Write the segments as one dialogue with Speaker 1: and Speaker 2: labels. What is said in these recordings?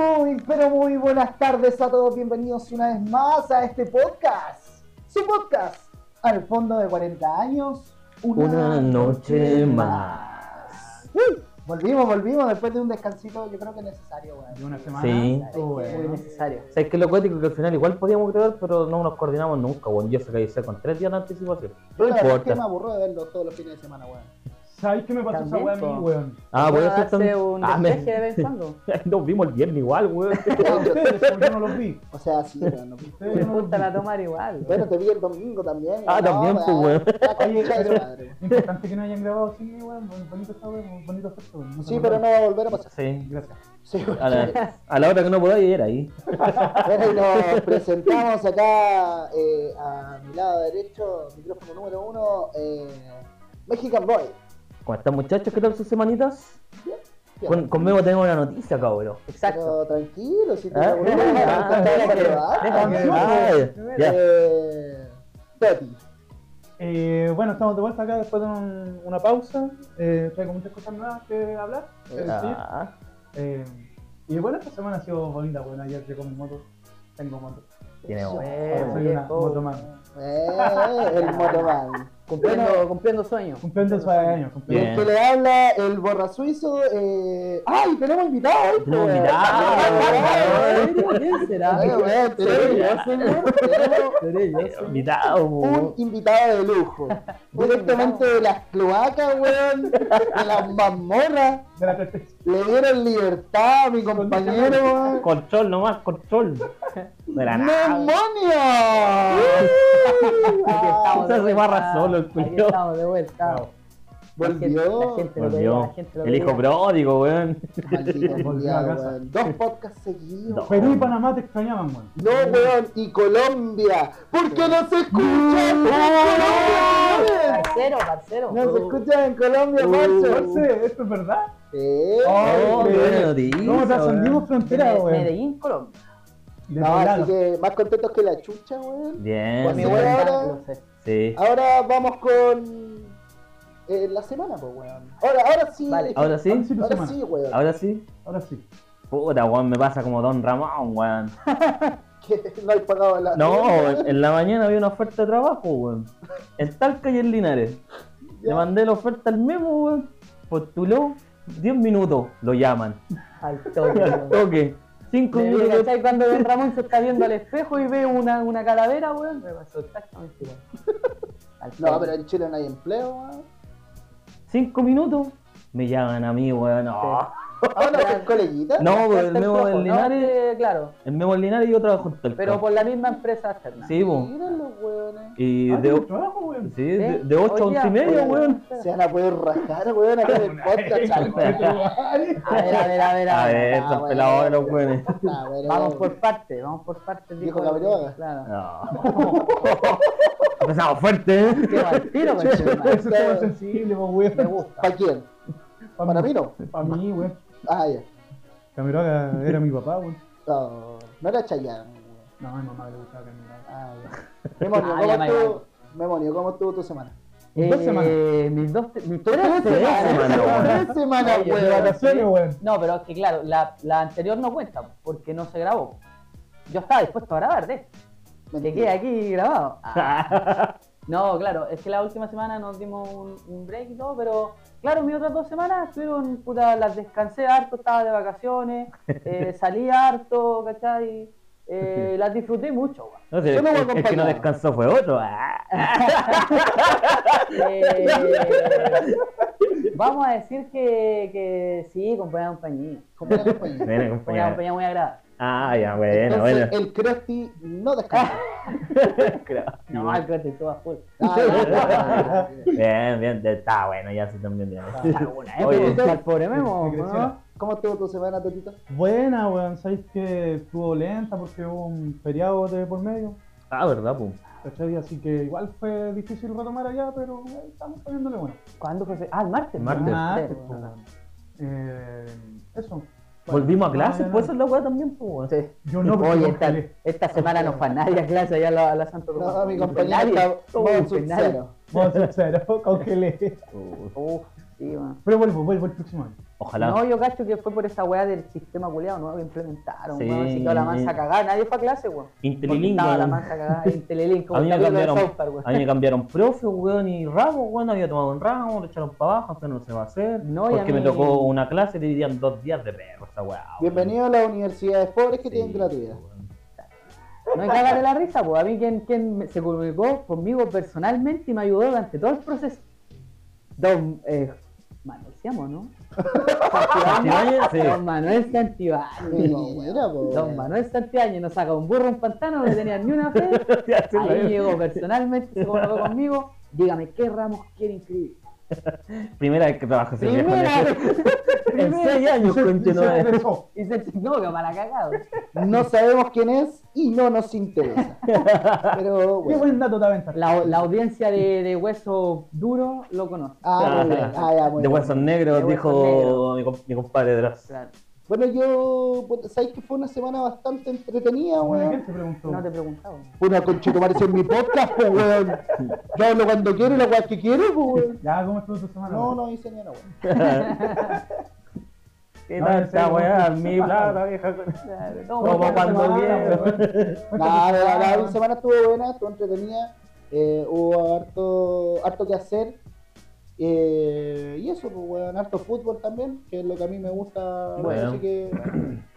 Speaker 1: Bueno, muy buenas tardes a todos. Bienvenidos una vez más a este podcast. Su podcast, Al fondo de 40 años.
Speaker 2: Una noche más.
Speaker 1: ¡Uy! Volvimos, volvimos después de un descansito, yo creo que necesario, weón.
Speaker 3: de una semana.
Speaker 2: Sí.
Speaker 1: Estuvo
Speaker 3: bueno.
Speaker 1: Muy necesario.
Speaker 2: O sea, es que lo cuático que al final igual podíamos grabar, pero no nos coordinamos nunca, weón. Yo se con tres días de anticipación. No
Speaker 1: Yo la verdad es que me
Speaker 2: importa.
Speaker 1: aburro de verlo todos los fines de semana, weón.
Speaker 3: ¿Sabes qué me pasó esa
Speaker 4: También,
Speaker 3: weá a mí,
Speaker 4: po.
Speaker 3: weón?
Speaker 2: Ah,
Speaker 4: Puedo
Speaker 2: bueno, eso
Speaker 4: darse
Speaker 2: también-
Speaker 4: un
Speaker 2: Ah, me-
Speaker 4: despeje de vez en cuando.
Speaker 2: Nos vimos el viernes igual, weón.
Speaker 3: Ustedes, porque yo no los vi.
Speaker 1: O sea, sí, weón. no-
Speaker 3: Ustedes no los
Speaker 4: Puta
Speaker 3: vi.
Speaker 4: la tomar igual.
Speaker 1: Bueno, te vi el domingo también.
Speaker 2: Ah, también, pues, weón.
Speaker 1: la concha de
Speaker 3: Oye,
Speaker 1: tu
Speaker 3: pero-
Speaker 1: madre.
Speaker 3: Importante que no hayan grabado sin mí, weón. Bonito está, weón. Bonito efecto, weón. se
Speaker 1: Sí, pero no va a volver a pasar.
Speaker 2: Sí.
Speaker 3: Gracias.
Speaker 1: Sí, weón.
Speaker 2: A la, a la hora que no podáis era ahí.
Speaker 1: Bueno, y nos presentamos acá eh, a mi lado derecho, micrófono número uno, eh, Mexican Boy.
Speaker 2: ¿Cómo están muchachos? ¿Qué tal sus semanitas?
Speaker 1: Bien.
Speaker 2: Con, conmigo tenemos una noticia, cabrón.
Speaker 4: Exacto.
Speaker 1: Pero tranquilo, si te
Speaker 2: Ah,
Speaker 1: aburrís,
Speaker 2: ah,
Speaker 1: te
Speaker 4: déjame
Speaker 1: vas a
Speaker 4: que-
Speaker 1: probar.
Speaker 4: déjame
Speaker 1: Eh,
Speaker 2: Ah, ya.
Speaker 1: eh, Pepi.
Speaker 3: Eh, bueno, estamos de vuelta acá después de un- una pausa. Eh, traigo muchas cosas nuevas que hablar. que decir.
Speaker 2: Ah,
Speaker 3: Eh, y bueno, esta semana ha sido bonita, weón. Ayer llegó mi moto. Tengo moto.
Speaker 2: tiene
Speaker 1: Eso.
Speaker 3: Ahora
Speaker 4: bueno.
Speaker 3: soy una
Speaker 4: Eh, viejo.
Speaker 3: motomana.
Speaker 1: Eh, el motoman.
Speaker 4: Cumpliendo, cumpliendo sueños.
Speaker 3: Cumpliendo su año.
Speaker 1: Y
Speaker 3: Cumpliendo.
Speaker 1: el que le habla, el borra suizo. Eh... ¡Ay, tenemos invitado! hoy,
Speaker 2: Tenemos
Speaker 1: pues!
Speaker 2: invitado.
Speaker 4: ¿Quién será?
Speaker 1: Eh, weón, tenemos- tenemos
Speaker 4: Seré yo.
Speaker 2: Invitado,
Speaker 1: un
Speaker 2: weón.
Speaker 1: invitado de lujo. Directamente de las cloacas, weón, de las mazmorras.
Speaker 3: De la tristeza.
Speaker 1: Le dieron libertad a mi compañero, weón.
Speaker 2: Control nomás, control. No era nada.
Speaker 1: ¡Demonio!
Speaker 4: Aquí estamos de
Speaker 2: Esa se
Speaker 4: vuelta.
Speaker 2: barra solo, el
Speaker 4: Aquí
Speaker 2: culiao.
Speaker 4: estamos de vuelta. La
Speaker 1: Volvió.
Speaker 4: gente lo veía, la
Speaker 2: Volvió.
Speaker 4: gente lo
Speaker 2: El hijo
Speaker 4: veía.
Speaker 2: pródigo, weón.
Speaker 1: Maldito
Speaker 3: Volvió
Speaker 1: culiao,
Speaker 3: a casa.
Speaker 1: weón. Dos podcasts seguidos.
Speaker 2: Dos.
Speaker 3: Perú y Panamá te extrañaban, weón.
Speaker 1: No, weón, y Colombia. ¿Por qué no se escucha en Colombia, Uh. señores?
Speaker 4: Parcero, parcero.
Speaker 1: No se escucha en Colombia, Marcio.
Speaker 3: Marce, ¿esto es verdad?
Speaker 1: Eh,
Speaker 3: Oh,
Speaker 2: qué
Speaker 3: qué
Speaker 2: buena
Speaker 3: bien.
Speaker 2: noticia,
Speaker 3: No, trascendimos
Speaker 4: De
Speaker 3: frontera,
Speaker 4: Me-
Speaker 3: weón.
Speaker 4: Uh, Medellín, Colombia.
Speaker 3: De
Speaker 1: No, así
Speaker 3: Milano.
Speaker 1: que más contentos que la chucha, weón.
Speaker 4: Por
Speaker 1: Sí.
Speaker 4: mi
Speaker 2: Bien.
Speaker 1: Bueno,
Speaker 4: vuelta,
Speaker 1: ahora-
Speaker 4: lo sé.
Speaker 2: Sí.
Speaker 1: Ahora vamos con eh, la semana, pues, weón. Ahora, ahora sí.
Speaker 4: Vale.
Speaker 2: Ahora
Speaker 3: Ahora
Speaker 2: sí.
Speaker 3: sí, tu
Speaker 1: Ahora
Speaker 3: semana.
Speaker 1: sí, weón.
Speaker 2: Ahora sí.
Speaker 3: Ahora sí.
Speaker 2: Puta, weón, me pasa como Don Ramón, weón.
Speaker 1: Que no hay pagado la.
Speaker 2: No, eh, en en la mañana había una oferta de trabajo, weón. En Talca y en Linares. Le
Speaker 1: Ya.
Speaker 2: mandé la oferta al memo, weón. Postuló 10 minutos, lo llaman.
Speaker 4: Al toque.
Speaker 2: Al toque. 5
Speaker 4: Me- me
Speaker 2: minutos.
Speaker 4: cachai cuando Don Ramón se está viendo al espejo y ve una, una calavera, weón. Me pasó exactamente igual. Al
Speaker 1: No,
Speaker 4: toque.
Speaker 1: pero en Chile no hay empleo, weón.
Speaker 2: 5 minutos. Me llaman a mí, weón. No,
Speaker 1: Ah, no, es coleguita.
Speaker 2: no weón, el
Speaker 4: Está el
Speaker 2: memo
Speaker 4: flojo,
Speaker 2: del
Speaker 4: ¿no?
Speaker 2: Linares.
Speaker 4: Eh, claro,
Speaker 2: El memo del Linares y yo trabajo en Talca.
Speaker 4: pero pues, por la misma empresa externa.
Speaker 2: Sí, weón.
Speaker 1: Miren los weones.
Speaker 2: Y
Speaker 3: Ah,
Speaker 2: de,
Speaker 3: tu trabajo, weón.
Speaker 2: sí, de, 8 a 11 y media, weón.
Speaker 1: Se van a poder rascar, weón, acá en el podcast, chaval.
Speaker 4: A ver, a ver, a ver.
Speaker 2: A ver,
Speaker 1: ah,
Speaker 2: estos
Speaker 1: bueno.
Speaker 2: pelados de los weones.
Speaker 1: Ah, weón.
Speaker 4: Vamos por partes, vamos por partes.
Speaker 1: Dijo
Speaker 4: el-
Speaker 1: Gabriola.
Speaker 2: Ah.
Speaker 4: Claro.
Speaker 2: No. Empezamos fuerte, ¿eh?
Speaker 4: Qué mal tiro,
Speaker 1: Este
Speaker 4: conchetumare.
Speaker 3: Eso Este es como sensible, po, weón.
Speaker 4: Me gusta.
Speaker 1: ¿Para quién? ¿Para mí no?
Speaker 3: Para mí, weón.
Speaker 1: Ah, ya.
Speaker 3: Camiroaga era mi papá, weón.
Speaker 1: No, no era Chayanne, weón.
Speaker 3: No, a mi mamá le gustaba Camiroaga.
Speaker 1: Ah, ya. Memonio,
Speaker 4: Ah,
Speaker 1: ¿cómo
Speaker 4: ya,
Speaker 1: estuvo? Memonio, ¿cómo estuvo tu semana?
Speaker 3: Mis dos semanas.
Speaker 4: Eh, Mis dos, mis tres
Speaker 2: Tres
Speaker 4: semanas.
Speaker 2: semanas, weón.
Speaker 1: Tres semanas,
Speaker 4: Oye,
Speaker 3: De
Speaker 1: weón.
Speaker 3: vacaciones, weón.
Speaker 4: No, pero es que claro, la, la anterior no cuenta porque no se grabó. Yo estaba dispuesto a grabar, de. Que quede aquí grabado. Ah. No, claro, es que la última semana nos dimos un, un break y todo, pero claro, mis otras dos semanas estuvieron, puta, las descansé harto, estaba de vacaciones, eh, salí harto, ¿cachai? Eh, las disfruté mucho, weón.
Speaker 2: No sé,
Speaker 1: Yo no voy
Speaker 2: el, el que no
Speaker 1: acompañado.
Speaker 2: descansó fue otro. Ah.
Speaker 4: Eh, vamos a decir que, que sí, compañía de compañía.
Speaker 1: Como era compañero.
Speaker 2: Bueno,
Speaker 4: Compañía de
Speaker 2: compañero.
Speaker 4: compañía muy agradable.
Speaker 2: Ah, ya, bueno,
Speaker 1: Entonces,
Speaker 2: bueno.
Speaker 1: El Krusty no descansa.
Speaker 4: No, mal corte, todo a full.
Speaker 1: Ah, ya.
Speaker 2: Bien, bien, de- está bueno, ya sí también bien.
Speaker 4: Ah, Alguna vez
Speaker 2: Oye.
Speaker 4: pregunté al pobre Memo,
Speaker 3: Que
Speaker 4: ¿no?
Speaker 3: creciera.
Speaker 1: ¿Cómo estuvo tu semana, Totito?
Speaker 3: Buena, weón. Sabéis que estuvo lenta porque hubo un feriado de por medio.
Speaker 2: Ah, verdad, pum.
Speaker 3: ¿Cachai? Así que igual fue difícil retomar allá, pero ahí estamos poniéndole bueno.
Speaker 4: ¿Cuándo fue? ese? Ah, el martes.
Speaker 2: El martes.
Speaker 3: Ah,
Speaker 4: Sí,
Speaker 3: pues,
Speaker 4: weón.
Speaker 3: weón. Eh, eso.
Speaker 2: Volvimos a
Speaker 3: Bueno,
Speaker 2: clases,
Speaker 3: no,
Speaker 2: pues
Speaker 3: no.
Speaker 2: esa es la weá también, pues.
Speaker 4: Sí.
Speaker 3: Yo no, porque
Speaker 4: Oye,
Speaker 3: me
Speaker 4: esta,
Speaker 3: congelé.
Speaker 4: esta semana no fue a nadie a clase allá a la, a la Santo Tomás.
Speaker 1: No, mi
Speaker 4: No fue
Speaker 1: compañero
Speaker 4: nadie.
Speaker 1: está
Speaker 4: Uh,
Speaker 1: modo
Speaker 4: fue nadie.
Speaker 1: subcero.
Speaker 3: Vamos a ser sinceros, congelé.
Speaker 4: Uh, sí, bueno.
Speaker 3: Pero vuelvo, vuelvo el próximo año.
Speaker 2: Ojalá.
Speaker 4: No, yo cacho que fue por esa weá del sistema culeado nuevo que implementaron,
Speaker 2: Sí.
Speaker 4: weón. Así que la mansa cagada, nadie fue a clase, weón. Porque
Speaker 2: Intelilingüe.
Speaker 4: Estaba la
Speaker 2: weón.
Speaker 4: mansa cagada en Telelink, como
Speaker 2: A mí, me
Speaker 4: el capítulo de
Speaker 2: cambiaron,
Speaker 4: South Park, weón.
Speaker 2: a mí me cambiaron profe, weón, y ramo, weón, había tomado un ramo, lo echaron para abajo, esto no se va a hacer.
Speaker 4: No, y a
Speaker 2: porque me
Speaker 4: mí-
Speaker 2: tocó una clase y dividían dos días de perro esa weá. weón.
Speaker 1: Bienvenido a las universidades pobres que
Speaker 2: Sí,
Speaker 1: tienen gratuidad.
Speaker 2: weón.
Speaker 4: No me cagas de la risa, pues. A mí quien, quien me- se comunicó conmigo personalmente y me ayudó durante todo el proceso. Don eh, Manuel Siamo, ¿no?
Speaker 2: Santibáñez, sí.
Speaker 4: Don Manuel Santibáñez. po, weón.
Speaker 1: Mira, po,
Speaker 4: Don
Speaker 1: weón.
Speaker 4: Manuel Santibáñez nos saca un burro, un pantano, no le tenían ni una fe.
Speaker 2: Ya se la
Speaker 4: Ahí
Speaker 2: veo.
Speaker 4: llegó personalmente, se comunicó conmigo. Dígame, ¿qué ramos quiere inscribir?
Speaker 2: Primera vez que trabajo ese viejo en
Speaker 4: Primera
Speaker 2: ese-
Speaker 4: vez.
Speaker 2: En seis años, conche, no
Speaker 3: Se
Speaker 2: es.
Speaker 3: empezó.
Speaker 4: Y se chingó, que para cagado.
Speaker 1: No sabemos quién es y no nos interesa. Pero
Speaker 3: Qué
Speaker 1: bueno.
Speaker 3: buen dato te aventaste.
Speaker 4: La, la audiencia de, de Hueso Duro lo conoce.
Speaker 1: Ah, muy bien. Ah, ya, muy
Speaker 2: este. De
Speaker 1: bien.
Speaker 2: huesos negros,
Speaker 4: De huesos
Speaker 2: dijo
Speaker 4: negros.
Speaker 2: mi, com- mi compadre Dross.
Speaker 4: Claro,
Speaker 1: Bueno, yo. bueno, ¿Sabéis que fue una semana bastante entretenida,
Speaker 3: Bueno,
Speaker 1: weón?
Speaker 3: ¿quién te preguntó?
Speaker 4: no te preguntaba.
Speaker 1: Una conchetumare en mi podcast, pues, weón. Yo hablo cuando quiero y la weá que quiero, pues, weón.
Speaker 3: Ya, ¿cómo estuvo tu semana?
Speaker 1: No,
Speaker 3: weón?
Speaker 1: no hice ni una weón.
Speaker 2: ¿Qué
Speaker 3: No,
Speaker 2: tal
Speaker 3: en
Speaker 2: esta
Speaker 3: serio,
Speaker 2: weá?
Speaker 3: no.
Speaker 2: Mi plata, vieja.
Speaker 4: Claro,
Speaker 2: Como
Speaker 4: porque-
Speaker 2: cuando
Speaker 3: semana,
Speaker 2: viene,
Speaker 3: weón?
Speaker 1: No, la,
Speaker 3: Cuéntame tu
Speaker 1: la- la
Speaker 3: semana, weón.
Speaker 1: semana estuvo buena, estuvo entretenida. eh, hubo harto, harto que hacer. eh, y eso, pues, weón, harto fútbol también, que es lo que a mí me gusta. weón,
Speaker 2: Bueno.
Speaker 1: así que.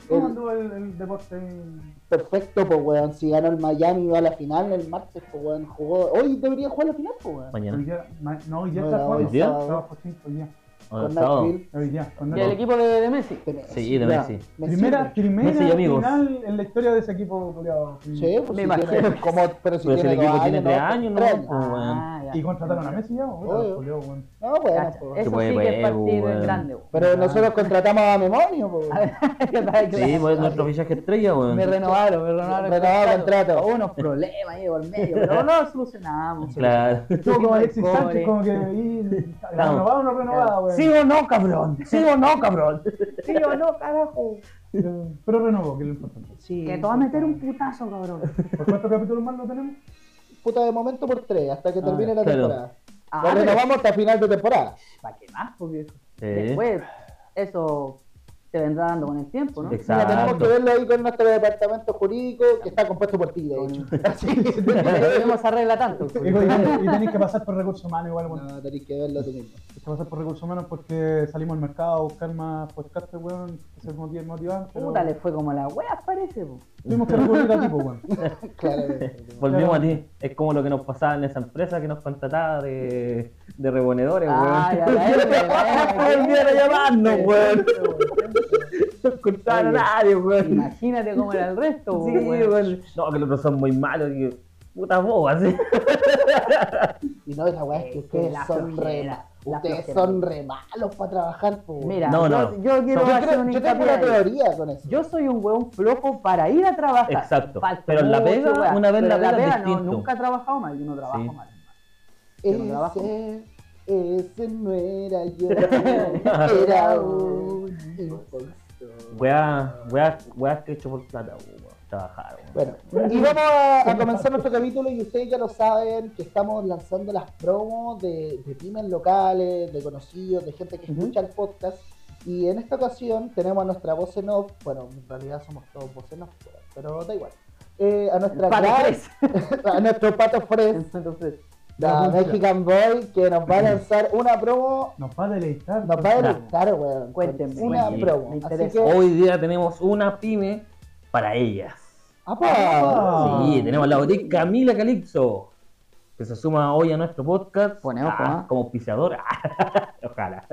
Speaker 3: ¿Cómo
Speaker 1: el-
Speaker 3: anduvo el, el deporte? en-
Speaker 1: perfecto, pues, weón. Si ganó el Miami, va a la final el martes, pues, weón. Jugó. Hoy debería jugar la final, pues, weón.
Speaker 3: Hoy
Speaker 2: Mañana.
Speaker 3: día, ma- no, hoy día
Speaker 1: No,
Speaker 3: está
Speaker 1: no,
Speaker 3: jugando.
Speaker 2: hoy día.
Speaker 3: Sábado, sí, hoy día.
Speaker 2: O el
Speaker 1: Con
Speaker 2: sábado.
Speaker 1: Nashville.
Speaker 3: Hoy día. con
Speaker 4: Y el
Speaker 3: Nacho.
Speaker 4: equipo de, de Messi.
Speaker 1: de Messi.
Speaker 2: Sí, de
Speaker 1: Ya,
Speaker 2: Messi.
Speaker 1: Messi,
Speaker 3: Primera,
Speaker 1: pues.
Speaker 3: primera
Speaker 2: Messi y amigos.
Speaker 3: final en la historia de ese equipo, culiao.
Speaker 1: Sí, pues,
Speaker 4: Me
Speaker 1: si
Speaker 4: imagino
Speaker 1: tiene,
Speaker 4: que-
Speaker 1: como, pero si
Speaker 2: Pero si
Speaker 1: tiene
Speaker 2: el equipo
Speaker 1: dos
Speaker 2: tiene
Speaker 1: años,
Speaker 2: tres
Speaker 1: no,
Speaker 2: años, ¿no?
Speaker 1: tres
Speaker 2: Pues, weón.
Speaker 4: Ah, ya.
Speaker 3: Y contrataron a Messi ya,
Speaker 1: Obvio.
Speaker 3: weón. culiao, weón.
Speaker 1: No, bueno,
Speaker 4: Cacha,
Speaker 1: pues.
Speaker 4: Eso
Speaker 2: Qué
Speaker 4: sí
Speaker 2: buen
Speaker 4: que es
Speaker 2: huevo,
Speaker 4: partido
Speaker 2: weón.
Speaker 4: grande, weón.
Speaker 1: Pero nosotros contratamos a Memonio, pues. weón.
Speaker 2: Sí, pues es nuestro fichaje estrella, weón.
Speaker 4: Me renovaron, me renovaron el
Speaker 1: Renovado contrato.
Speaker 4: Hubo unos problemas ahí por medio, pero no lo solucionamos.
Speaker 2: Claro.
Speaker 3: Estuvo como Alexis
Speaker 4: Pobre.
Speaker 3: Sánchez, como que ahí, renovado o no renovado, weón.
Speaker 2: o no, cabrón. Sí o no, cabrón.
Speaker 4: Sí o no, carajo.
Speaker 3: Pero Eh, pero renovó, que es lo importante.
Speaker 1: Sí,
Speaker 4: Que te va a meter un putazo, cabrón.
Speaker 3: ¿Por cuántos capítulos más no tenemos?
Speaker 1: puta de momento por tres, hasta que termine la
Speaker 2: claro.
Speaker 1: temporada.
Speaker 4: Ah,
Speaker 1: Lo renovamos hasta final de temporada.
Speaker 4: ¿Para qué más? Porque
Speaker 2: Sí.
Speaker 4: después eso te vendrá dando con el tiempo, ¿no?
Speaker 1: Mira, tenemos que
Speaker 2: Exacto.
Speaker 1: verlo ahí con nuestro departamento jurídico, que está compuesto por ti, de hecho. Así que-
Speaker 4: Debemos arreglar tanto.
Speaker 3: Y, y- y tenéis que pasar por recursos humanos igual, weón.
Speaker 1: No, tenéis que verlo tú mismo.
Speaker 3: Hay que pasar por recursos humanos porque salimos al mercado a buscar más podcasts, weón, que se motiv- motivan. pero
Speaker 4: Puta, le fue como la wea, parece, po.
Speaker 3: Tuvimos que recurrir a tipo, weón.
Speaker 1: Claramente.
Speaker 2: Volvimos a ti. Es como lo que nos pasaba en esa empresa que nos contrataba de, de reponedores,
Speaker 4: Ah, ya, la M, la M.
Speaker 2: Volvieron a llamarnos, weón. No contrataban a
Speaker 4: Oye.
Speaker 2: nadie, weón.
Speaker 4: Imagínate cómo era el resto, po,
Speaker 2: Sí,
Speaker 4: weón.
Speaker 2: weón. No, que los otros son muy malos. Y... Putas bobas, sí.
Speaker 1: Y no, esa weá es que
Speaker 4: Eh,
Speaker 1: ustedes
Speaker 4: la
Speaker 1: son re,
Speaker 4: flojera, la
Speaker 1: ustedes
Speaker 4: flojera.
Speaker 1: son re malos para trabajar, pues.
Speaker 4: Mira,
Speaker 2: No,
Speaker 4: yo,
Speaker 2: no.
Speaker 4: yo quiero
Speaker 2: Yo
Speaker 1: yo,
Speaker 4: hacer
Speaker 1: creo-
Speaker 4: un
Speaker 1: yo tengo
Speaker 4: hincapié
Speaker 1: una
Speaker 4: ahí.
Speaker 1: teoría con eso.
Speaker 4: Yo soy un huevón flojo para ir a trabajar.
Speaker 2: Exacto.
Speaker 4: Falto
Speaker 2: Pero en la
Speaker 4: mucho,
Speaker 2: pega,
Speaker 4: weón.
Speaker 2: una vez en
Speaker 4: Pero
Speaker 2: la
Speaker 4: en
Speaker 2: pega es
Speaker 4: no,
Speaker 2: distinto.
Speaker 4: nunca he trabajado mal, yo no trabajo
Speaker 2: Sí.
Speaker 4: mal. yo no trabajo.
Speaker 1: ese, ese no era yo, era un impostor.
Speaker 2: Weas, weas, weas que he hecho por plata, weón. Trabajar, weón.
Speaker 1: Bueno, y vamos a, a comenzar nuestro capítulo y ustedes ya lo saben que estamos lanzando las promos de, de pymes locales, de conocidos, de gente que escucha el podcast. Y en esta ocasión tenemos a nuestra voz en off, bueno, en realidad somos todos voz en off, pero da igual. Eh, a nuestra
Speaker 4: Pato
Speaker 1: gran-
Speaker 4: Fres.
Speaker 1: a nuestro pato Fres,
Speaker 4: Entonces,
Speaker 1: la Mexican Boy, que nos va a lanzar una promo,
Speaker 3: Nos va a deleitar.
Speaker 1: nos va a
Speaker 2: Claro.
Speaker 1: deleitar, weón. con
Speaker 4: Cuéntenme,
Speaker 1: Una
Speaker 2: cuéntenme,
Speaker 1: promo.
Speaker 4: me
Speaker 1: Así
Speaker 4: interesa.
Speaker 1: que,
Speaker 2: Hoy día tenemos una pyme para ellas.
Speaker 1: ¡apa!
Speaker 3: Ah.
Speaker 2: Sí, tenemos a la botica Camila Calipso, que se suma hoy a nuestro podcast
Speaker 4: Pone ojo,
Speaker 2: Ah,
Speaker 4: ¿ah?
Speaker 2: como auspiciadora. Ojalá.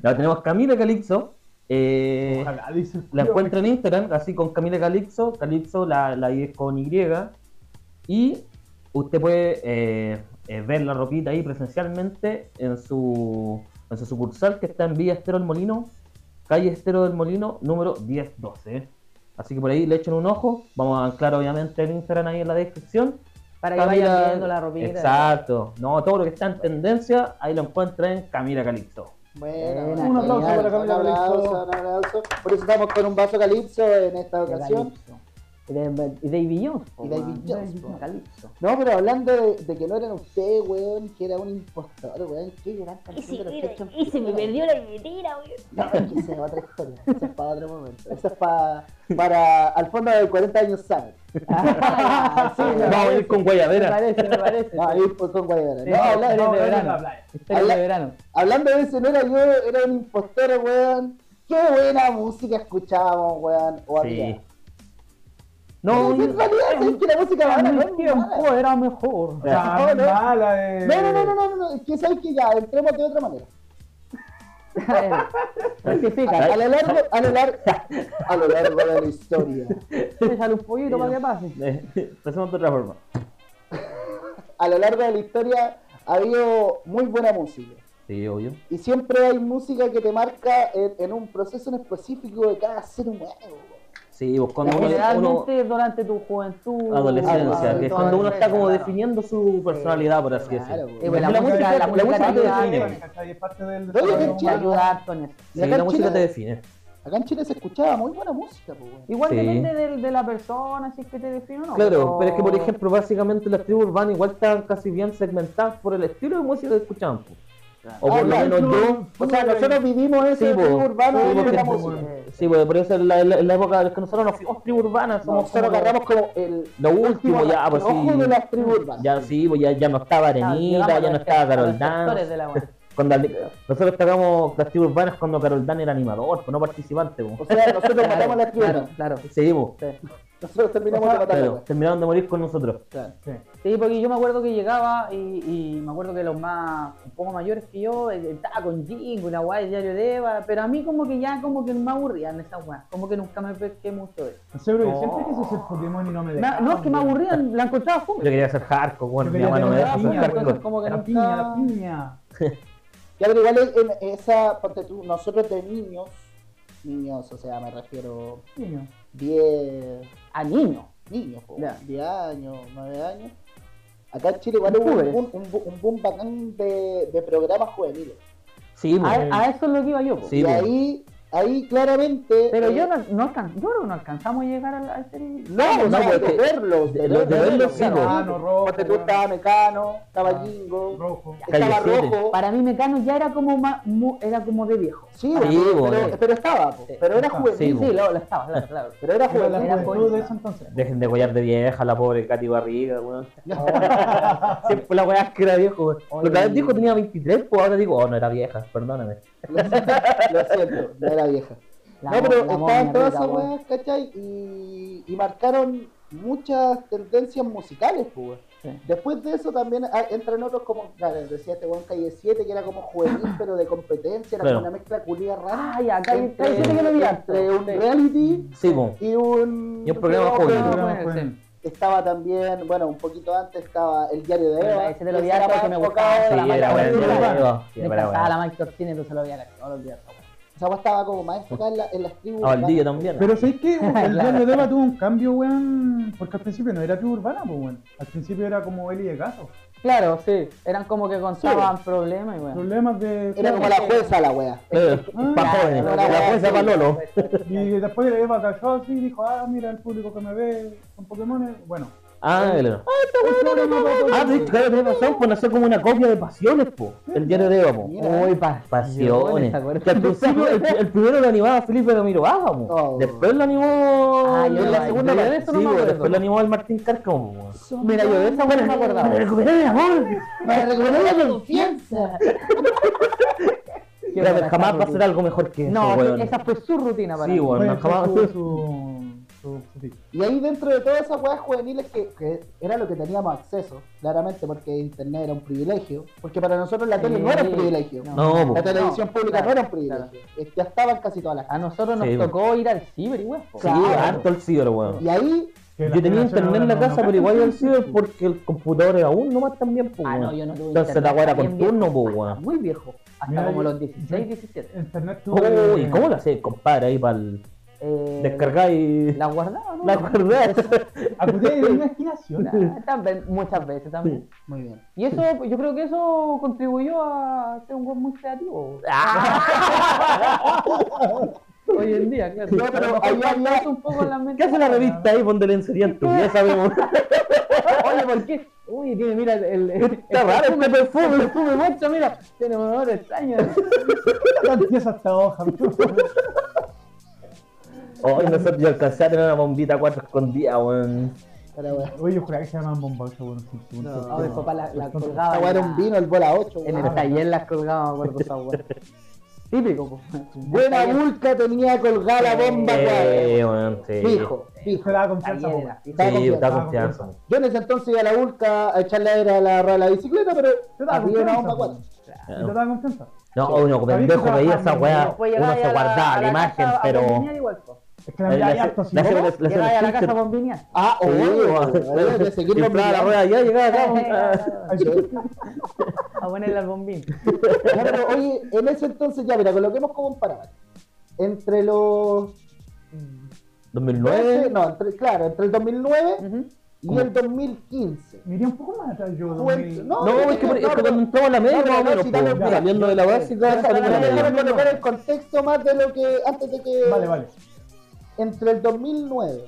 Speaker 2: La tenemos Camila Calipso. eh,
Speaker 3: Ojalá, dice el
Speaker 2: la
Speaker 3: culiao,
Speaker 2: encuentro en Instagram, así con Camila Calipso. Calipso la, la I es con Y. Y usted puede eh, eh, ver la ropita ahí presencialmente en su, en su sucursal que está en Villa Estero del Molino, calle Estero del Molino, número 1012. Así que por ahí le echen un ojo. Vamos a anclar obviamente el Instagram ahí en la descripción.
Speaker 4: para que
Speaker 2: Camila-
Speaker 4: vayan viendo la ropita.
Speaker 2: Exacto. No, todo lo que está en tendencia, ahí lo encuentra en Camila Calipso.
Speaker 1: Bueno,
Speaker 4: Un
Speaker 1: genial.
Speaker 3: aplauso para Camila
Speaker 1: Un aplauso,
Speaker 3: Calipso.
Speaker 1: un aplauso. Por eso estamos con un vaso calipso en esta
Speaker 4: de
Speaker 1: ocasión.
Speaker 4: Calipso. Y de- y David Jones. po,
Speaker 1: Y David
Speaker 4: weón.
Speaker 1: Jones,
Speaker 4: David
Speaker 1: po.
Speaker 4: Calypso.
Speaker 1: No, pero hablando de, de que no eran ustedes, weón, que era un impostor, weón, qué gran
Speaker 5: Y
Speaker 1: canción
Speaker 5: se,
Speaker 1: de los
Speaker 5: me-
Speaker 1: Chechos.
Speaker 5: y se me perdió la billetera, weón.
Speaker 1: No, es que esa es otra historia, eso es para otro momento. Eso es pa- para al fondo de 40 años sabe.
Speaker 4: Ah, sí, me
Speaker 2: Vamos a
Speaker 4: parece,
Speaker 2: ir con
Speaker 4: me
Speaker 2: guayadera.
Speaker 4: parece, me parece.
Speaker 1: No, ahí fue con Guayabera.
Speaker 4: Sí,
Speaker 1: No,
Speaker 4: sí,
Speaker 1: habla-
Speaker 4: sí.
Speaker 1: no,
Speaker 4: de verano.
Speaker 3: la playa.
Speaker 4: Historia
Speaker 1: Habla-
Speaker 4: de verano.
Speaker 1: hablando de eso, no era yo, era un impostor, weón. Qué buena música escuchábamos, weón. O había.
Speaker 2: Sí. No,
Speaker 1: Pero si en realidad, ¿sabes que la música ahora no es mala?
Speaker 4: era mejor.
Speaker 3: Tan
Speaker 1: no.
Speaker 3: mala, eh.
Speaker 1: No, no, no, no, no, no, es que sabes que ya, entremos de otra manera. A, a lo largo, a lo largo, a lo largo de la historia,
Speaker 4: Échale un pollito para que pase.
Speaker 2: eh, empecemos de otra forma.
Speaker 1: a lo largo de la historia ha habido muy buena música.
Speaker 2: Sí, obvio.
Speaker 1: Y siempre hay música que te marca en, en un proceso en específico de cada ser humano.
Speaker 2: Sí, vos cuando uno, uno-
Speaker 4: Generalmente durante tu juventud.
Speaker 2: adolescencia, que es
Speaker 1: adolescencia,
Speaker 2: cuando uno está como
Speaker 4: claro.
Speaker 2: definiendo su personalidad, por así
Speaker 1: claro, pues.
Speaker 2: decirlo.
Speaker 1: güey.
Speaker 4: Y bueno, eh, la,
Speaker 2: La
Speaker 4: música,
Speaker 2: música-
Speaker 4: la
Speaker 2: la
Speaker 4: música
Speaker 2: música
Speaker 4: te
Speaker 2: te
Speaker 4: ayuda,
Speaker 2: define.
Speaker 3: ¿cachai? Es parte del
Speaker 1: Oye, qué
Speaker 4: te
Speaker 1: chido.
Speaker 4: ayuda harto en eso.
Speaker 2: Sí,
Speaker 1: Y acá en
Speaker 2: la música
Speaker 1: Chile-
Speaker 2: te define.
Speaker 1: Acá en Chile se escuchaba muy buena música, pues, güey.
Speaker 4: Igual
Speaker 2: Sí.
Speaker 4: depende del- de la persona, si es que te define o no.
Speaker 2: Claro, pero es que por ejemplo, básicamente las tribus urbanas igual estaban casi bien segmentadas por el estilo de música que escuchaban. po. O
Speaker 1: Ah,
Speaker 2: por lo
Speaker 1: claro,
Speaker 2: menos
Speaker 3: tú-
Speaker 2: yo.
Speaker 1: O sea, nosotros vivimos ese
Speaker 2: Sí, po.
Speaker 1: ritmo urbano
Speaker 2: Sí,
Speaker 1: de
Speaker 2: porque-
Speaker 1: la
Speaker 3: po,
Speaker 1: música.
Speaker 2: Sí, pues, por eso en la, en la- en la época de los que nosotros nos fuimos tribus urbanas, somos
Speaker 1: Nosotros
Speaker 2: como
Speaker 1: agarramos como el
Speaker 2: lo último ya, pues
Speaker 1: ojo de
Speaker 2: sí.
Speaker 1: las tribus urbanas.
Speaker 2: Ya sí, pues ya, ya no estaba
Speaker 4: Ah,
Speaker 2: Arenita,
Speaker 4: llegamos
Speaker 2: ya
Speaker 4: a
Speaker 2: no
Speaker 4: los-
Speaker 2: estaba
Speaker 4: a
Speaker 2: Carol
Speaker 4: los sectores
Speaker 2: Dance.
Speaker 4: de la web.
Speaker 2: Cuando al- nosotros tocamos las tribus urbanas cuando Carol Dance era animador, pues no participante. po.
Speaker 1: O sea, nosotros matamos a las
Speaker 4: Claro,
Speaker 1: tribus
Speaker 4: claro,
Speaker 1: urbanas.
Speaker 4: claro.
Speaker 2: Sí, pues,
Speaker 1: Nosotros terminamos de matar
Speaker 2: claro, terminaron de morir con nosotros.
Speaker 4: Sí, porque yo me acuerdo que llegaba y, y me acuerdo que los más, un poco mayores que yo, eh, estaba con Jingo y la guay de Diario de Eva, pero a mí como que ya como que me aburrían esas guay, como que nunca me pesqué mucho de eso.
Speaker 3: No sé, pero yo siempre quise ser Pokémon y no me
Speaker 4: Me-
Speaker 3: dejaron.
Speaker 4: no, es que me
Speaker 3: güey.
Speaker 4: aburrían, la encontraba
Speaker 2: Yo
Speaker 4: fome.
Speaker 2: quería ser hardcore, bueno,
Speaker 3: Yo
Speaker 2: mi
Speaker 3: quería
Speaker 2: mamá no me
Speaker 3: tener
Speaker 2: deja
Speaker 3: una
Speaker 2: ser
Speaker 3: piña,
Speaker 2: hardcore.
Speaker 4: entonces como que
Speaker 3: La
Speaker 4: nunca...
Speaker 3: piña, la piña.
Speaker 1: Ya, pero igual en- en esa, ponte tú, nosotros de niños, niños, o sea, me refiero
Speaker 3: Niño.
Speaker 1: 10
Speaker 4: A niño.
Speaker 1: niños, po,
Speaker 4: Ya.
Speaker 1: 10 años, 9 años. Acá en Chile igual hubo
Speaker 4: Youtubers.
Speaker 1: un, boom- un, bo- un boom bacán de, de programas juveniles.
Speaker 2: Sí,
Speaker 4: A,
Speaker 2: pues.
Speaker 4: a eso es lo que iba yo. po.
Speaker 2: Sí.
Speaker 1: y
Speaker 2: po.
Speaker 1: ahí, ahí claramente...
Speaker 4: Pero
Speaker 1: eh,
Speaker 4: yo no, no alcan- yo creo que no alcanzamos a llegar al, al serie.
Speaker 1: No,
Speaker 2: No,
Speaker 1: no,
Speaker 2: porque-
Speaker 1: de verlos, de,
Speaker 2: de los- de verlos, sí, po.
Speaker 1: claro.
Speaker 3: Mecano, rojo,
Speaker 1: Ponte tú,
Speaker 3: weón.
Speaker 1: estaba Mecano, estaba
Speaker 3: Ah,
Speaker 1: Jingo,
Speaker 3: Rojo.
Speaker 1: estaba
Speaker 2: Calle siete.
Speaker 1: Rojo.
Speaker 4: Para mí Mecano ya era como más, mu- era como de viejo.
Speaker 1: Sí,
Speaker 2: Sí,
Speaker 1: pero,
Speaker 2: po,
Speaker 1: pero,
Speaker 2: eh.
Speaker 1: pero estaba, po, pero era
Speaker 3: Sí,
Speaker 1: juvenil.
Speaker 2: po.
Speaker 4: Este, Sí, lo, lo estaba, claro, claro.
Speaker 1: Pero era
Speaker 3: Era
Speaker 1: juvenil.
Speaker 3: la
Speaker 4: Era
Speaker 3: juventud
Speaker 4: poeta.
Speaker 3: de ese entonces.
Speaker 2: Dejen de collar de vieja, la pobre Katy Barriga, weón. Siempre la weá es que era viejo, weón. Lo que a veces dijo tenía 23, pues ahora digo, oh, no era vieja, perdóname.
Speaker 1: Lo siento, lo siento, no era vieja.
Speaker 4: La
Speaker 1: no,
Speaker 4: mo-
Speaker 1: pero
Speaker 4: la
Speaker 1: estaban
Speaker 4: momia
Speaker 1: todas
Speaker 4: rica,
Speaker 1: esas
Speaker 4: weón.
Speaker 1: weas, ¿cachai? Y, y marcaron muchas tendencias musicales, pues, weón.
Speaker 4: Sí.
Speaker 1: Después de eso también ah, entran otros como, claro, decía este weón Calle 7, que era como
Speaker 4: Ah.
Speaker 1: juvenil, pero de competencia, era
Speaker 2: Claro.
Speaker 1: como una mezcla culia rara.
Speaker 4: Ay, acá hay
Speaker 1: entre,
Speaker 4: hay gente que lo vi harto.
Speaker 1: entre un
Speaker 4: este
Speaker 1: reality
Speaker 2: Sí, pues.
Speaker 1: y un...
Speaker 2: Y un programa juvenil.
Speaker 4: No,
Speaker 3: Programa
Speaker 4: bueno,
Speaker 3: juvenil.
Speaker 4: sí.
Speaker 1: Estaba también, bueno, un poquito antes estaba El Diario de Eva.
Speaker 4: Ese te lo
Speaker 1: que
Speaker 4: vi
Speaker 1: era
Speaker 4: harto
Speaker 1: más
Speaker 4: porque me
Speaker 1: enfocado
Speaker 4: gustaba.
Speaker 1: a la
Speaker 2: Sí, era
Speaker 1: marca
Speaker 2: bueno,
Speaker 1: urbana.
Speaker 2: era bueno. Sí,
Speaker 4: Me
Speaker 2: era
Speaker 4: encantaba la
Speaker 2: bueno.
Speaker 4: Mike Tortini, entonces lo veía casi todos los días.
Speaker 1: Esa weá estaba como más enfocada en, la- en las tribus.
Speaker 2: A Valdivia también.
Speaker 3: Pero ¿sabéis que el
Speaker 4: Claro.
Speaker 3: diario de Eva tuvo un cambio, weón? Porque al principio no era tribu urbana, pues, weón. Al principio era como Eli de Gato.
Speaker 4: Claro, sí. Eran como que contaban problemas y bueno.
Speaker 3: Problemas de...
Speaker 1: Era como la jueza la wea.
Speaker 2: Para Eh, jóvenes, la jueza para Lolo.
Speaker 3: Y después Eva cayó así y dijo, ah, mira el público que me ve con Pokémon. Bueno.
Speaker 2: Ah, claro. Ah, sí, claro, tenés razón, pues nació como una copia de Pasiones, po. El diario de Eva, po.
Speaker 1: Mira.
Speaker 2: Uy, pa- Pasiones. Que al principio, el, el primero lo animaba Felipe Ramiro Baja, po.
Speaker 1: Oh.
Speaker 2: Después lo animó.
Speaker 4: Ah, yo
Speaker 2: en
Speaker 4: la-
Speaker 2: la segunda
Speaker 4: yo de
Speaker 2: parte.
Speaker 4: eso
Speaker 2: Sí,
Speaker 4: no me
Speaker 2: po,
Speaker 4: acuerdo.
Speaker 2: después lo animó el Martín Cárcamo, po.
Speaker 4: Mira, yo de esa buena me acordaba.
Speaker 2: Me recuperé el amor.
Speaker 1: Me recuperó la confianza.
Speaker 4: Qué
Speaker 2: Mira,
Speaker 4: buena
Speaker 2: jamás
Speaker 4: esa
Speaker 2: va a ser
Speaker 4: rutina.
Speaker 2: algo mejor que
Speaker 4: No,
Speaker 2: eso, weón.
Speaker 4: esa fue su rutina para
Speaker 2: Sí,
Speaker 4: mí.
Speaker 2: weón,
Speaker 3: Fue-
Speaker 2: no,
Speaker 3: fue
Speaker 2: jamás.
Speaker 3: su- su- su- su- sí.
Speaker 1: Y ahí dentro de todas esas weas juveniles que, que era lo que teníamos acceso, claramente, porque internet era un privilegio. Porque para nosotros la tele no era un
Speaker 4: Sí.
Speaker 1: privilegio.
Speaker 2: No, po.
Speaker 1: La televisión
Speaker 4: No,
Speaker 1: pública no
Speaker 4: claro,
Speaker 1: era un privilegio. Eh, Ya estaban casi todas las
Speaker 4: A nosotros nos
Speaker 2: Sí, weón.
Speaker 4: tocó ir al ciber y weón.
Speaker 2: Sí,
Speaker 1: Claro.
Speaker 2: harto el ciber, weón.
Speaker 1: Y ahí,
Speaker 3: Que la
Speaker 2: Yo tenía
Speaker 3: generación
Speaker 2: internet en la
Speaker 3: ahora no-
Speaker 2: casa,
Speaker 3: no
Speaker 2: pero igual
Speaker 3: canta.
Speaker 2: iba al ciber porque el computador era aún nomás también, po,
Speaker 4: Ah, no,
Speaker 2: weón.
Speaker 4: yo no tuve
Speaker 2: Entonces la
Speaker 4: internet,
Speaker 2: weá era con
Speaker 4: bien viejo,
Speaker 2: turno, po,
Speaker 4: hasta
Speaker 2: weón.
Speaker 4: Muy viejo. Hasta
Speaker 3: Mira,
Speaker 4: como
Speaker 3: yo-
Speaker 4: los 16, 17.
Speaker 3: Internet tuvo...
Speaker 2: Uy, ¿cómo la hacés, compadre? Ahí para
Speaker 4: Eh,
Speaker 2: descargar y.
Speaker 4: La guardaba, ¿no?
Speaker 2: La guardás.
Speaker 3: Acudí a la imaginación.
Speaker 4: Ah, también, muchas veces también.
Speaker 1: muy bien.
Speaker 4: Y eso, yo creo que eso contribuyó a ser un buen muy creativo.
Speaker 2: Ah,
Speaker 4: hoy en día, claro.
Speaker 1: No, pero ahí
Speaker 4: Mejor
Speaker 1: había-
Speaker 4: guardarse un poco en la mente.
Speaker 2: ¿Qué hace la revista ahí? Ponte lencería en tu ya sabemos.
Speaker 4: Oye, ¿por qué? Uy, tiene, mira, el, el,
Speaker 2: Está raro este
Speaker 4: el
Speaker 2: perfume.
Speaker 4: perfume mucho, mira. Tiene un olor extraño.
Speaker 3: Empieza esta hoja.
Speaker 2: Hoy nosotros yo alcancé a tener una bombita 4 escondida, weón.
Speaker 1: Para, weón.
Speaker 3: Oye, yo juraba que se llamaban bombas, bueno, sí, sí,
Speaker 1: No,
Speaker 3: sí,
Speaker 4: No, mi papá la, la colgaba.
Speaker 1: Esta weá
Speaker 4: en
Speaker 1: era
Speaker 4: la-
Speaker 1: un vino, el bola 8.
Speaker 4: En el taller las colgaba, me acuerdo esa weá. Típico, po.
Speaker 1: Buena vulca tenía colgada la bomba,
Speaker 2: Sí,
Speaker 1: weón.
Speaker 2: Eh, weón, sí.
Speaker 1: Fijo,
Speaker 3: Se
Speaker 1: fijo.
Speaker 3: daba
Speaker 4: Taller
Speaker 3: confianza, po.
Speaker 4: era, sí.
Speaker 1: Estaba
Speaker 2: Sí,
Speaker 1: confiado.
Speaker 2: está confianza.
Speaker 1: Yo en ese entonces iba a la vulca a echarle aire a la, a la bicicleta, pero
Speaker 3: Te
Speaker 4: Ah,
Speaker 3: daba
Speaker 1: había una
Speaker 3: confianza,
Speaker 1: bomba
Speaker 3: po.
Speaker 1: 4.
Speaker 3: Te daba confianza.
Speaker 2: No, uno, pendejo, veía esa weá. Uno
Speaker 4: Después pues, llegaba ahí a
Speaker 2: se guardaba la imagen,
Speaker 4: casa a
Speaker 2: pero.
Speaker 4: bombinear igual, po.
Speaker 3: Es
Speaker 2: Eh,
Speaker 3: que la mirada hay harto, si no,
Speaker 2: hacía-
Speaker 3: no,
Speaker 2: le hacía
Speaker 4: Llegaba ahí a la
Speaker 2: el
Speaker 4: casa a
Speaker 2: filtro.
Speaker 4: bombinear.
Speaker 1: Ah,
Speaker 2: Sí,
Speaker 1: oh,
Speaker 2: weón.
Speaker 1: de seguir los
Speaker 2: Inflaba la rueda ya, llegaba acá. weón.
Speaker 3: hay que-
Speaker 4: A ponerle al bombín.
Speaker 1: Ya, pero, oye, en ese entonces, ya, mira, coloquemos como un parámetro. Entre los 13,
Speaker 2: 2009.
Speaker 1: no, entre, claro, entre el 2009
Speaker 4: Ujú.
Speaker 1: y el 2015.
Speaker 3: me iría un poco más atrás yo.
Speaker 4: Pues,
Speaker 1: Tú en-
Speaker 3: dormí.
Speaker 1: no,
Speaker 2: No, es que, es que cuando entramos a la media,
Speaker 1: No, pero
Speaker 2: más o
Speaker 1: no,
Speaker 2: menos,
Speaker 1: si
Speaker 2: pues,
Speaker 1: dale,
Speaker 3: mira,
Speaker 2: saliendo de la
Speaker 1: yo-
Speaker 2: básica, salimos de la
Speaker 1: Para
Speaker 2: media.
Speaker 1: colocar el contexto más de lo que antes de
Speaker 4: eh,
Speaker 1: que.
Speaker 3: Vale, vale.
Speaker 1: Entre el 2009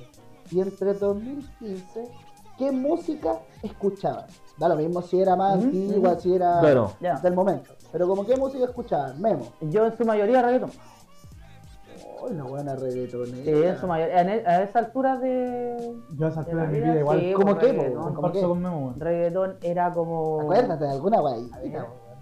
Speaker 1: y entre el 2015, ¿qué música escuchaban? Da lo mismo si era más
Speaker 4: Ujú,
Speaker 1: antigua, si era
Speaker 2: Claro.
Speaker 4: Ya.
Speaker 1: del momento. Pero como qué música escuchaban, Memo.
Speaker 4: Yo en su mayoría reggaetón.
Speaker 1: Oh, la buena reggaetonera.
Speaker 4: Sí, en su mayoría. en e- a esa altura de,
Speaker 3: Yo a esa
Speaker 4: de la
Speaker 3: altura de mi
Speaker 4: vida,
Speaker 3: vida igual.
Speaker 4: sí,
Speaker 1: ¿Cómo
Speaker 4: po,
Speaker 1: qué, po?
Speaker 4: reggaetón.
Speaker 1: ¿Cómo qué?
Speaker 3: Comparto con Memo, weón.
Speaker 4: Reggaetón era como...
Speaker 1: Acuérdate de alguna guayita.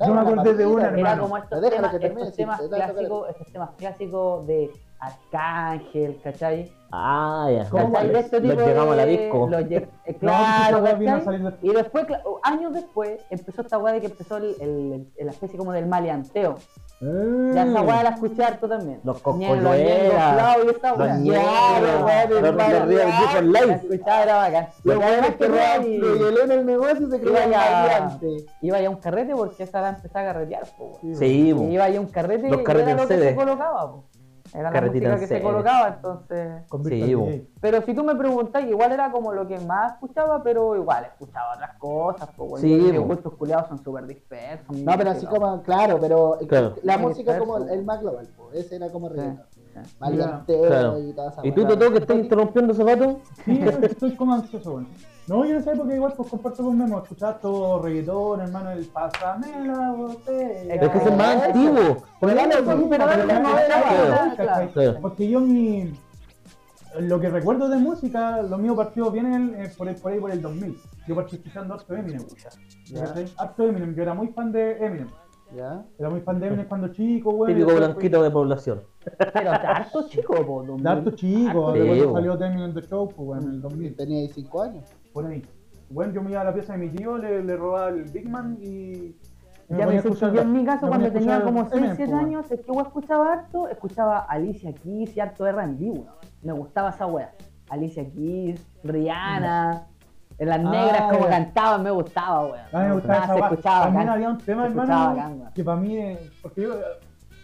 Speaker 3: Yo me acordé de una,
Speaker 4: Era
Speaker 3: hermano.
Speaker 4: como estos
Speaker 1: Pero déjalo
Speaker 4: temas,
Speaker 1: que termine,
Speaker 4: estos
Speaker 1: si
Speaker 4: temas
Speaker 1: te da la
Speaker 4: clásicos, estos temas clásicos de Arcángel, ¿cachai?
Speaker 2: Ah, ya.
Speaker 3: ¿Cómo
Speaker 4: ¿Cachai? De
Speaker 2: Los
Speaker 4: este tipo
Speaker 2: llegamos a la
Speaker 4: de-
Speaker 2: disco.
Speaker 4: los lle- eh,
Speaker 3: No, esa
Speaker 4: Claro,
Speaker 3: weá vino a
Speaker 4: ¿cachai?
Speaker 3: salir de-
Speaker 4: Y después, cla- o- años después, empezó esta weá de que empezó el, el, el- la especie como del maleanteo.
Speaker 2: Mm.
Speaker 4: Ya esa weá la escuché harto también.
Speaker 2: Los
Speaker 4: Ñengo, Ñengo,
Speaker 2: cocoloeras.
Speaker 4: Flau y esa weá.
Speaker 2: Los
Speaker 1: Ñengo,
Speaker 4: weá,
Speaker 1: los
Speaker 4: weá,
Speaker 1: Real Group
Speaker 4: weá,
Speaker 2: Online.
Speaker 4: La escuchaba, era bacán.
Speaker 1: Lo
Speaker 4: Y además
Speaker 1: bueno es que
Speaker 4: que
Speaker 1: Rob
Speaker 4: iba y-
Speaker 1: Migueló en este el negocio se creía
Speaker 4: iba ya-
Speaker 1: variante.
Speaker 4: Iba ya a un carrete porque esa la empezaba a carretear, po, weá.
Speaker 2: Sí,
Speaker 4: Y
Speaker 2: bo.
Speaker 4: iba ahí a un carrete
Speaker 2: Mm. Los
Speaker 4: y
Speaker 2: carretes
Speaker 4: era lo que
Speaker 2: en
Speaker 4: se
Speaker 2: sede.
Speaker 4: colocaba. po. Era la
Speaker 2: Carretita
Speaker 4: música
Speaker 2: en
Speaker 4: que se
Speaker 2: sede.
Speaker 4: colocaba, entonces.
Speaker 3: Convirtió
Speaker 2: Sí,
Speaker 3: al
Speaker 2: bo.
Speaker 3: DJ.
Speaker 4: Pero si tú me preguntáis, igual era como lo que más escuchaba, pero igual escuchaba otras cosas. Pues, bueno,
Speaker 2: Sí,
Speaker 4: mis
Speaker 2: po.
Speaker 4: gustos culiados son súper dispersos.
Speaker 1: No, pero así como, claro, pero
Speaker 2: Claro.
Speaker 1: la
Speaker 4: Sí,
Speaker 1: música como el,
Speaker 4: perfecto.
Speaker 1: el más global, po, ese era como reggaeton.
Speaker 4: sí.
Speaker 1: Maleanteo
Speaker 2: Claro.
Speaker 1: y toda esa
Speaker 2: ¿Y tú,
Speaker 1: weá.
Speaker 2: Totó, que estás interrumpiendo zapatos?
Speaker 3: Sí, estoy como ansioso, weón. No, yo en esa época igual pues comparto con Memo, escuchaba todo reggaetón, hermano, el eh, pásame la botella.
Speaker 2: Pero es que ese es más antiguo.
Speaker 1: Pero dale,
Speaker 3: Sí,
Speaker 1: sí, pero dale, no,
Speaker 3: pero la música,
Speaker 1: dale,
Speaker 3: la
Speaker 4: dale,
Speaker 3: música,
Speaker 4: claro.
Speaker 3: ¿cachai?
Speaker 2: Sí.
Speaker 3: Porque yo mi... Lo que recuerdo de música, lo mío partió bien en el- eh, por, el, por ahí por el 2000. Yo partí escuchando harto Eminem. ¿cachai? Harto Eminem, yo era muy fan de Eminem.
Speaker 1: ¿Ya?
Speaker 3: Era muy fan de Eminem cuando chico, güey.
Speaker 2: Típico blanquito de población.
Speaker 4: Pero harto chico, po, don
Speaker 3: De harto chico,
Speaker 4: Ah,
Speaker 2: Sí,
Speaker 3: de cuando
Speaker 2: bo.
Speaker 3: salió Eminem The Show, pues, güey, en el 2000.
Speaker 1: Tenía 15 años.
Speaker 3: por ahí. Bueno, yo me iba a la pieza de mi tío, le, le robaba el Big Man y. y ponía
Speaker 4: Ya
Speaker 3: a
Speaker 4: me
Speaker 3: escuchar-
Speaker 4: yo en mi caso,
Speaker 3: me ponía
Speaker 4: cuando
Speaker 3: a
Speaker 4: tenía
Speaker 3: escuchar
Speaker 4: como 6,
Speaker 3: Eminem, pues,
Speaker 4: 7
Speaker 3: po, weón.
Speaker 4: años, es que yo escuchaba harto, escuchaba Alicia Keys y harto R&B, weón. Me gustaba esa wea. Alicia Keys, Rihanna, en las
Speaker 3: Ah,
Speaker 4: negras como
Speaker 3: ya.
Speaker 4: cantaban, me gustaba, weón.
Speaker 3: A mí me gustaba esa
Speaker 4: se
Speaker 3: weá.
Speaker 4: escuchaba
Speaker 3: También
Speaker 4: bacán.
Speaker 3: había un tema,
Speaker 4: Se escuchaba bacán,
Speaker 3: hermano,
Speaker 4: weón.
Speaker 3: que para mí es. Porque yo, eh,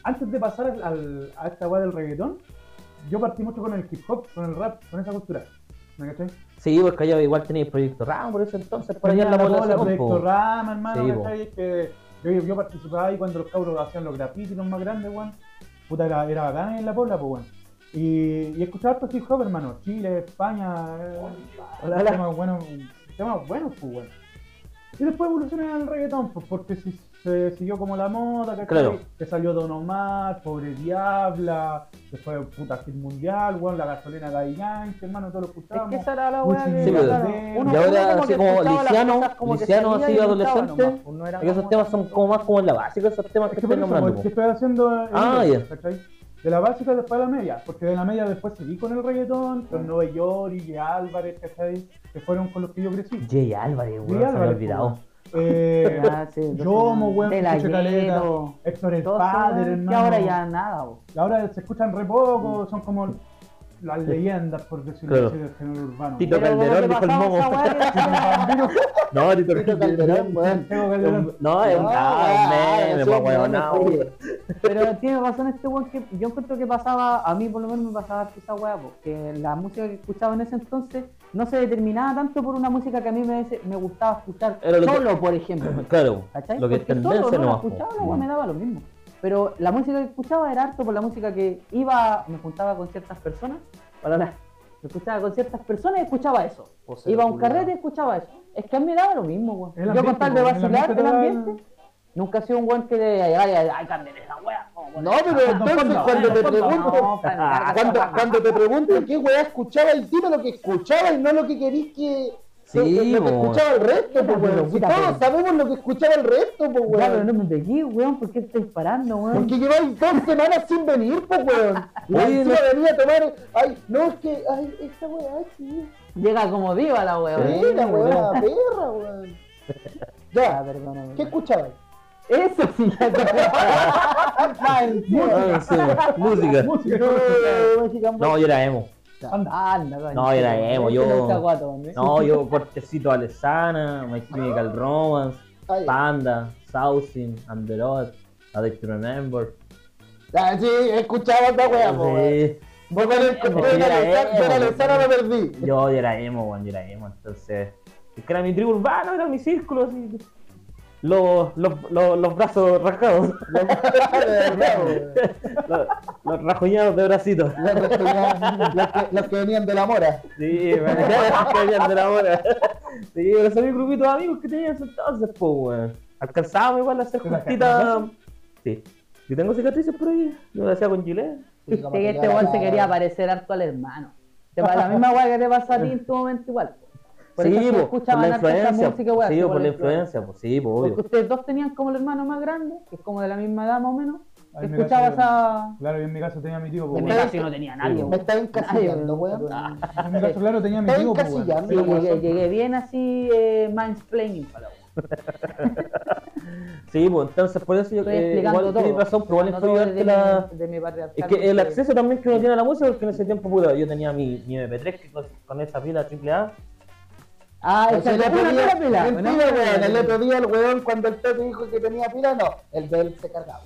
Speaker 3: antes de pasar al, al- a esta weá del reggaetón, yo partí mucho con el hip hop, con el rap, con esa cultura. ¿Me cachai?
Speaker 2: Sí, porque allá igual tenéis Proyecto Ram por ese entonces, por allá en la
Speaker 3: Tenía bola,
Speaker 2: población.
Speaker 3: proyecto
Speaker 2: po.
Speaker 3: Rama, hermano,
Speaker 2: Sí, po.
Speaker 3: ¿cachai? Que yo, yo participaba ahí cuando los cabros hacían los grafitis, los más grandes, weón. Puta, era, era bacán en la pobla, pues, weón. Y, y escuchaba harto hip hop, hermano. Chile, España. eh, Temas buenos, temas buenos, pues, weón. Y después evolucionó al reggaetón, pues, porque si- se siguió como la moda, ¿cachai?
Speaker 2: Claro.
Speaker 3: Que salió Don Omar, Pobre Diabla, después puta Hit Mundial, weón, la gasolina de Yankee, hermano, todos lo
Speaker 4: Es
Speaker 3: escuchábamos.
Speaker 4: que esa era la
Speaker 3: Uy,
Speaker 4: weá
Speaker 3: sí,
Speaker 4: que...
Speaker 2: sí, pero-
Speaker 4: uno-
Speaker 2: y ahora
Speaker 4: uno
Speaker 2: así
Speaker 4: que
Speaker 2: como
Speaker 4: escuchaba las
Speaker 2: Liciano,
Speaker 4: cosas como que
Speaker 2: Liciano
Speaker 4: salía
Speaker 2: así
Speaker 4: y
Speaker 2: adolescente,
Speaker 4: gustaba nomás, pues, no era
Speaker 2: Porque esos
Speaker 4: como
Speaker 2: temas son
Speaker 4: tanto-
Speaker 2: como más como en la básica, esos temas que
Speaker 3: Es que por
Speaker 2: estoy
Speaker 3: eso,
Speaker 2: nombrando.
Speaker 3: pues, que estoy haciendo el
Speaker 2: Ah,
Speaker 3: inglés,
Speaker 2: ya.
Speaker 3: ¿cachai? De la básica después a la media, porque de la media después seguí con el reggaetón,
Speaker 4: Ah.
Speaker 3: con Nueva York y Álvarez, ¿cachai? Que fueron con los que yo crecí.
Speaker 2: Jay Álvarez,
Speaker 3: Jay
Speaker 2: weón, se me ha
Speaker 3: Álvarez,
Speaker 2: olvidado.
Speaker 3: Eh,
Speaker 4: Ah, sí, entonces,
Speaker 3: Yomo, weón,
Speaker 4: Del
Speaker 3: escuché caleta.
Speaker 4: Aguero,
Speaker 3: Héctor el
Speaker 4: todos esos
Speaker 3: Padre,
Speaker 4: weones
Speaker 3: hermano.
Speaker 4: Que ahora ya Mm. nada, weón.
Speaker 3: Ahora se escuchan re poco, son como las leyendas, por decirlo
Speaker 2: Claro.
Speaker 3: así, del género urbano.
Speaker 2: Tito
Speaker 4: Pero como
Speaker 2: Calderón
Speaker 4: que
Speaker 2: dijo el
Speaker 4: pasaba
Speaker 2: momo.
Speaker 4: esa weá que-
Speaker 2: No, Tito
Speaker 1: Tito Calderón, weón.
Speaker 3: Santiago Calderón.
Speaker 2: No, es un ah,
Speaker 1: Ah,
Speaker 2: meme,
Speaker 1: sí,
Speaker 2: pues, weón,
Speaker 1: no,
Speaker 2: no.
Speaker 1: oye.
Speaker 4: Pero tiene razón este weón que yo encuentro que pasaba, a mí por lo menos me pasaba harto esa weá, porque la música que escuchaba en ese entonces no se determinaba tanto por una música que a mí me, me gustaba escuchar
Speaker 2: Era lo que-
Speaker 4: solo, por ejemplo.
Speaker 2: Claro,
Speaker 4: ¿Cachai?
Speaker 2: lo que es
Speaker 4: Porque solo
Speaker 2: tendencia
Speaker 4: no la
Speaker 2: nomás.
Speaker 4: escuchaba, la
Speaker 2: po.
Speaker 4: weá me daba lo mismo. Pero la música que escuchaba era harto por la música que iba, me juntaba con ciertas personas, para la- me escuchaba con ciertas personas y escuchaba eso.
Speaker 2: Pues
Speaker 4: Iba a un carrete y escuchaba eso. Es que a mí me daba lo mismo, weón.
Speaker 3: El
Speaker 4: Yo
Speaker 3: ambiente,
Speaker 4: con tal de
Speaker 3: weón, el
Speaker 4: vacilar
Speaker 3: ambiente
Speaker 4: el
Speaker 3: te da
Speaker 4: ambiente, nunca he sido un weón que de ay, ay, ay, cámbiale esa weá. po, weón.
Speaker 1: No, pero entonces
Speaker 3: Fonda,
Speaker 1: cuando te pregunto,
Speaker 4: No, para-
Speaker 1: cuando, cuando te pregunto qué weá escuchaba el tipo, lo que escuchaba y no lo que querís que.
Speaker 2: Sí,
Speaker 1: lo que- lo que
Speaker 2: po.
Speaker 1: escuchaba el resto, pues
Speaker 4: Pero,
Speaker 1: weón. Si
Speaker 4: puta,
Speaker 1: todos
Speaker 4: pero-
Speaker 1: sabemos lo que escuchaba el resto, pues
Speaker 4: Ya, pero
Speaker 1: weón.
Speaker 4: no me pegué, weón, ¿por qué estoy parando, weón?
Speaker 1: Porque lleváis dos semanas sin venir, pues weón. Y
Speaker 2: Oye,
Speaker 1: encima
Speaker 2: no-
Speaker 1: venía a tomar. Ay, no, es que. Ay, esta weá, sí.
Speaker 4: Llega como diva la weón.
Speaker 1: Mira,
Speaker 4: Sí,
Speaker 1: weón, la perra, weón.
Speaker 4: Ah,
Speaker 1: Ya,
Speaker 4: perdóname.
Speaker 1: ¿qué escuchabas?
Speaker 4: Eso sí, ya te-
Speaker 2: Ah, sí, música.
Speaker 3: Música.
Speaker 2: No, yo era emo.
Speaker 4: Anda, anda, coño.
Speaker 2: No, era emo, yo-
Speaker 4: Este no está guato, hombre.
Speaker 2: No, yo Cortecito Alessana, My Chemical Romance,
Speaker 1: Ay,
Speaker 2: Panda, Saucin, Under Oath, Addict to Remember.
Speaker 1: ah, sí, escuchaba esta weá, pues weón.
Speaker 2: Sí.
Speaker 1: Vos me lo encontré en
Speaker 2: Mira,
Speaker 1: Alessandra,
Speaker 2: eh,
Speaker 1: yo en Alessandra me perdí.
Speaker 2: Yo era emo, weón, yo era emo, entonces. Es que era mi tribu urbana, era mi círculo, así. Los, los, los, los brazos rasgados, los, los rajuñados de bracitos.
Speaker 1: Los que, los que- los que venían de la mora.
Speaker 2: Sí, me cambian de la hora. Sí, pero son mi grupito de amigos que tenía en ese entonces, pues, weón. Alcanzábamos igual a hacer
Speaker 3: ¿Pero las
Speaker 2: justitas. Sí. Yo tengo cicatrices por ahí. Yo las hacía con gilet.
Speaker 1: Sí, como
Speaker 4: Sí,
Speaker 1: que
Speaker 4: este
Speaker 1: la-
Speaker 4: weón se quería parecer harto al hermano. Te pasa la misma weá que te pasó a ti en tu momento igual. Por
Speaker 2: sí,
Speaker 4: eso se
Speaker 2: po,
Speaker 4: escuchaban harto esa música,
Speaker 2: po.
Speaker 4: weá,
Speaker 2: sí,
Speaker 4: sí,
Speaker 2: po, por la influencia, pues sí, po,
Speaker 4: Porque
Speaker 2: obvio.
Speaker 4: ustedes dos tenían como el hermano más grande, que es como de la misma edad más o menos.
Speaker 3: Ay,
Speaker 4: que
Speaker 3: me
Speaker 4: escuchabas
Speaker 3: cacho,
Speaker 4: a.
Speaker 3: Claro, yo en mi caso tenía a mi tío, po,
Speaker 4: En mi
Speaker 3: weón.
Speaker 4: caso yo no tenía a nadie,
Speaker 1: Me
Speaker 4: weón.
Speaker 1: está encasillando,
Speaker 4: Ay,
Speaker 1: weón.
Speaker 3: En mi caso, claro, tenía a mi
Speaker 1: Está
Speaker 3: tío, po, weón.
Speaker 1: encasillando,
Speaker 4: Sí,
Speaker 1: weón.
Speaker 4: pues, llegué, llegué bien así, eh, mansplaining para la weá.
Speaker 2: Sí, pues entonces por eso yo
Speaker 4: Estoy
Speaker 2: eh,
Speaker 4: explicando
Speaker 2: igual
Speaker 4: todo.
Speaker 2: tienes razón, pero igual
Speaker 4: Explicando
Speaker 2: influye
Speaker 4: todo
Speaker 2: harto la.
Speaker 4: desde mi- de mi patriarcal,
Speaker 2: Es que el
Speaker 4: porque-
Speaker 2: acceso también que uno tiene a la música, porque en ese tiempo, puta, yo tenía mi, mi MP3 que con, con esa pila AAA.
Speaker 4: Ah,
Speaker 1: O sea,
Speaker 4: esa
Speaker 1: el
Speaker 4: es la
Speaker 1: otro
Speaker 4: pila,
Speaker 1: día-
Speaker 4: la pila,
Speaker 1: mentira,
Speaker 4: ¿no?
Speaker 1: weón, El otro día el weón cuando el Tete dijo que tenía pila, no, el de él se cargaba.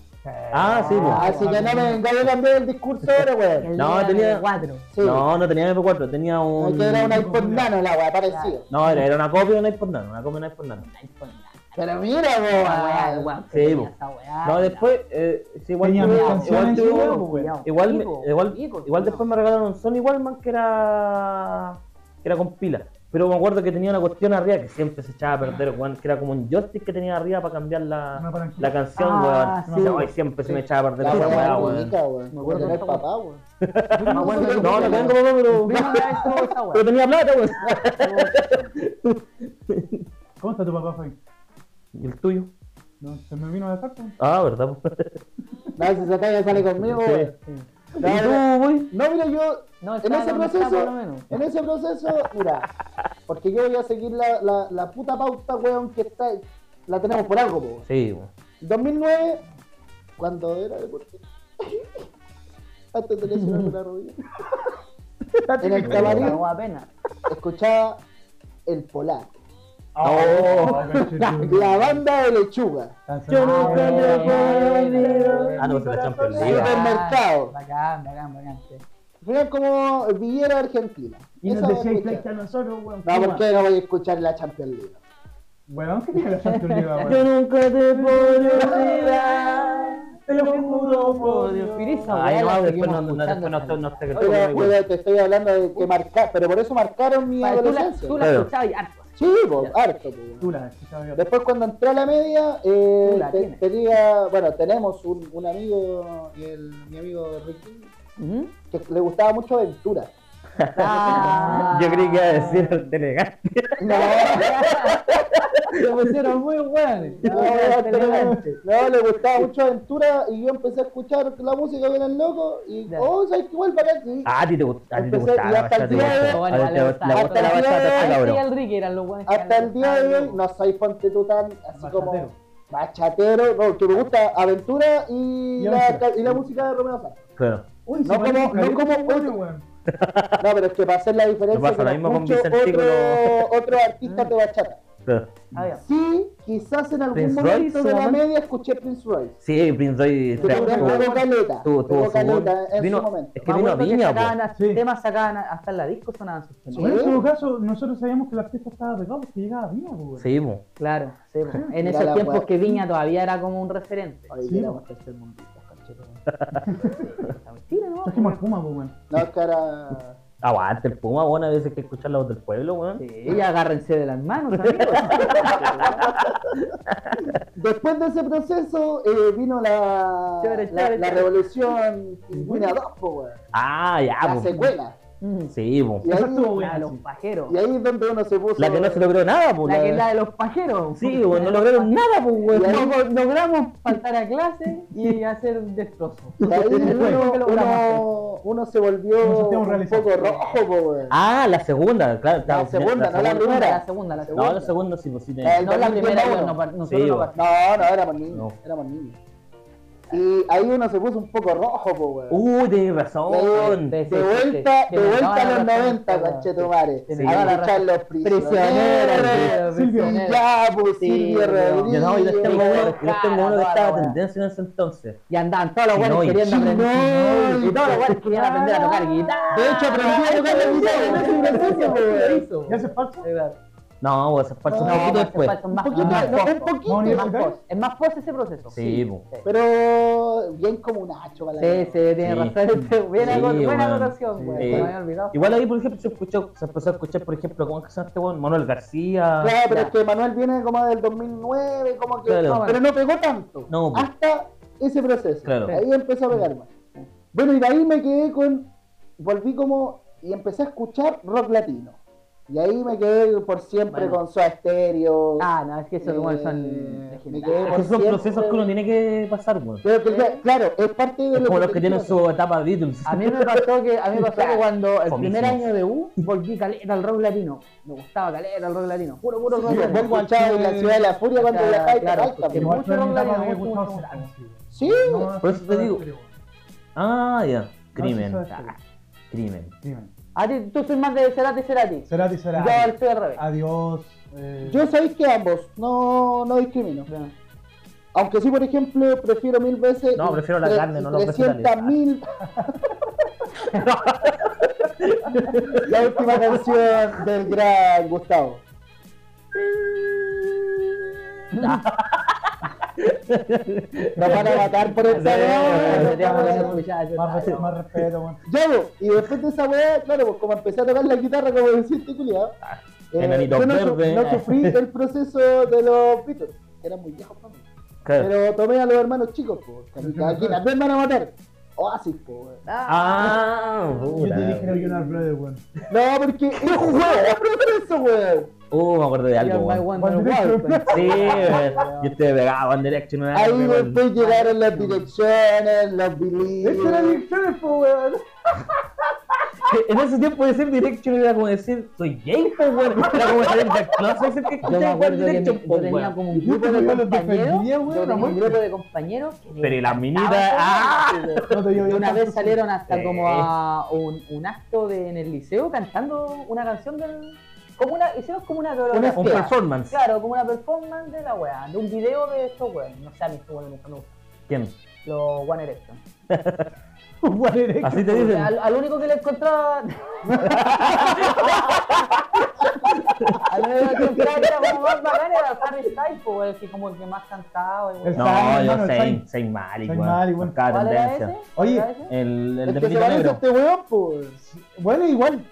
Speaker 2: Ah, sí, pues.
Speaker 1: Ah, Así que no me vengáis a cambiar el discurso ahora, weón.
Speaker 4: El
Speaker 2: No,
Speaker 4: día de
Speaker 2: tenía-
Speaker 4: cuatro.
Speaker 1: Sí,
Speaker 2: No, no tenía MP4, tenía un.
Speaker 1: que era un iPhone nano la weá, parecido.
Speaker 2: No, era, era una copia de un iPod Nano, una copia de un iPod Nano.
Speaker 1: Pero mira,
Speaker 4: Ah, La weá,
Speaker 1: weón.
Speaker 4: weón,
Speaker 2: Ah, Sí,
Speaker 4: tenía
Speaker 2: po.
Speaker 4: esa weá,
Speaker 2: No,
Speaker 4: la-
Speaker 2: después, eh, sí, igual,
Speaker 3: Tenía
Speaker 2: tuve-
Speaker 3: mis
Speaker 2: igual,
Speaker 3: canciones
Speaker 2: tuve-
Speaker 3: en su
Speaker 4: po,
Speaker 3: weón.
Speaker 4: culiao.
Speaker 2: igual, me-
Speaker 4: Pico,
Speaker 2: igual,
Speaker 4: pico,
Speaker 2: igual
Speaker 4: culiao.
Speaker 2: después me regalaron un Sony Wallman que era que era con pila. Pero me acuerdo que tenía una cuestión arriba que siempre se echaba a perder, weón, que era como un joystick que tenía arriba para cambiar
Speaker 3: Una
Speaker 2: la,
Speaker 3: palanquita.
Speaker 2: la canción,
Speaker 4: Ah,
Speaker 2: weón.
Speaker 4: sí.
Speaker 2: No, y siempre se me echaba a perder
Speaker 1: La
Speaker 2: esa weá,
Speaker 1: weá
Speaker 2: weón.
Speaker 1: rica, weón.
Speaker 4: Me
Speaker 1: Como
Speaker 4: acuerdo
Speaker 1: tener
Speaker 4: de esa
Speaker 1: papá, weón.
Speaker 2: No, no tengo papá, pero,
Speaker 4: Mi mamá estuvo esa weá.
Speaker 2: pero tenía plata, weón.
Speaker 3: ¿Cómo está tu papá, Fabi?
Speaker 2: ¿Y el tuyo?
Speaker 3: No, se me vino a dejar, po.
Speaker 2: Ah, ¿verdad? po?
Speaker 1: No, si se cae, sale conmigo,
Speaker 2: Sí.
Speaker 1: weón.
Speaker 2: ¿Y tú, güey?
Speaker 1: No, mira, yo
Speaker 4: No,
Speaker 1: en
Speaker 4: estaba
Speaker 1: ese
Speaker 4: donde
Speaker 1: proceso,
Speaker 4: estaba, por lo menos.
Speaker 1: en ese proceso, mira, porque yo voy a seguir la, la, la puta pauta, weón, que está, la tenemos por algo, po, weón.
Speaker 2: Sí, weón.
Speaker 1: 2009, cuando era deportista, antes de lesionarme la rodilla, en el
Speaker 4: Esa
Speaker 1: camarín
Speaker 4: weá apenas.
Speaker 1: Ah, escuchaba el polaco,
Speaker 3: Ah, cacho, tú.
Speaker 1: la banda de lechuga,
Speaker 2: Yo nunca
Speaker 4: Ah,
Speaker 2: me acuerdo.
Speaker 4: eh,
Speaker 2: Ah, no, se la echan
Speaker 1: Sí,
Speaker 4: Bacán,
Speaker 2: perdida.
Speaker 1: supermercado.
Speaker 4: Bacán, bacán, bacán. sí.
Speaker 1: era como Villera Argentina.
Speaker 3: Y nos
Speaker 1: Esa
Speaker 3: decíais
Speaker 1: escuchaba.
Speaker 3: flecha a nosotros, weón.
Speaker 1: no, porque no voy a escuchar la Champions League.
Speaker 3: Weón, ¿qué tiene la Champions League, weón?
Speaker 2: Yo nunca te podré olvidar. Te lo juro por Dios.
Speaker 4: Pirisa,
Speaker 2: Ay,
Speaker 4: weá,
Speaker 2: no, después no,
Speaker 4: la seguimos
Speaker 2: no,
Speaker 4: escuchando
Speaker 2: después no,
Speaker 4: hasta
Speaker 2: no, no te creo.
Speaker 1: Pero, pero te estoy hablando de que marcar, pero por eso marcaron mi
Speaker 4: Vale, tú la,
Speaker 1: adolescencia.
Speaker 4: tú la
Speaker 2: Claro.
Speaker 4: escuchabas y harto.
Speaker 1: Sí, po, harto, po, weón.
Speaker 3: Tú la escuchabas, yo.
Speaker 1: Después cuando entré a la media, eh,
Speaker 4: Tú la
Speaker 1: te-
Speaker 4: tienes.
Speaker 1: tenía, bueno, tenemos un, un amigo, el- mi amigo Ricky,
Speaker 2: ¿Mm?
Speaker 4: Ujú.
Speaker 1: que le gustaba mucho Ventura.
Speaker 4: Ah.
Speaker 2: Yo creí que iba a decir el Telegante.
Speaker 1: No,
Speaker 4: Se pusieron muy buenos.
Speaker 1: no, no, le gustaba mucho Ventura y yo empecé a escuchar la música con el loco y,
Speaker 4: Ya.
Speaker 1: oh, ¿sabes qué? Igual para ti.
Speaker 2: Ah, a ti te gustaba. A ti te
Speaker 1: Empecé-
Speaker 2: gustaba.
Speaker 1: y hasta el
Speaker 2: bachata, te
Speaker 1: día de-
Speaker 2: gustaba.
Speaker 4: Bueno,
Speaker 2: A ti
Speaker 4: vale,
Speaker 2: te-
Speaker 4: basta,
Speaker 2: Le
Speaker 4: hasta
Speaker 2: gustaba la
Speaker 1: el día de- Ahí
Speaker 2: bachata, esta
Speaker 4: Ahí sí,
Speaker 2: cabrón.
Speaker 4: el Ricky eran los buenos. que
Speaker 1: Hasta el día de hoy,
Speaker 4: eran-
Speaker 1: no soy ponte tú tan así como
Speaker 3: Bachatero.
Speaker 1: bachatero, no, que me gusta Aventura y,
Speaker 3: Y
Speaker 1: la,
Speaker 3: Aventura.
Speaker 1: y la música de Romeo Santos.
Speaker 2: Claro.
Speaker 3: Uy,
Speaker 1: No como- no como-
Speaker 3: bueno, weón.
Speaker 1: No, pero es que para hacer la diferencia,
Speaker 2: Me pasa
Speaker 1: que
Speaker 2: lo
Speaker 1: no
Speaker 2: mismo con
Speaker 1: escucho
Speaker 2: Vicentico,
Speaker 1: otro, otro artista de bachata.
Speaker 4: Ah, ya.
Speaker 1: Sí, quizás en algún
Speaker 2: Prince
Speaker 1: momento
Speaker 2: Royce,
Speaker 1: de la
Speaker 2: ¿no?
Speaker 1: media escuché Prince Royce.
Speaker 2: Sí, Prince Roy
Speaker 1: Pero
Speaker 4: Claro,
Speaker 1: pegó
Speaker 4: tuvo-
Speaker 1: caleta,
Speaker 2: tuvo,
Speaker 1: pegó
Speaker 2: tuvo su gol.
Speaker 1: caleta en
Speaker 2: Vino-
Speaker 1: su momento.
Speaker 2: es que
Speaker 4: Me
Speaker 2: vino a
Speaker 4: acuerdo que
Speaker 2: Viña, po.
Speaker 4: sacaban a-
Speaker 3: Sí.
Speaker 4: temas sacaban, a- hasta en la disco sonaban sus temas.
Speaker 1: Sí.
Speaker 3: Bueno, en todo caso, nosotros sabíamos que el artista estaba pegado porque llegaba bien, pues.
Speaker 2: Sí, po.
Speaker 4: Claro, sí, po. en
Speaker 1: Era
Speaker 4: esos
Speaker 1: la
Speaker 4: tiempos
Speaker 1: wea.
Speaker 4: que Viña todavía era como un referente.
Speaker 1: Ay,
Speaker 3: Sí.
Speaker 1: éramos tercermundistas, conchetumare.
Speaker 4: Mentira, ¿no?
Speaker 3: Trajimos al Puma, pues, weón.
Speaker 1: No, es que ahora-
Speaker 2: Aguante el Puma, bueno, a veces hay que escuchar la voz del pueblo, weón.
Speaker 4: Sí, y agárrense de las manos, amigos.
Speaker 1: Después de ese proceso eh, vino la,
Speaker 4: Chore,
Speaker 1: la,
Speaker 4: chore,
Speaker 1: la
Speaker 4: chore.
Speaker 1: revolución pingüina 2, po, weón.
Speaker 2: Ah, ya,
Speaker 1: la
Speaker 2: po.
Speaker 1: secuela.
Speaker 4: Mm.
Speaker 2: Sí, po.
Speaker 1: Y ahí,
Speaker 3: Esa estuvo buena,
Speaker 4: A los
Speaker 3: sí.
Speaker 4: pajeros.
Speaker 1: y ahí es donde uno se puso.
Speaker 2: La que no se logró nada, po.
Speaker 4: La
Speaker 2: la-
Speaker 4: que es la de los pajeros.
Speaker 2: Sí, weón, no lograron nada, po,
Speaker 1: Y ahí-
Speaker 2: weón.
Speaker 4: Luego logramos faltar a clase y hacer destrozos.
Speaker 1: y ahí
Speaker 4: Fue que
Speaker 1: uno,
Speaker 4: logramos hacer.
Speaker 1: uno, uno se volvió
Speaker 3: Nos sentimos
Speaker 1: un
Speaker 3: realizados.
Speaker 1: poco rojo, po, weón.
Speaker 2: Ah, la segunda, claro.
Speaker 1: La segunda, no la
Speaker 2: segunda.
Speaker 1: primera.
Speaker 4: La segunda, la segunda.
Speaker 2: No, la segunda sí, pues sí.
Speaker 1: La del
Speaker 4: No, la primera,
Speaker 1: 2001.
Speaker 4: weón, no, par- nosotros
Speaker 2: Sí,
Speaker 4: no
Speaker 2: weón.
Speaker 1: No,
Speaker 4: partimos.
Speaker 1: no, éramos niños.
Speaker 2: No.
Speaker 1: Éramos niños. Y ahí uno se puso un poco rojo, po, weón.
Speaker 2: Uy, tenés razón.
Speaker 4: Sí, sí,
Speaker 1: de
Speaker 4: sí,
Speaker 1: vuelta,
Speaker 4: sí.
Speaker 1: de vuelta a los
Speaker 4: Tenés toda la razón,
Speaker 1: 90,
Speaker 4: weón.
Speaker 1: conchetumare.
Speaker 4: Tenés
Speaker 1: A
Speaker 4: toda la
Speaker 1: escuchar
Speaker 4: razón.
Speaker 1: los prisioneros.
Speaker 4: Prisioneros,
Speaker 3: Silvio
Speaker 1: Y
Speaker 4: prisioneros.
Speaker 1: ya, pues,
Speaker 4: Sí,
Speaker 1: Silvio
Speaker 4: weón.
Speaker 1: Rodríguez.
Speaker 2: Yo no, yo tengo uno, yo
Speaker 4: Cara,
Speaker 2: tengo uno que
Speaker 4: toda la
Speaker 2: estaba
Speaker 4: weá.
Speaker 2: tendencia en ese entonces.
Speaker 4: Y andaban todos los
Speaker 2: Chinoy.
Speaker 4: buenos queriendo aprender.
Speaker 1: Chinoy.
Speaker 4: Y todos los buenos querían aprender a tocar guitarra.
Speaker 1: De hecho, aprendí a tocar la guitarra en ese proceso, weón.
Speaker 3: ¿Ya hace falso?
Speaker 2: No, pues es falso,
Speaker 1: No,
Speaker 2: un poquito
Speaker 4: pues,
Speaker 2: después.
Speaker 4: falta
Speaker 1: Un
Speaker 4: más-
Speaker 1: poquito,
Speaker 4: más
Speaker 1: no,
Speaker 4: poco.
Speaker 1: un poquito.
Speaker 3: No, ni-
Speaker 4: Es más post- Es más post ese proceso.
Speaker 2: Sí, po.
Speaker 1: Pero bien como un hacho para la
Speaker 4: Sí, sí, tiene
Speaker 2: Sí.
Speaker 4: razón. Buena,
Speaker 2: Sí,
Speaker 4: buena
Speaker 2: weón.
Speaker 4: acotación, weón.
Speaker 2: Sí.
Speaker 4: Se me había olvidado.
Speaker 2: Igual ahí, por ejemplo, se, escuchó, se empezó a escuchar, por ejemplo, ¿cómo es que se llama este weón? Manuel García.
Speaker 1: Claro, pero
Speaker 4: Ya.
Speaker 1: es que Manuel viene como del 2009, como que.
Speaker 2: Claro.
Speaker 1: Pero no pegó tanto.
Speaker 2: No, pues.
Speaker 1: hasta ese proceso.
Speaker 2: Claro.
Speaker 1: Ahí empezó a pegar más. Bueno, y de ahí me quedé con. Volví como. Y empecé a escuchar rock latino. Y ahí me quedé por siempre
Speaker 4: Bueno.
Speaker 1: con su estéreo.
Speaker 4: Ah, no, es que esos weones
Speaker 1: Eh,
Speaker 4: son
Speaker 1: me quedé
Speaker 4: legendarios.
Speaker 2: Esos son
Speaker 1: siempre-
Speaker 2: procesos que uno tiene que pasar, weón.
Speaker 1: Pero que, claro, es parte de
Speaker 2: Es
Speaker 1: lo
Speaker 2: como
Speaker 1: que
Speaker 2: los
Speaker 1: te
Speaker 2: que tienen
Speaker 1: quiero
Speaker 2: su etapa Beatles.
Speaker 4: A mí me pasó que, a mí me pasó que cuando el
Speaker 2: Fomísimo.
Speaker 4: primer año de U volví caleta al rock latino. Me gustaba caleta al rock latino. Puro, puro rock
Speaker 1: hacer.
Speaker 4: latino.
Speaker 1: Vos escuchabas en la ciudad de la furia cuando
Speaker 4: Claro,
Speaker 1: viajáis para
Speaker 4: claro,
Speaker 1: Talca,
Speaker 4: porque
Speaker 1: pues.
Speaker 4: igual-
Speaker 3: Igual fue
Speaker 4: mucho
Speaker 3: en la
Speaker 4: rock
Speaker 3: etapa de
Speaker 4: latino,
Speaker 3: Gustavo
Speaker 4: mucho
Speaker 3: Cerati, sí.
Speaker 1: Sí,
Speaker 3: No,
Speaker 2: Por eso te
Speaker 3: no,
Speaker 2: digo.
Speaker 3: pero-
Speaker 2: Ah, ya. Crimen.
Speaker 3: no, sí, Cerati.
Speaker 2: Ah, crimen.
Speaker 3: Crimen.
Speaker 4: A ti, tú sois más de Cerati, Cerati.
Speaker 3: Cerati,
Speaker 4: Yo
Speaker 3: Cerati.
Speaker 4: estoy al revés.
Speaker 3: Adiós. eh,
Speaker 1: yo sabéis que ambos, no, no discrimino. Aunque sí, por ejemplo, prefiero mil veces.
Speaker 2: No, prefiero la carne, no los
Speaker 1: mil. la última canción del gran Gustavo. Nos van a matar por esta
Speaker 4: Deberíamos haber
Speaker 1: weá.
Speaker 4: escuchado ese
Speaker 3: Más,
Speaker 4: radio.
Speaker 3: respeto, más respeto, weón.
Speaker 1: Ya, bo, y después de esa weá, claro, pues como empecé a tocar la guitarra, como deciste, culiado.
Speaker 2: enanitos
Speaker 1: yo no, su-
Speaker 2: Ah, verdes.
Speaker 1: no sufrí el proceso de los Beatles, que eran muy viejos para mí.
Speaker 2: Claro.
Speaker 1: Pero tomé a los hermanos chicos, po. que a mí- Aquí también van a matar. Oasis, po, weón.
Speaker 2: Ah,
Speaker 3: Yo
Speaker 2: puta.
Speaker 3: te dije que era Jonas Brothers, weón.
Speaker 1: No, porque es un juego, es eso, weón.
Speaker 2: Uh, me acordé de algo,
Speaker 4: You're my
Speaker 2: weón.
Speaker 4: Wonder Woman.
Speaker 2: Sí, weón. Yo estoy pegado, One Direction. weón.
Speaker 1: Ahí después llegaron las direcciones, los
Speaker 3: Esa era
Speaker 1: beliefs.
Speaker 3: Nick Jonas, po, weón.
Speaker 2: En ese tiempo decir Direction era como decir, soy gay, po, weón. Era como decir The Closet, decir que
Speaker 4: Yo me
Speaker 2: escuchaba One
Speaker 4: acuerdo que me-
Speaker 2: Direction, po,
Speaker 4: yo tenía
Speaker 2: weón.
Speaker 4: como un
Speaker 3: Yo
Speaker 4: grupo de
Speaker 3: los
Speaker 4: compañeros.
Speaker 3: defendía,
Speaker 4: Yo
Speaker 3: weón,
Speaker 4: tenía
Speaker 3: a
Speaker 4: un
Speaker 3: muerte.
Speaker 4: grupo de compañeros que le
Speaker 2: Pero y las
Speaker 4: encantaba
Speaker 2: minitas,
Speaker 4: esa
Speaker 2: ¡ah!
Speaker 4: weá, sí,
Speaker 3: No te digo
Speaker 4: weón. Y
Speaker 3: yo
Speaker 4: una vez
Speaker 3: tanto,
Speaker 4: salieron hasta
Speaker 2: Sí.
Speaker 4: como a un, un acto de, en el liceo cantando una canción del. Como una, hicieron como una coreografía.
Speaker 2: Un performance.
Speaker 4: Claro, como una performance de la weá, de un video de estos weones. No sé, a mí estos weones nunca me gustan.
Speaker 2: ¿Quién?
Speaker 4: Los One Erection.
Speaker 3: One Direction.
Speaker 2: Así te
Speaker 4: Porque
Speaker 2: dicen.
Speaker 4: Al, al único que le encontraba. al único que le encontraba que era como más bacán era Harry Styles, po, el que como el que más cantaba. el-
Speaker 3: El-
Speaker 2: No,
Speaker 3: Saint,
Speaker 2: yo
Speaker 3: hermano,
Speaker 2: Saint,
Speaker 3: Saint.
Speaker 2: Saint Malik,
Speaker 3: Saint
Speaker 2: weón.
Speaker 3: Malik, weón.
Speaker 2: Marcaba
Speaker 4: ¿Cuál era ese?
Speaker 2: tendencia.
Speaker 4: ¿Cuál
Speaker 3: Oye, eh,
Speaker 4: era ese?
Speaker 2: El, el
Speaker 1: El
Speaker 2: de
Speaker 1: que se
Speaker 2: pelito
Speaker 1: parece a
Speaker 2: negro.
Speaker 1: este weón, pues.
Speaker 3: Bueno, igual.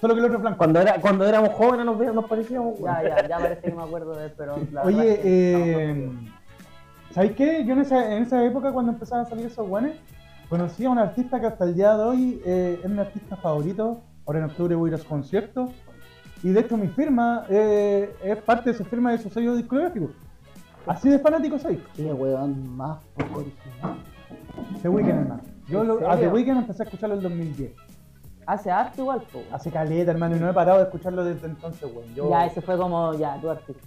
Speaker 3: Solo que el otro es blanco.
Speaker 2: Cuando, era, cuando éramos jóvenes nos, ve- nos parecíamos, weón.
Speaker 4: Ya, ya, ya parece que me acuerdo de él, pero. la verdad
Speaker 3: Oye,
Speaker 4: es que no, no me
Speaker 3: eh,
Speaker 4: acuerdo.
Speaker 3: ¿sabes qué? Yo en esa, en esa época, cuando empezaban a salir esos guanes, conocí a un artista que hasta el día de hoy eh, es mi artista favorito. Ahora en octubre voy a ir a su concierto. Y de hecho, mi firma eh, es parte de su firma de su sello discográfico. Así de fanático soy.
Speaker 1: Qué weón más poco original.
Speaker 3: The Weeknd, hermano. Yo
Speaker 4: ¿En
Speaker 3: lo- a The
Speaker 4: serio?
Speaker 3: Weeknd empecé a escucharlo en 2010.
Speaker 4: Hace arte igual, po.
Speaker 3: Hace caleta, hermano, y no he parado de escucharlo desde entonces, weón. Yo-
Speaker 4: Ya, ese fue como, ya, tu artista.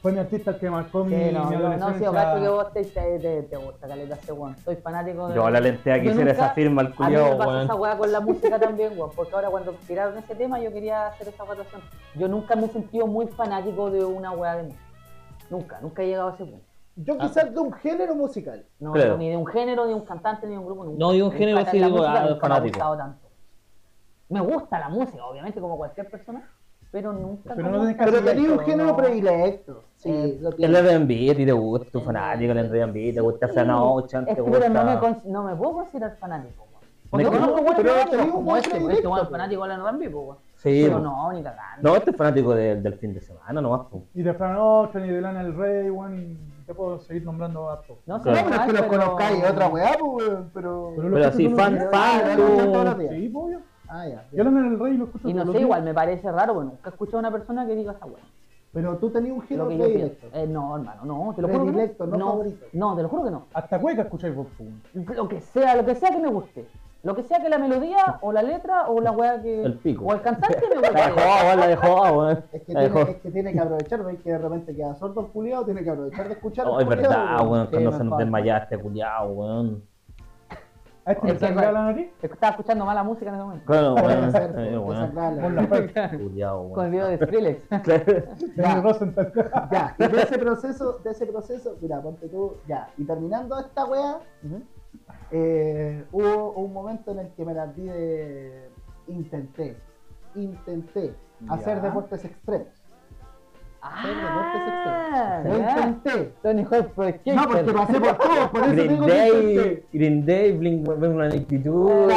Speaker 3: Fue mi artista el que marcó mi,
Speaker 4: Sí, no,
Speaker 3: mi
Speaker 4: yo, no, sí, yo
Speaker 3: adolescencia.
Speaker 4: cacho que vos te, te, te, te gusta caleta ese weón. Soy fanático de.
Speaker 2: Yo la lentea
Speaker 4: Yo
Speaker 2: quisiera
Speaker 4: nunca-
Speaker 2: esa firma al
Speaker 4: A mí me
Speaker 2: culiao,
Speaker 4: pasó
Speaker 2: weón.
Speaker 4: esa weá con la música también, weón, porque ahora cuando tiraron ese tema yo quería hacer esa votación. Yo nunca me he sentido muy fanático de una weá de música. Nunca, nunca he llegado a ese punto.
Speaker 1: Yo quizás de un género musical.
Speaker 4: No,
Speaker 2: Claro.
Speaker 4: no, ni de un género, ni de un cantante, ni de un grupo. Nunca.
Speaker 2: No, de un
Speaker 4: Nunca
Speaker 2: género
Speaker 4: la-
Speaker 2: sí
Speaker 4: la
Speaker 2: digo, ah,
Speaker 4: música nunca me ha
Speaker 2: fanático.
Speaker 4: gustado tanto. Me gusta la música, obviamente, como cualquier persona, pero nunca.
Speaker 3: Pero
Speaker 4: como-
Speaker 3: no tenés que
Speaker 1: Pero
Speaker 3: hacer
Speaker 1: tenía un
Speaker 3: esto,
Speaker 1: género
Speaker 3: no.
Speaker 1: predilecto. Sí,
Speaker 4: Eh,
Speaker 1: lo
Speaker 2: El
Speaker 1: tiene.
Speaker 2: R&B, te gusta, tu fanático del R&B, te gusta
Speaker 4: Sí,
Speaker 2: Fran Ocean,
Speaker 4: es
Speaker 2: te
Speaker 4: que, pero no me,
Speaker 2: gusta...
Speaker 4: con- no me puedo considerar fanático, weón.
Speaker 2: Me
Speaker 4: Porque
Speaker 2: con-
Speaker 4: conozco buenos
Speaker 1: pero
Speaker 4: fanáticos,
Speaker 1: tenés un
Speaker 4: como
Speaker 1: buen
Speaker 4: este, weón, este
Speaker 1: predilecto,
Speaker 4: weón
Speaker 1: pues.
Speaker 4: fanático de la R&B, pues, weón.
Speaker 2: Sí,
Speaker 4: Pero
Speaker 2: pues.
Speaker 4: no, ni cagando.
Speaker 2: No, este es fanático de- del fin de semana nomás. pues.
Speaker 3: Y de Fran Ocean y de Lana del Rey, weón, y te puedo seguir nombrando harto.
Speaker 4: No sé,
Speaker 2: Claro.
Speaker 1: No, pero es que los
Speaker 4: pero-
Speaker 1: conozcáis, otra weá, pues, weón, pero.
Speaker 3: los
Speaker 2: Pero
Speaker 3: escucho
Speaker 2: sí,
Speaker 3: todos los
Speaker 2: fan,
Speaker 3: días.
Speaker 2: fan,
Speaker 1: tú.
Speaker 3: Sí, pues, obvio.
Speaker 1: Ah, ya.
Speaker 3: Yo Lana del Rey lo escucho todos
Speaker 4: Y no
Speaker 3: los
Speaker 4: sé,
Speaker 3: días.
Speaker 4: igual me parece raro, porque nunca he escuchado a una persona que diga esa weá.
Speaker 1: Pero tú tenías un
Speaker 4: Lo
Speaker 1: género
Speaker 4: que yo
Speaker 1: predilecto.
Speaker 4: pienso. Eh, no, hermano, no, te lo juro. que
Speaker 1: Predilecto, no favorito.
Speaker 4: No, te lo juro que no.
Speaker 3: Hasta cueca escucháis vos, pues, weón.
Speaker 4: Lo que sea, lo que sea que me guste. Lo que sea que la melodía, o la letra, o la weá que.
Speaker 2: El pico.
Speaker 4: O el cantante me
Speaker 2: La dejó,
Speaker 4: gusta.
Speaker 2: weón, la dejó, weón.
Speaker 1: Es que,
Speaker 2: La
Speaker 1: tiene,
Speaker 2: dejó.
Speaker 1: es que tiene que aprovechar, veis que de repente queda sordo culiado, tiene que aprovechar de escuchar.
Speaker 2: No,
Speaker 1: al
Speaker 2: es verdad,
Speaker 1: culiao,
Speaker 2: weón,
Speaker 1: Sí,
Speaker 2: cuando
Speaker 1: no
Speaker 2: se nos
Speaker 1: pasa.
Speaker 2: desmayaste, culiao, weón.
Speaker 3: ¿A este
Speaker 4: Es
Speaker 3: le
Speaker 4: que-
Speaker 3: sangra la nariz?
Speaker 4: Estaba escuchando mala música en ese momento.
Speaker 2: Claro,
Speaker 1: Puede
Speaker 2: weón.
Speaker 1: ser,
Speaker 2: eh,
Speaker 1: puede
Speaker 2: weón.
Speaker 1: sacarla.
Speaker 3: Con la cueca.
Speaker 2: Culiao, weón.
Speaker 4: Con el video de Skrillex.
Speaker 3: Daniel Rosenthal.
Speaker 1: Ya, y de ese proceso, de ese proceso, mira, ponte tú, ya. Y terminando esta weá, eh, hubo un momento en el que me las di de. Intenté, intenté
Speaker 2: Ya.
Speaker 1: hacer deportes extremos.
Speaker 4: ah,
Speaker 1: Lo
Speaker 4: ya.
Speaker 1: intenté.
Speaker 4: Son hijos de
Speaker 1: No, porque pasé por todo, por eso
Speaker 2: Green
Speaker 1: digo que intenté.
Speaker 2: Day, Green Day, Blink, Blink,
Speaker 1: Claro, Grindel,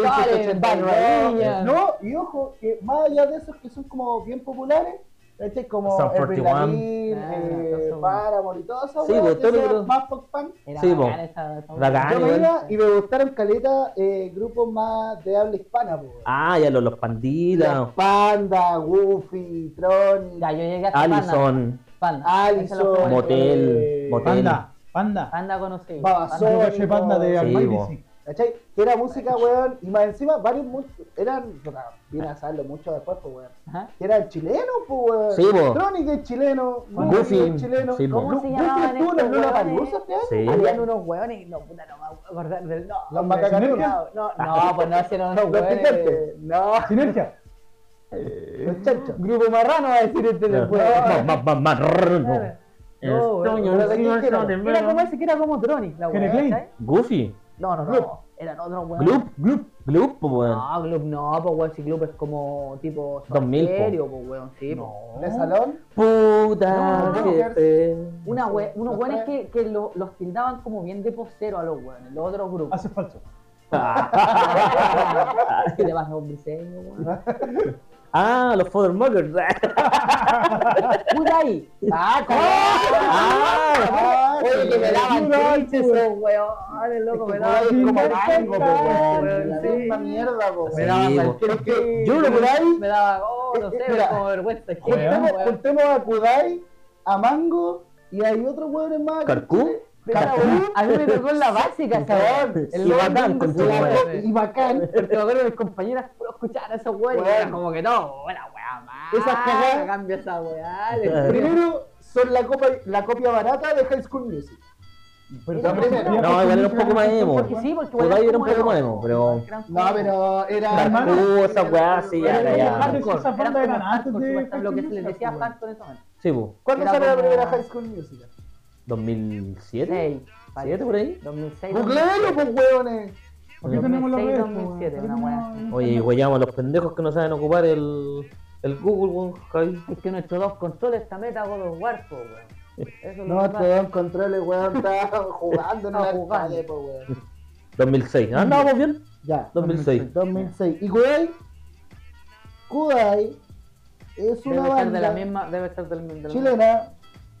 Speaker 4: Vale,
Speaker 1: 1982.
Speaker 4: vale,
Speaker 1: No, y ojo, que más allá de esos que son como bien populares, ¿cachai? Como
Speaker 2: Son
Speaker 1: Avril
Speaker 2: 41.
Speaker 1: Lavigne,
Speaker 4: Ah,
Speaker 1: eh,
Speaker 4: entonces,
Speaker 1: Paramore y todo eso,
Speaker 2: Sí, pues, todo lo que-
Speaker 1: más pop punk.
Speaker 4: Era
Speaker 2: Sí, po.
Speaker 4: bacán esa- esa-
Speaker 2: Bacán. Ah,
Speaker 1: Yo me
Speaker 2: igual.
Speaker 1: iba y me gustaron caleta eh, grupos más de habla hispana, po.
Speaker 2: Ah, ya los, los panditas,
Speaker 1: Los Panda, Goofy, Tron,
Speaker 4: Ya, yo llegué hasta
Speaker 2: Allison,
Speaker 4: Panda. Panda. Esa es la
Speaker 1: Allison,
Speaker 4: primera.
Speaker 2: Motel,
Speaker 1: eh,
Speaker 2: Motel.
Speaker 3: Panda, panda.
Speaker 4: Panda conocí.
Speaker 1: Babasónicos.
Speaker 3: Yo caché panda de
Speaker 1: Sí,
Speaker 3: Almighty,
Speaker 2: bo.
Speaker 3: sí.
Speaker 1: ¿Cachai? Que era música, weón, y más encima varios mu- eran, puta, viene a saberlo mucho después, pues, weón.
Speaker 4: Ajá.
Speaker 1: Que era el chileno, pues, weón.
Speaker 2: Sí, po.
Speaker 1: Tronic es chileno,
Speaker 2: Goofy,
Speaker 1: Goofy es chileno.
Speaker 2: sí, po.
Speaker 1: Lu-
Speaker 4: ¿Cómo se
Speaker 1: Goofy
Speaker 4: llamaban
Speaker 1: estuvo en
Speaker 4: estos
Speaker 1: Lollapalooza este año.
Speaker 2: Sí.
Speaker 4: Habían unos hueones y no, puta, no me voy a acordar del no.
Speaker 1: Los
Speaker 4: hombre,
Speaker 1: macacaneros.
Speaker 4: No, no, no, pues no hicieron unos
Speaker 1: Los
Speaker 4: hueones.
Speaker 1: picantes.
Speaker 4: No.
Speaker 3: Sinergia.
Speaker 1: Los chanchos.
Speaker 4: Grupo Marrano va a decir este después.
Speaker 2: Ma- ma- ma- marrano.
Speaker 4: Claro.
Speaker 2: Eh,
Speaker 4: No,
Speaker 2: Estoy
Speaker 4: bueno,
Speaker 1: pero
Speaker 2: encima
Speaker 1: ¿de qué era?
Speaker 2: de
Speaker 4: Era como
Speaker 2: verano.
Speaker 4: ese que era como Tronic, la
Speaker 3: Kenneth
Speaker 4: hueá.
Speaker 3: Lane.
Speaker 4: ¿cachai?
Speaker 2: Goofy,
Speaker 4: No, no, no. Eran otros hueones.
Speaker 2: Gloop, Gloop, Gloop, po, weón.
Speaker 4: No, Gloop no, pues hueón, si Gloop es como tipo
Speaker 2: 2000, po.
Speaker 4: serio, pues hueón, sí. po.
Speaker 1: De salón.
Speaker 2: Puta,
Speaker 4: No,
Speaker 1: Rockers.
Speaker 2: jefe.
Speaker 4: Una hue- unos
Speaker 1: Los
Speaker 4: hueones
Speaker 1: tres.
Speaker 4: que, que lo- los tildaban como bien de posero a los hueones, los otros grupos.
Speaker 3: Hace falso.
Speaker 4: Y le vas a un diseño, hueón.
Speaker 2: Ah, los Mothermuggers.
Speaker 4: Puta ahí. Ah,
Speaker 1: Ah,
Speaker 4: Oye, que me daban
Speaker 1: Mira,
Speaker 4: tristes
Speaker 1: pues.
Speaker 3: eh.
Speaker 4: esos weones, loco, me
Speaker 1: Es que
Speaker 4: daban
Speaker 1: como
Speaker 4: como
Speaker 1: algo, po, weón.
Speaker 4: algo, weón,
Speaker 1: La
Speaker 4: sí.
Speaker 1: misma mierda, po,
Speaker 4: Me
Speaker 1: weón.
Speaker 4: daban
Speaker 2: Sí,
Speaker 4: mal
Speaker 2: po.
Speaker 4: triste.
Speaker 2: Yo creo que ahí-
Speaker 4: Me daba, oh, no sé,
Speaker 1: Mira,
Speaker 4: como vergüenza. ajena,
Speaker 1: Juntemos-
Speaker 4: weón.
Speaker 1: Juntemos a Kudai, a Mango, y hay otros weones más.
Speaker 2: Carcú.
Speaker 4: Pero, weón, A mí me tocó en la básica, esa weón.
Speaker 2: Y bacán,
Speaker 4: bacán
Speaker 2: con
Speaker 4: de
Speaker 2: tu
Speaker 4: esa
Speaker 2: madre.
Speaker 4: weón.
Speaker 1: Y bacán.
Speaker 4: Porque me acuerdo de mis compañeras puro escuchar a esos weones. y
Speaker 1: Weón.
Speaker 4: era Como que no, buena weá, más.
Speaker 1: Esas cagadas.
Speaker 4: Cambia esa weá.
Speaker 1: Primero, son la, copa, la copia barata de High School Music.
Speaker 3: Pero
Speaker 4: No,
Speaker 1: primero.
Speaker 3: también- Sinergia
Speaker 2: No, igual era un poco más emo.
Speaker 4: Porque sí, porque
Speaker 2: Por
Speaker 4: igual
Speaker 2: ahí era
Speaker 4: como
Speaker 2: un poco más emo, pero-
Speaker 4: eran
Speaker 1: No,
Speaker 4: como-
Speaker 1: pero era.
Speaker 2: Carcú, esa weá, sí, ya,
Speaker 3: Pero
Speaker 2: ya.
Speaker 3: Harry-
Speaker 4: Hardcore,
Speaker 3: Esas
Speaker 4: era
Speaker 3: bandas
Speaker 4: como
Speaker 3: eran antes
Speaker 4: hardcore,
Speaker 3: de
Speaker 4: supuestamente, lo
Speaker 3: High
Speaker 4: que se
Speaker 3: School
Speaker 4: les decía
Speaker 3: Musical,
Speaker 4: hardcore en ese momento.
Speaker 2: Sí, po.
Speaker 1: ¿Cuándo
Speaker 4: Era
Speaker 1: sale la
Speaker 4: como-
Speaker 1: primera High School Music?
Speaker 2: 2007.
Speaker 4: Seis,
Speaker 2: ¿Siete por ahí?
Speaker 4: 2006.
Speaker 1: ¡Googlealo, pues, hueones!
Speaker 3: ¿Por qué tenemos los
Speaker 4: 2006,
Speaker 3: redes?
Speaker 4: 2007,
Speaker 3: po, weón?
Speaker 4: una weá.
Speaker 2: Oye, y weyamos a los pendejos que no saben ocupar el, el Google, weón. Javi.
Speaker 4: Es que nuestros dos controles está meta God of War, po, weón. Eso es
Speaker 1: No,
Speaker 4: lo
Speaker 1: te dan controles, weón. Estaba jugando en
Speaker 4: Estaba
Speaker 1: el arcade,
Speaker 4: jugando.
Speaker 1: pues, weón.
Speaker 2: 2006. Ah, Andábamos bien.
Speaker 1: Ya,
Speaker 2: 2006.
Speaker 1: 2006. Y Kudai. Kudai es
Speaker 4: Debe
Speaker 1: una
Speaker 4: estar de la
Speaker 1: banda
Speaker 4: misma, Ah, debe estar del mismo.
Speaker 1: chilena.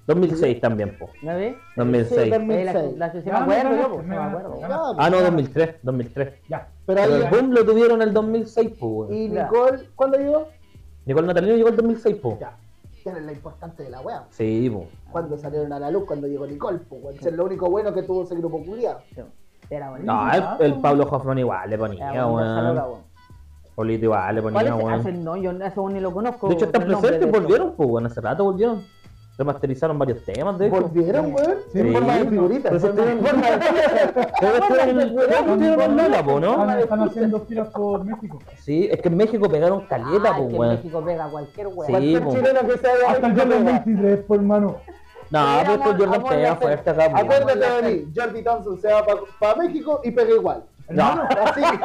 Speaker 2: 2006 también, po.
Speaker 4: ¿La ves?
Speaker 2: 2006.
Speaker 4: Eh, la,
Speaker 1: 2006.
Speaker 4: la, sí me
Speaker 3: Ya, me
Speaker 4: acuerdo, yo,
Speaker 3: ganaste,
Speaker 4: po, sí
Speaker 3: me
Speaker 4: me
Speaker 3: ganaste.
Speaker 4: acuerdo.
Speaker 2: Ah, no, 2003. 2003.
Speaker 3: Ya.
Speaker 1: Pero
Speaker 2: Pero el
Speaker 1: ahí.
Speaker 2: boom lo tuvieron el 2006, po, weón.
Speaker 1: Y
Speaker 4: Ya.
Speaker 1: Nicole, ¿cuándo llegó?
Speaker 2: Nicole Natalino llegó el 2006, po.
Speaker 1: Ya. Que era la importante de la wea.
Speaker 2: Sí, po.
Speaker 1: Cuando salieron a la luz, cuando llegó Nicole, pues, weón. Eso Es lo único bueno que tuvo ese grupo culiado.
Speaker 4: Era bonito.
Speaker 2: No, el, el Pablo Hoffman igual le
Speaker 4: Era
Speaker 2: ponía,
Speaker 4: bonito esa loca,
Speaker 2: eh, weón.
Speaker 4: weón.
Speaker 2: Polito igual, le
Speaker 4: ¿Cuál
Speaker 2: ponía
Speaker 4: es?
Speaker 2: una
Speaker 4: Ah, ese- no, yo a ese weón ni lo conozco.
Speaker 2: De hecho, están
Speaker 4: el nombre
Speaker 2: presentes,
Speaker 4: de eso.
Speaker 2: volvieron, pues, bueno, hace rato volvieron. Remasterizaron varios temas, de hecho.
Speaker 1: ¿Volvieron, weón?
Speaker 3: Sí,
Speaker 1: en
Speaker 2: sí.
Speaker 1: forma de figuritas.
Speaker 2: Pero se
Speaker 1: Forma de-
Speaker 2: estuvieron- Pero estuvieron en- estuvieron en Lola, po, ¿no?
Speaker 3: Están, están haciendo giras por México.
Speaker 2: Sí, es que en México pegaron caleta,
Speaker 4: Ah,
Speaker 2: pues,
Speaker 4: que
Speaker 2: weón.
Speaker 4: México pega cualquier weón.
Speaker 2: Sí,
Speaker 1: Cualquier
Speaker 2: po.
Speaker 1: chileno que sea de
Speaker 3: Hasta el
Speaker 1: México,
Speaker 3: viernes
Speaker 1: weón.
Speaker 3: 23, por hermano.
Speaker 2: No, pero es que
Speaker 4: Sí, amor,
Speaker 2: Jordan
Speaker 4: amor,
Speaker 2: pega
Speaker 4: la fe-
Speaker 2: fuerte acá, po, weón.
Speaker 1: Acuérdate de mí, Jordi Thompson se va para México y pega igual.
Speaker 2: No,
Speaker 1: Así, con esto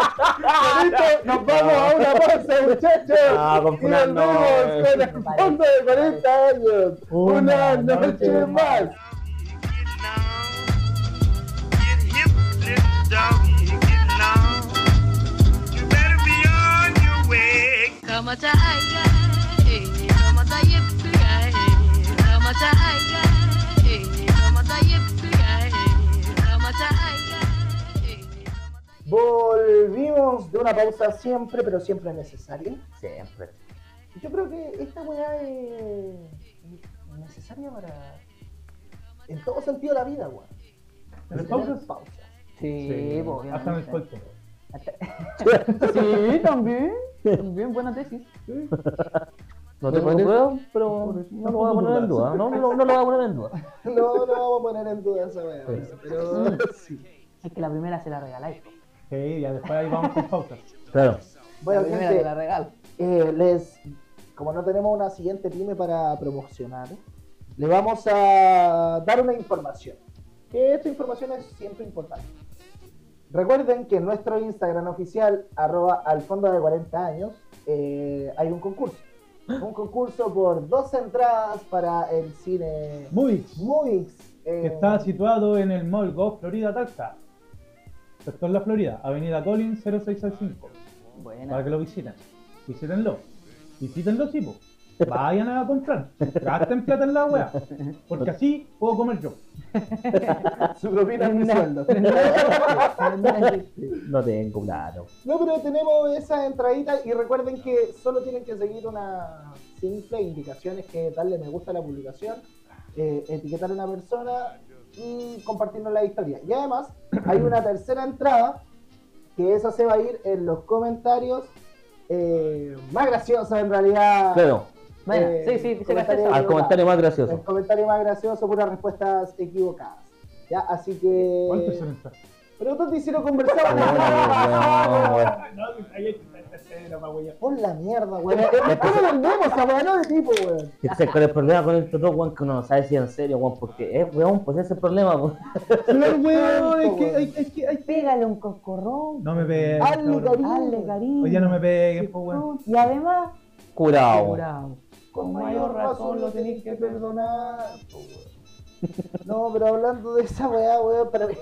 Speaker 1: nos vamos a una pausa, muchachos.
Speaker 2: No, con
Speaker 1: y
Speaker 2: Fran, no,
Speaker 1: volvemos con el
Speaker 4: eh.
Speaker 1: fondo de 40 años. Una,
Speaker 3: Una
Speaker 1: noche,
Speaker 3: noche
Speaker 1: más.
Speaker 6: Get down, get hip, little doggy, get down. You better be on your way.
Speaker 7: Kama taiga, eh, kama taiga, eh, kama taiga, eh, kama taiga, eh, kama taiga, eh.
Speaker 1: Volvimos de una pausa siempre, pero siempre necesaria.
Speaker 2: siempre.
Speaker 1: Yo creo que esta weá es necesaria para. En todo sentido de la vida, weón. Tener
Speaker 3: Pero entonces-
Speaker 1: pausas.
Speaker 4: Sí, pues, obviamente.
Speaker 3: Hasta en el cuerpo.
Speaker 4: Hasta- Sí, también. También, buena tesis.
Speaker 2: No tengo
Speaker 1: Pero-
Speaker 2: pruebas, pero no lo voy a poner en duda. No, no, no lo voy a poner en duda.
Speaker 1: No, no vamos a poner en duda esa weá, weón, pero sí.
Speaker 4: Es que la primera se la regaláis. po.
Speaker 3: Sí, ya después ahí vamos con pautas.
Speaker 2: Claro.
Speaker 1: Bueno,
Speaker 4: la primera
Speaker 1: gente,
Speaker 4: se la regalo.
Speaker 1: eh, les, como no tenemos una siguiente pyme para promocionar, le vamos a dar una información. Que esta información es siempre importante. Recuerden que en nuestro Instagram oficial, arroba al fondo de 40 años, eh, hay un concurso. Un concurso por dos entradas para el cine
Speaker 3: Movies,
Speaker 1: Movies. eh,
Speaker 3: que está situado en el Mall Go Florida Talca. Sector La Florida, Avenida Collins 0665. Para
Speaker 4: Buena.
Speaker 3: que lo visiten. Visítenlo. Visítenlo, sí, po. Vayan a comprar. Gasten plata en la wea. Porque así puedo comer yo.
Speaker 1: Su propina es mi sueldo.
Speaker 2: No tengo claro.
Speaker 1: No, pero tenemos esas entraditas y recuerden que solo tienen que seguir una simple indicaciones que darle me gusta a la publicación, eh, etiquetar a una persona y compartirnos la historia. Y además hay una tercera entrada que esa se va a ir en los comentarios eh, más graciosa en realidad.
Speaker 2: Claro,
Speaker 4: Bueno,
Speaker 1: Eh,
Speaker 4: sí, sí, dice que
Speaker 1: comentario-
Speaker 4: hace eso.
Speaker 2: al comentario más
Speaker 1: El
Speaker 2: gracioso.
Speaker 1: comentario más gracioso, puras respuestas equivocadas. Ya, así
Speaker 3: ¿Cuánto
Speaker 1: que...
Speaker 3: se entra?
Speaker 1: Pero entonces si lo
Speaker 2: Oh, Bueno,
Speaker 1: conversamos...
Speaker 2: bueno.
Speaker 1: Por la mierda, weón. ¿Cómo volvemos a weón de tipo, weón?
Speaker 2: Y entonces, ¿cuál es el problema con el Totó, weón? Que uno no sabe si es en serio, weón, porque es, weón, pues ese es el problema, weón.
Speaker 3: Claro, weón, es que,
Speaker 1: weón.
Speaker 3: hay- es que hay-
Speaker 4: Pégale un coscorrón.
Speaker 3: No me peguen.
Speaker 1: Hazle
Speaker 3: cabrón.
Speaker 1: cariño.
Speaker 4: Dale, cariño.
Speaker 3: Oye, no me peguen, po, weón.
Speaker 4: Y además,
Speaker 2: Curado. Ah, weón.
Speaker 4: curado.
Speaker 1: Con mayor razón lo tenéis que perdonar, po, weón. No, pero hablando de esa weá, weón, para mí.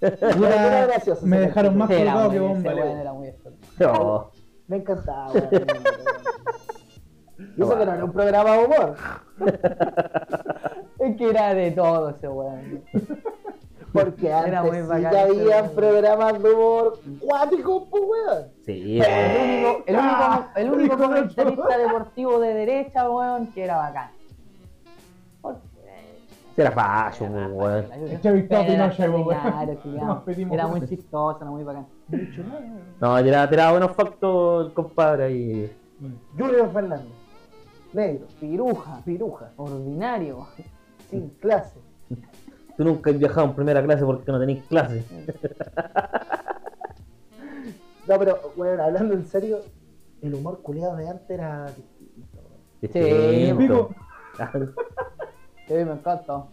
Speaker 1: Era gracioso,
Speaker 3: me
Speaker 1: sí.
Speaker 3: dejaron más
Speaker 4: Era
Speaker 3: colgado
Speaker 4: muy-
Speaker 3: que
Speaker 4: ese
Speaker 3: bomba,
Speaker 4: weón
Speaker 3: Leo.
Speaker 4: era muy experto.
Speaker 2: No.
Speaker 1: Me encantaba, weón. Y eso que no era un programa de humor.
Speaker 4: Es que era de todo ese weón.
Speaker 1: Porque
Speaker 4: Era
Speaker 1: antes
Speaker 4: muy
Speaker 1: sí
Speaker 4: bacán
Speaker 1: que
Speaker 4: ese
Speaker 1: había
Speaker 4: weón.
Speaker 1: programas de humor cuáticos, po, weón.
Speaker 2: Sí,
Speaker 4: El
Speaker 2: weón.
Speaker 4: único, el único, el único
Speaker 3: Ah, Hijo de
Speaker 4: comentarista deportivo de derecha, weón, que era bacán.
Speaker 2: Se era fallo, weón.
Speaker 3: Es que he visto a
Speaker 4: Pero era
Speaker 3: Pinochet, weón.
Speaker 4: extraordinario, que
Speaker 3: Nos pedimos
Speaker 4: Era muy
Speaker 3: cosas.
Speaker 4: chistoso, era muy bacán.
Speaker 2: No, tiraba, tiraba buenos factos el compadre ahí.
Speaker 1: Junior Fernández. Negro,
Speaker 4: Piruja,
Speaker 1: piruja,
Speaker 4: ordinario.
Speaker 1: sin clase.
Speaker 2: Tú nunca has viajado en primera clase porque no tenés clase.
Speaker 1: No, pero, weón, hablando en serio, el humor culiado de antes era distinto, weón.
Speaker 2: Distinto.
Speaker 4: Sí, me encanta.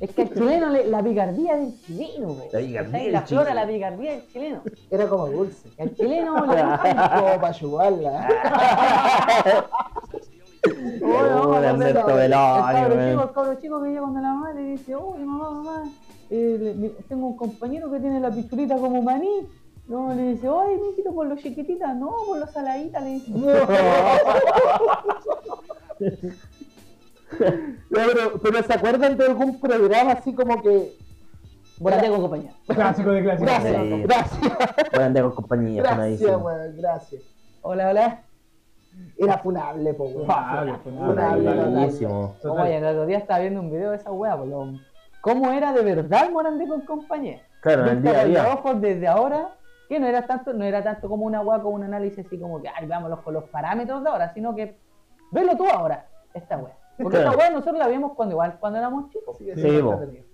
Speaker 4: es que al chileno, le- la picardía del chileno, weón.
Speaker 2: La picardía
Speaker 4: ¿Cachai?
Speaker 2: del
Speaker 4: La flora,
Speaker 2: chileno.
Speaker 4: la picardía del chileno.
Speaker 1: Era como dulce.
Speaker 4: Y al chileno le gusta.
Speaker 1: como para ayudarla.
Speaker 2: Oh, de Alberto
Speaker 4: El
Speaker 2: Velorio,
Speaker 4: cabro chico,
Speaker 2: weón.
Speaker 4: el cabro chico que llega cuando la mamá le dice, uy, mamá, mamá, eh, le- mi- tengo un compañero que tiene la pichulita como maní. No, le dice, ay, mijito, por lo chiquitita, no, por lo saladita, le dice.
Speaker 1: No, pero, pero ¿se acuerdan de algún programa así como que.
Speaker 4: Bueno, tengo compañero.
Speaker 3: Clásico de clásico.
Speaker 1: Gracias,
Speaker 2: Sí.
Speaker 1: gracias,
Speaker 2: Pueden andar con compañía, con ahí, sí.
Speaker 1: gracias, weón, gracias.
Speaker 4: Hola, hola.
Speaker 1: Era funable, po, weón.
Speaker 3: Fabio, pues,
Speaker 1: Una
Speaker 3: nada.
Speaker 1: vida.
Speaker 2: Buenísimo.
Speaker 4: Oye, el otro día estaba viendo un video de esa wea, boludo. ¿Cómo era de verdad Morandé con compañía?
Speaker 2: Claro, en el día a
Speaker 4: Vista con
Speaker 2: día.
Speaker 4: los ojos desde ahora que no era tanto, no era tanto como una hueá, como un análisis así como que, ay, vámonos con los parámetros de ahora, sino que, velo tú ahora, esta hueá. Porque
Speaker 2: Claro.
Speaker 4: esta hueá nosotros la vimos cuando igual, cuando éramos chicos.
Speaker 1: Sí, eso
Speaker 2: Sí,
Speaker 1: es
Speaker 2: bo.
Speaker 1: entretenido.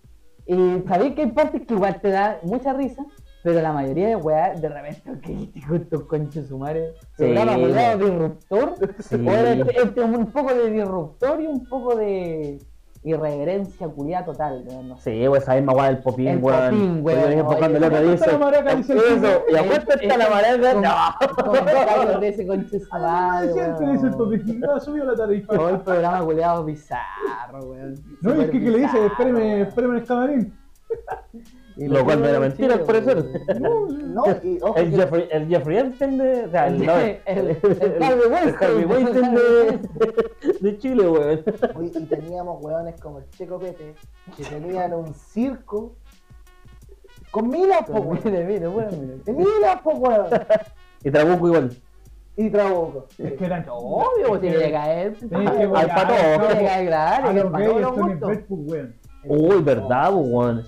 Speaker 4: Y sabéis que hay partes que igual te da mucha risa, pero la mayoría de weá de repente, ok, digo, estos conchos sumares.
Speaker 2: Sí,
Speaker 4: programa
Speaker 2: weón.
Speaker 4: culiao disruptor.
Speaker 2: Sí.
Speaker 4: Ahora este, este es un poco de disruptor y un poco de irreverencia culiada total, weón, no sé.
Speaker 2: Sí, güey, esa misma weá del
Speaker 4: El
Speaker 2: popín, weón.
Speaker 4: popín, weón,
Speaker 2: Yo dije, pues,
Speaker 4: oye,
Speaker 2: cuando el otro
Speaker 3: ¿cuánto está
Speaker 2: dice,
Speaker 3: la maraca? Dice el
Speaker 2: eso,
Speaker 3: popín.
Speaker 2: ¿y a cuánto está la maraca?
Speaker 4: Con-
Speaker 2: No.
Speaker 4: comentarios de ese conche su
Speaker 3: Ah,
Speaker 4: madre,
Speaker 3: decía, te dice el
Speaker 4: weón.
Speaker 3: popín, no, subió la tarifa.
Speaker 4: Todo el programa culiado bizarro,
Speaker 3: No, y
Speaker 4: weón.
Speaker 3: es
Speaker 4: Súper
Speaker 3: que, que le dice,
Speaker 4: bizarro,
Speaker 3: espéreme,
Speaker 4: weón.
Speaker 3: espéreme en el camarín.
Speaker 4: Y
Speaker 2: Lo cual no era mentira, al
Speaker 4: sí,
Speaker 2: parecer.
Speaker 4: weón.
Speaker 1: No, y ojo,
Speaker 2: El
Speaker 1: que-
Speaker 2: Jeffrey, el Jeffrey Epstein de. O sea, el,
Speaker 4: El-
Speaker 2: no,
Speaker 4: el- el Harvey Weinstein.
Speaker 2: Harvey Weinstein de, de Chile, weón.
Speaker 1: Oye, y teníamos hueones como el Checo Pete, que tenían un circo con milas, po,
Speaker 4: Como
Speaker 1: weón.
Speaker 4: de mí, no, weón, mira.
Speaker 1: De milas, po, weón.
Speaker 2: Y Trabuco igual.
Speaker 1: Y Trabuco.
Speaker 3: Es que eran
Speaker 4: Obvio, pues tiene que caer.
Speaker 3: Tenés que
Speaker 2: Al pato.
Speaker 4: Tiene que
Speaker 3: wear.
Speaker 4: caer, claro,
Speaker 3: A
Speaker 4: que el
Speaker 3: los
Speaker 4: pato
Speaker 3: gays
Speaker 4: lo
Speaker 3: están en
Speaker 4: gusto.
Speaker 3: Facebook, weón.
Speaker 2: Uy, verdad, weón.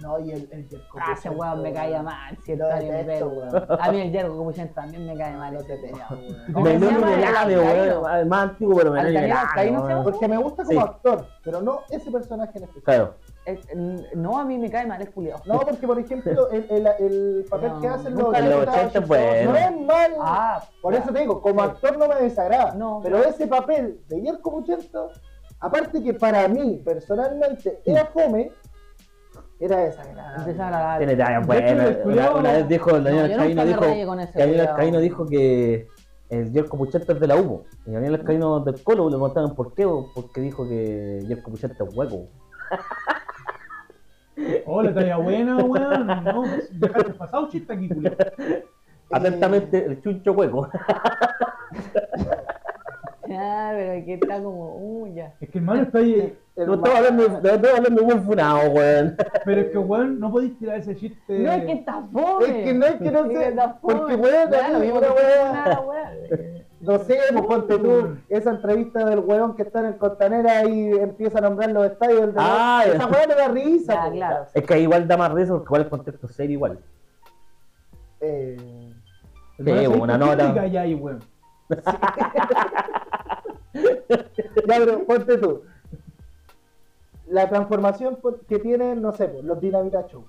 Speaker 1: No, y el, el Jerko
Speaker 4: Ah, ese
Speaker 1: Pete,
Speaker 4: weón me caía mal, si el
Speaker 1: Lo
Speaker 4: Tony
Speaker 1: detesto,
Speaker 4: Bell.
Speaker 1: weón.
Speaker 4: A mí el Jergo como siempre también me cae mal.
Speaker 1: Lo
Speaker 4: ese
Speaker 1: detesto,
Speaker 4: culiao.
Speaker 1: weón.
Speaker 4: ¿Cómo se
Speaker 2: Menor
Speaker 4: llama?
Speaker 2: innegable,
Speaker 4: ¿El Altairano?
Speaker 2: weón. Más antiguo, pero menor
Speaker 4: ¿Altairano?
Speaker 2: innegable.
Speaker 4: ¿Altairano se llama?
Speaker 2: weón.
Speaker 1: Porque me gusta como
Speaker 2: Sí.
Speaker 1: actor, pero no ese personaje en especial.
Speaker 2: Claro.
Speaker 4: Eh, n- No, a mí me cae mal, es culiao.
Speaker 1: No, porque por ejemplo, el, el, el papel
Speaker 4: No,
Speaker 1: que hace en los
Speaker 4: nunca
Speaker 2: En los
Speaker 1: 80,
Speaker 2: 80
Speaker 1: no
Speaker 2: bueno.
Speaker 1: es mal.
Speaker 4: Ah,
Speaker 1: Por eso te digo, como actor no me desagrada.
Speaker 4: No.
Speaker 1: Pero ese papel de Yerko Puchento, aparte que para mí personalmente era fome, era desagradable.
Speaker 4: empiezan a
Speaker 2: Tiene talla,
Speaker 3: hecho,
Speaker 2: bueno,
Speaker 3: el
Speaker 2: una,
Speaker 3: culiao-
Speaker 2: una vez dijo el Daniel
Speaker 4: No, yo nunca
Speaker 2: Alcaíno
Speaker 4: me
Speaker 2: dijo,
Speaker 4: reí con ese
Speaker 2: Daniel
Speaker 4: culiao.
Speaker 2: Alcaíno dijo que el Jerko Puchento es de la U y Daniel
Speaker 1: Mm.
Speaker 2: Alcaíno del Colo le preguntaron por qué, bo, porque dijo que Jerko Puchento es hueco.
Speaker 3: Oh, la talla buena, weón. No, dejaste pasado un chiste aquí, culo.
Speaker 2: Atentamente, el chuncho hueco.
Speaker 4: Ah, pero aquí está como, uy, ya.
Speaker 3: Es que hermano está ahí.
Speaker 1: El
Speaker 2: No estaba hablando, no estaba hablando de buen funado, weón.
Speaker 3: Pero es que weón, no podéis tirar ese chiste.
Speaker 4: No es que está fome.
Speaker 1: Es que no es que no
Speaker 4: Sí,
Speaker 1: sé,
Speaker 4: está fome.
Speaker 1: porque weón,
Speaker 4: Ya, lo
Speaker 1: ahí,
Speaker 4: mismo
Speaker 1: una
Speaker 4: que
Speaker 1: weá.
Speaker 4: nada, weá.
Speaker 1: No sé, pues ponte tú esa entrevista del huevón que está en el Costanera y empieza a nombrar los estadios. del-
Speaker 2: Ah, ya.
Speaker 1: esa weá me da risa. pues.
Speaker 4: Ya,
Speaker 1: po.
Speaker 4: claro.
Speaker 2: Es que igual da más risa porque igual el contexto es serio igual.
Speaker 1: Eh,
Speaker 2: Sí, bo, una nota.
Speaker 3: Ya ahí, weón.
Speaker 1: ya, pero ponte tú. La transformación po- que tienen, no sé, po, los Dinamita Show.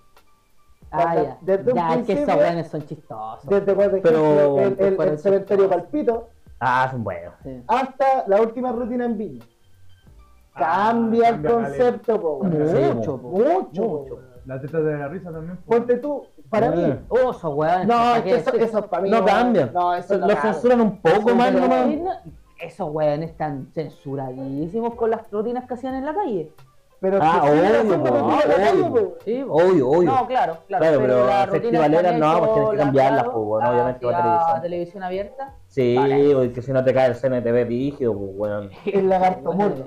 Speaker 4: Ah, ya.
Speaker 1: Desde un
Speaker 4: Ya, es que
Speaker 1: principio-
Speaker 4: esos weones son chistosos.
Speaker 1: Desde, por ejemplo,
Speaker 2: Pero-
Speaker 1: el, el- el cementerio Palpito
Speaker 2: Ah, son buenos.
Speaker 4: Sí.
Speaker 1: hasta la última rutina en Viña.
Speaker 3: Ah,
Speaker 1: Cambia el
Speaker 3: cambia, dale.
Speaker 1: concepto, po, weón.
Speaker 2: Sí, bo.
Speaker 4: Mucho, po.
Speaker 1: Mucho, po,
Speaker 4: Mucho.
Speaker 1: weón.
Speaker 3: La teta de la risa también. po.
Speaker 1: Ponte tú, para mí,
Speaker 2: Sí.
Speaker 4: Oh, esos weones.
Speaker 1: No,
Speaker 4: ¿para
Speaker 1: es
Speaker 4: qué
Speaker 1: que eso,
Speaker 4: decir?
Speaker 1: eso para mí.
Speaker 2: No
Speaker 1: no-
Speaker 2: cambian.
Speaker 1: No, eso no
Speaker 2: Lo
Speaker 1: cambia.
Speaker 2: censuran un poco
Speaker 1: Eso
Speaker 2: más
Speaker 1: no-
Speaker 2: nomás.
Speaker 4: Y no- Esos weones están censuradísimos con las rutinas que hacían en la calle.
Speaker 1: Pero es
Speaker 2: Ah,
Speaker 1: que siguen
Speaker 2: obvio,
Speaker 1: haciendo
Speaker 2: po,
Speaker 1: lo mismo en la calle,
Speaker 2: obvio.
Speaker 1: po.
Speaker 4: Sí,
Speaker 2: Obvio, obvio.
Speaker 4: No, claro, claro.
Speaker 2: Claro, pero
Speaker 4: las
Speaker 2: las
Speaker 4: rutinas
Speaker 2: festivaleras
Speaker 4: que han
Speaker 2: no,
Speaker 4: hecho,
Speaker 2: pues tienes que
Speaker 4: las
Speaker 2: cambiarlas,
Speaker 4: clavo
Speaker 2: pues, bueno, obviamente va a
Speaker 4: hacia
Speaker 2: televisión.
Speaker 4: Ah, televisión abierta.
Speaker 2: Sí,
Speaker 4: Vale.
Speaker 2: porque si no te cae el CNTV rígido, pues weón.
Speaker 1: El lagarto muerto.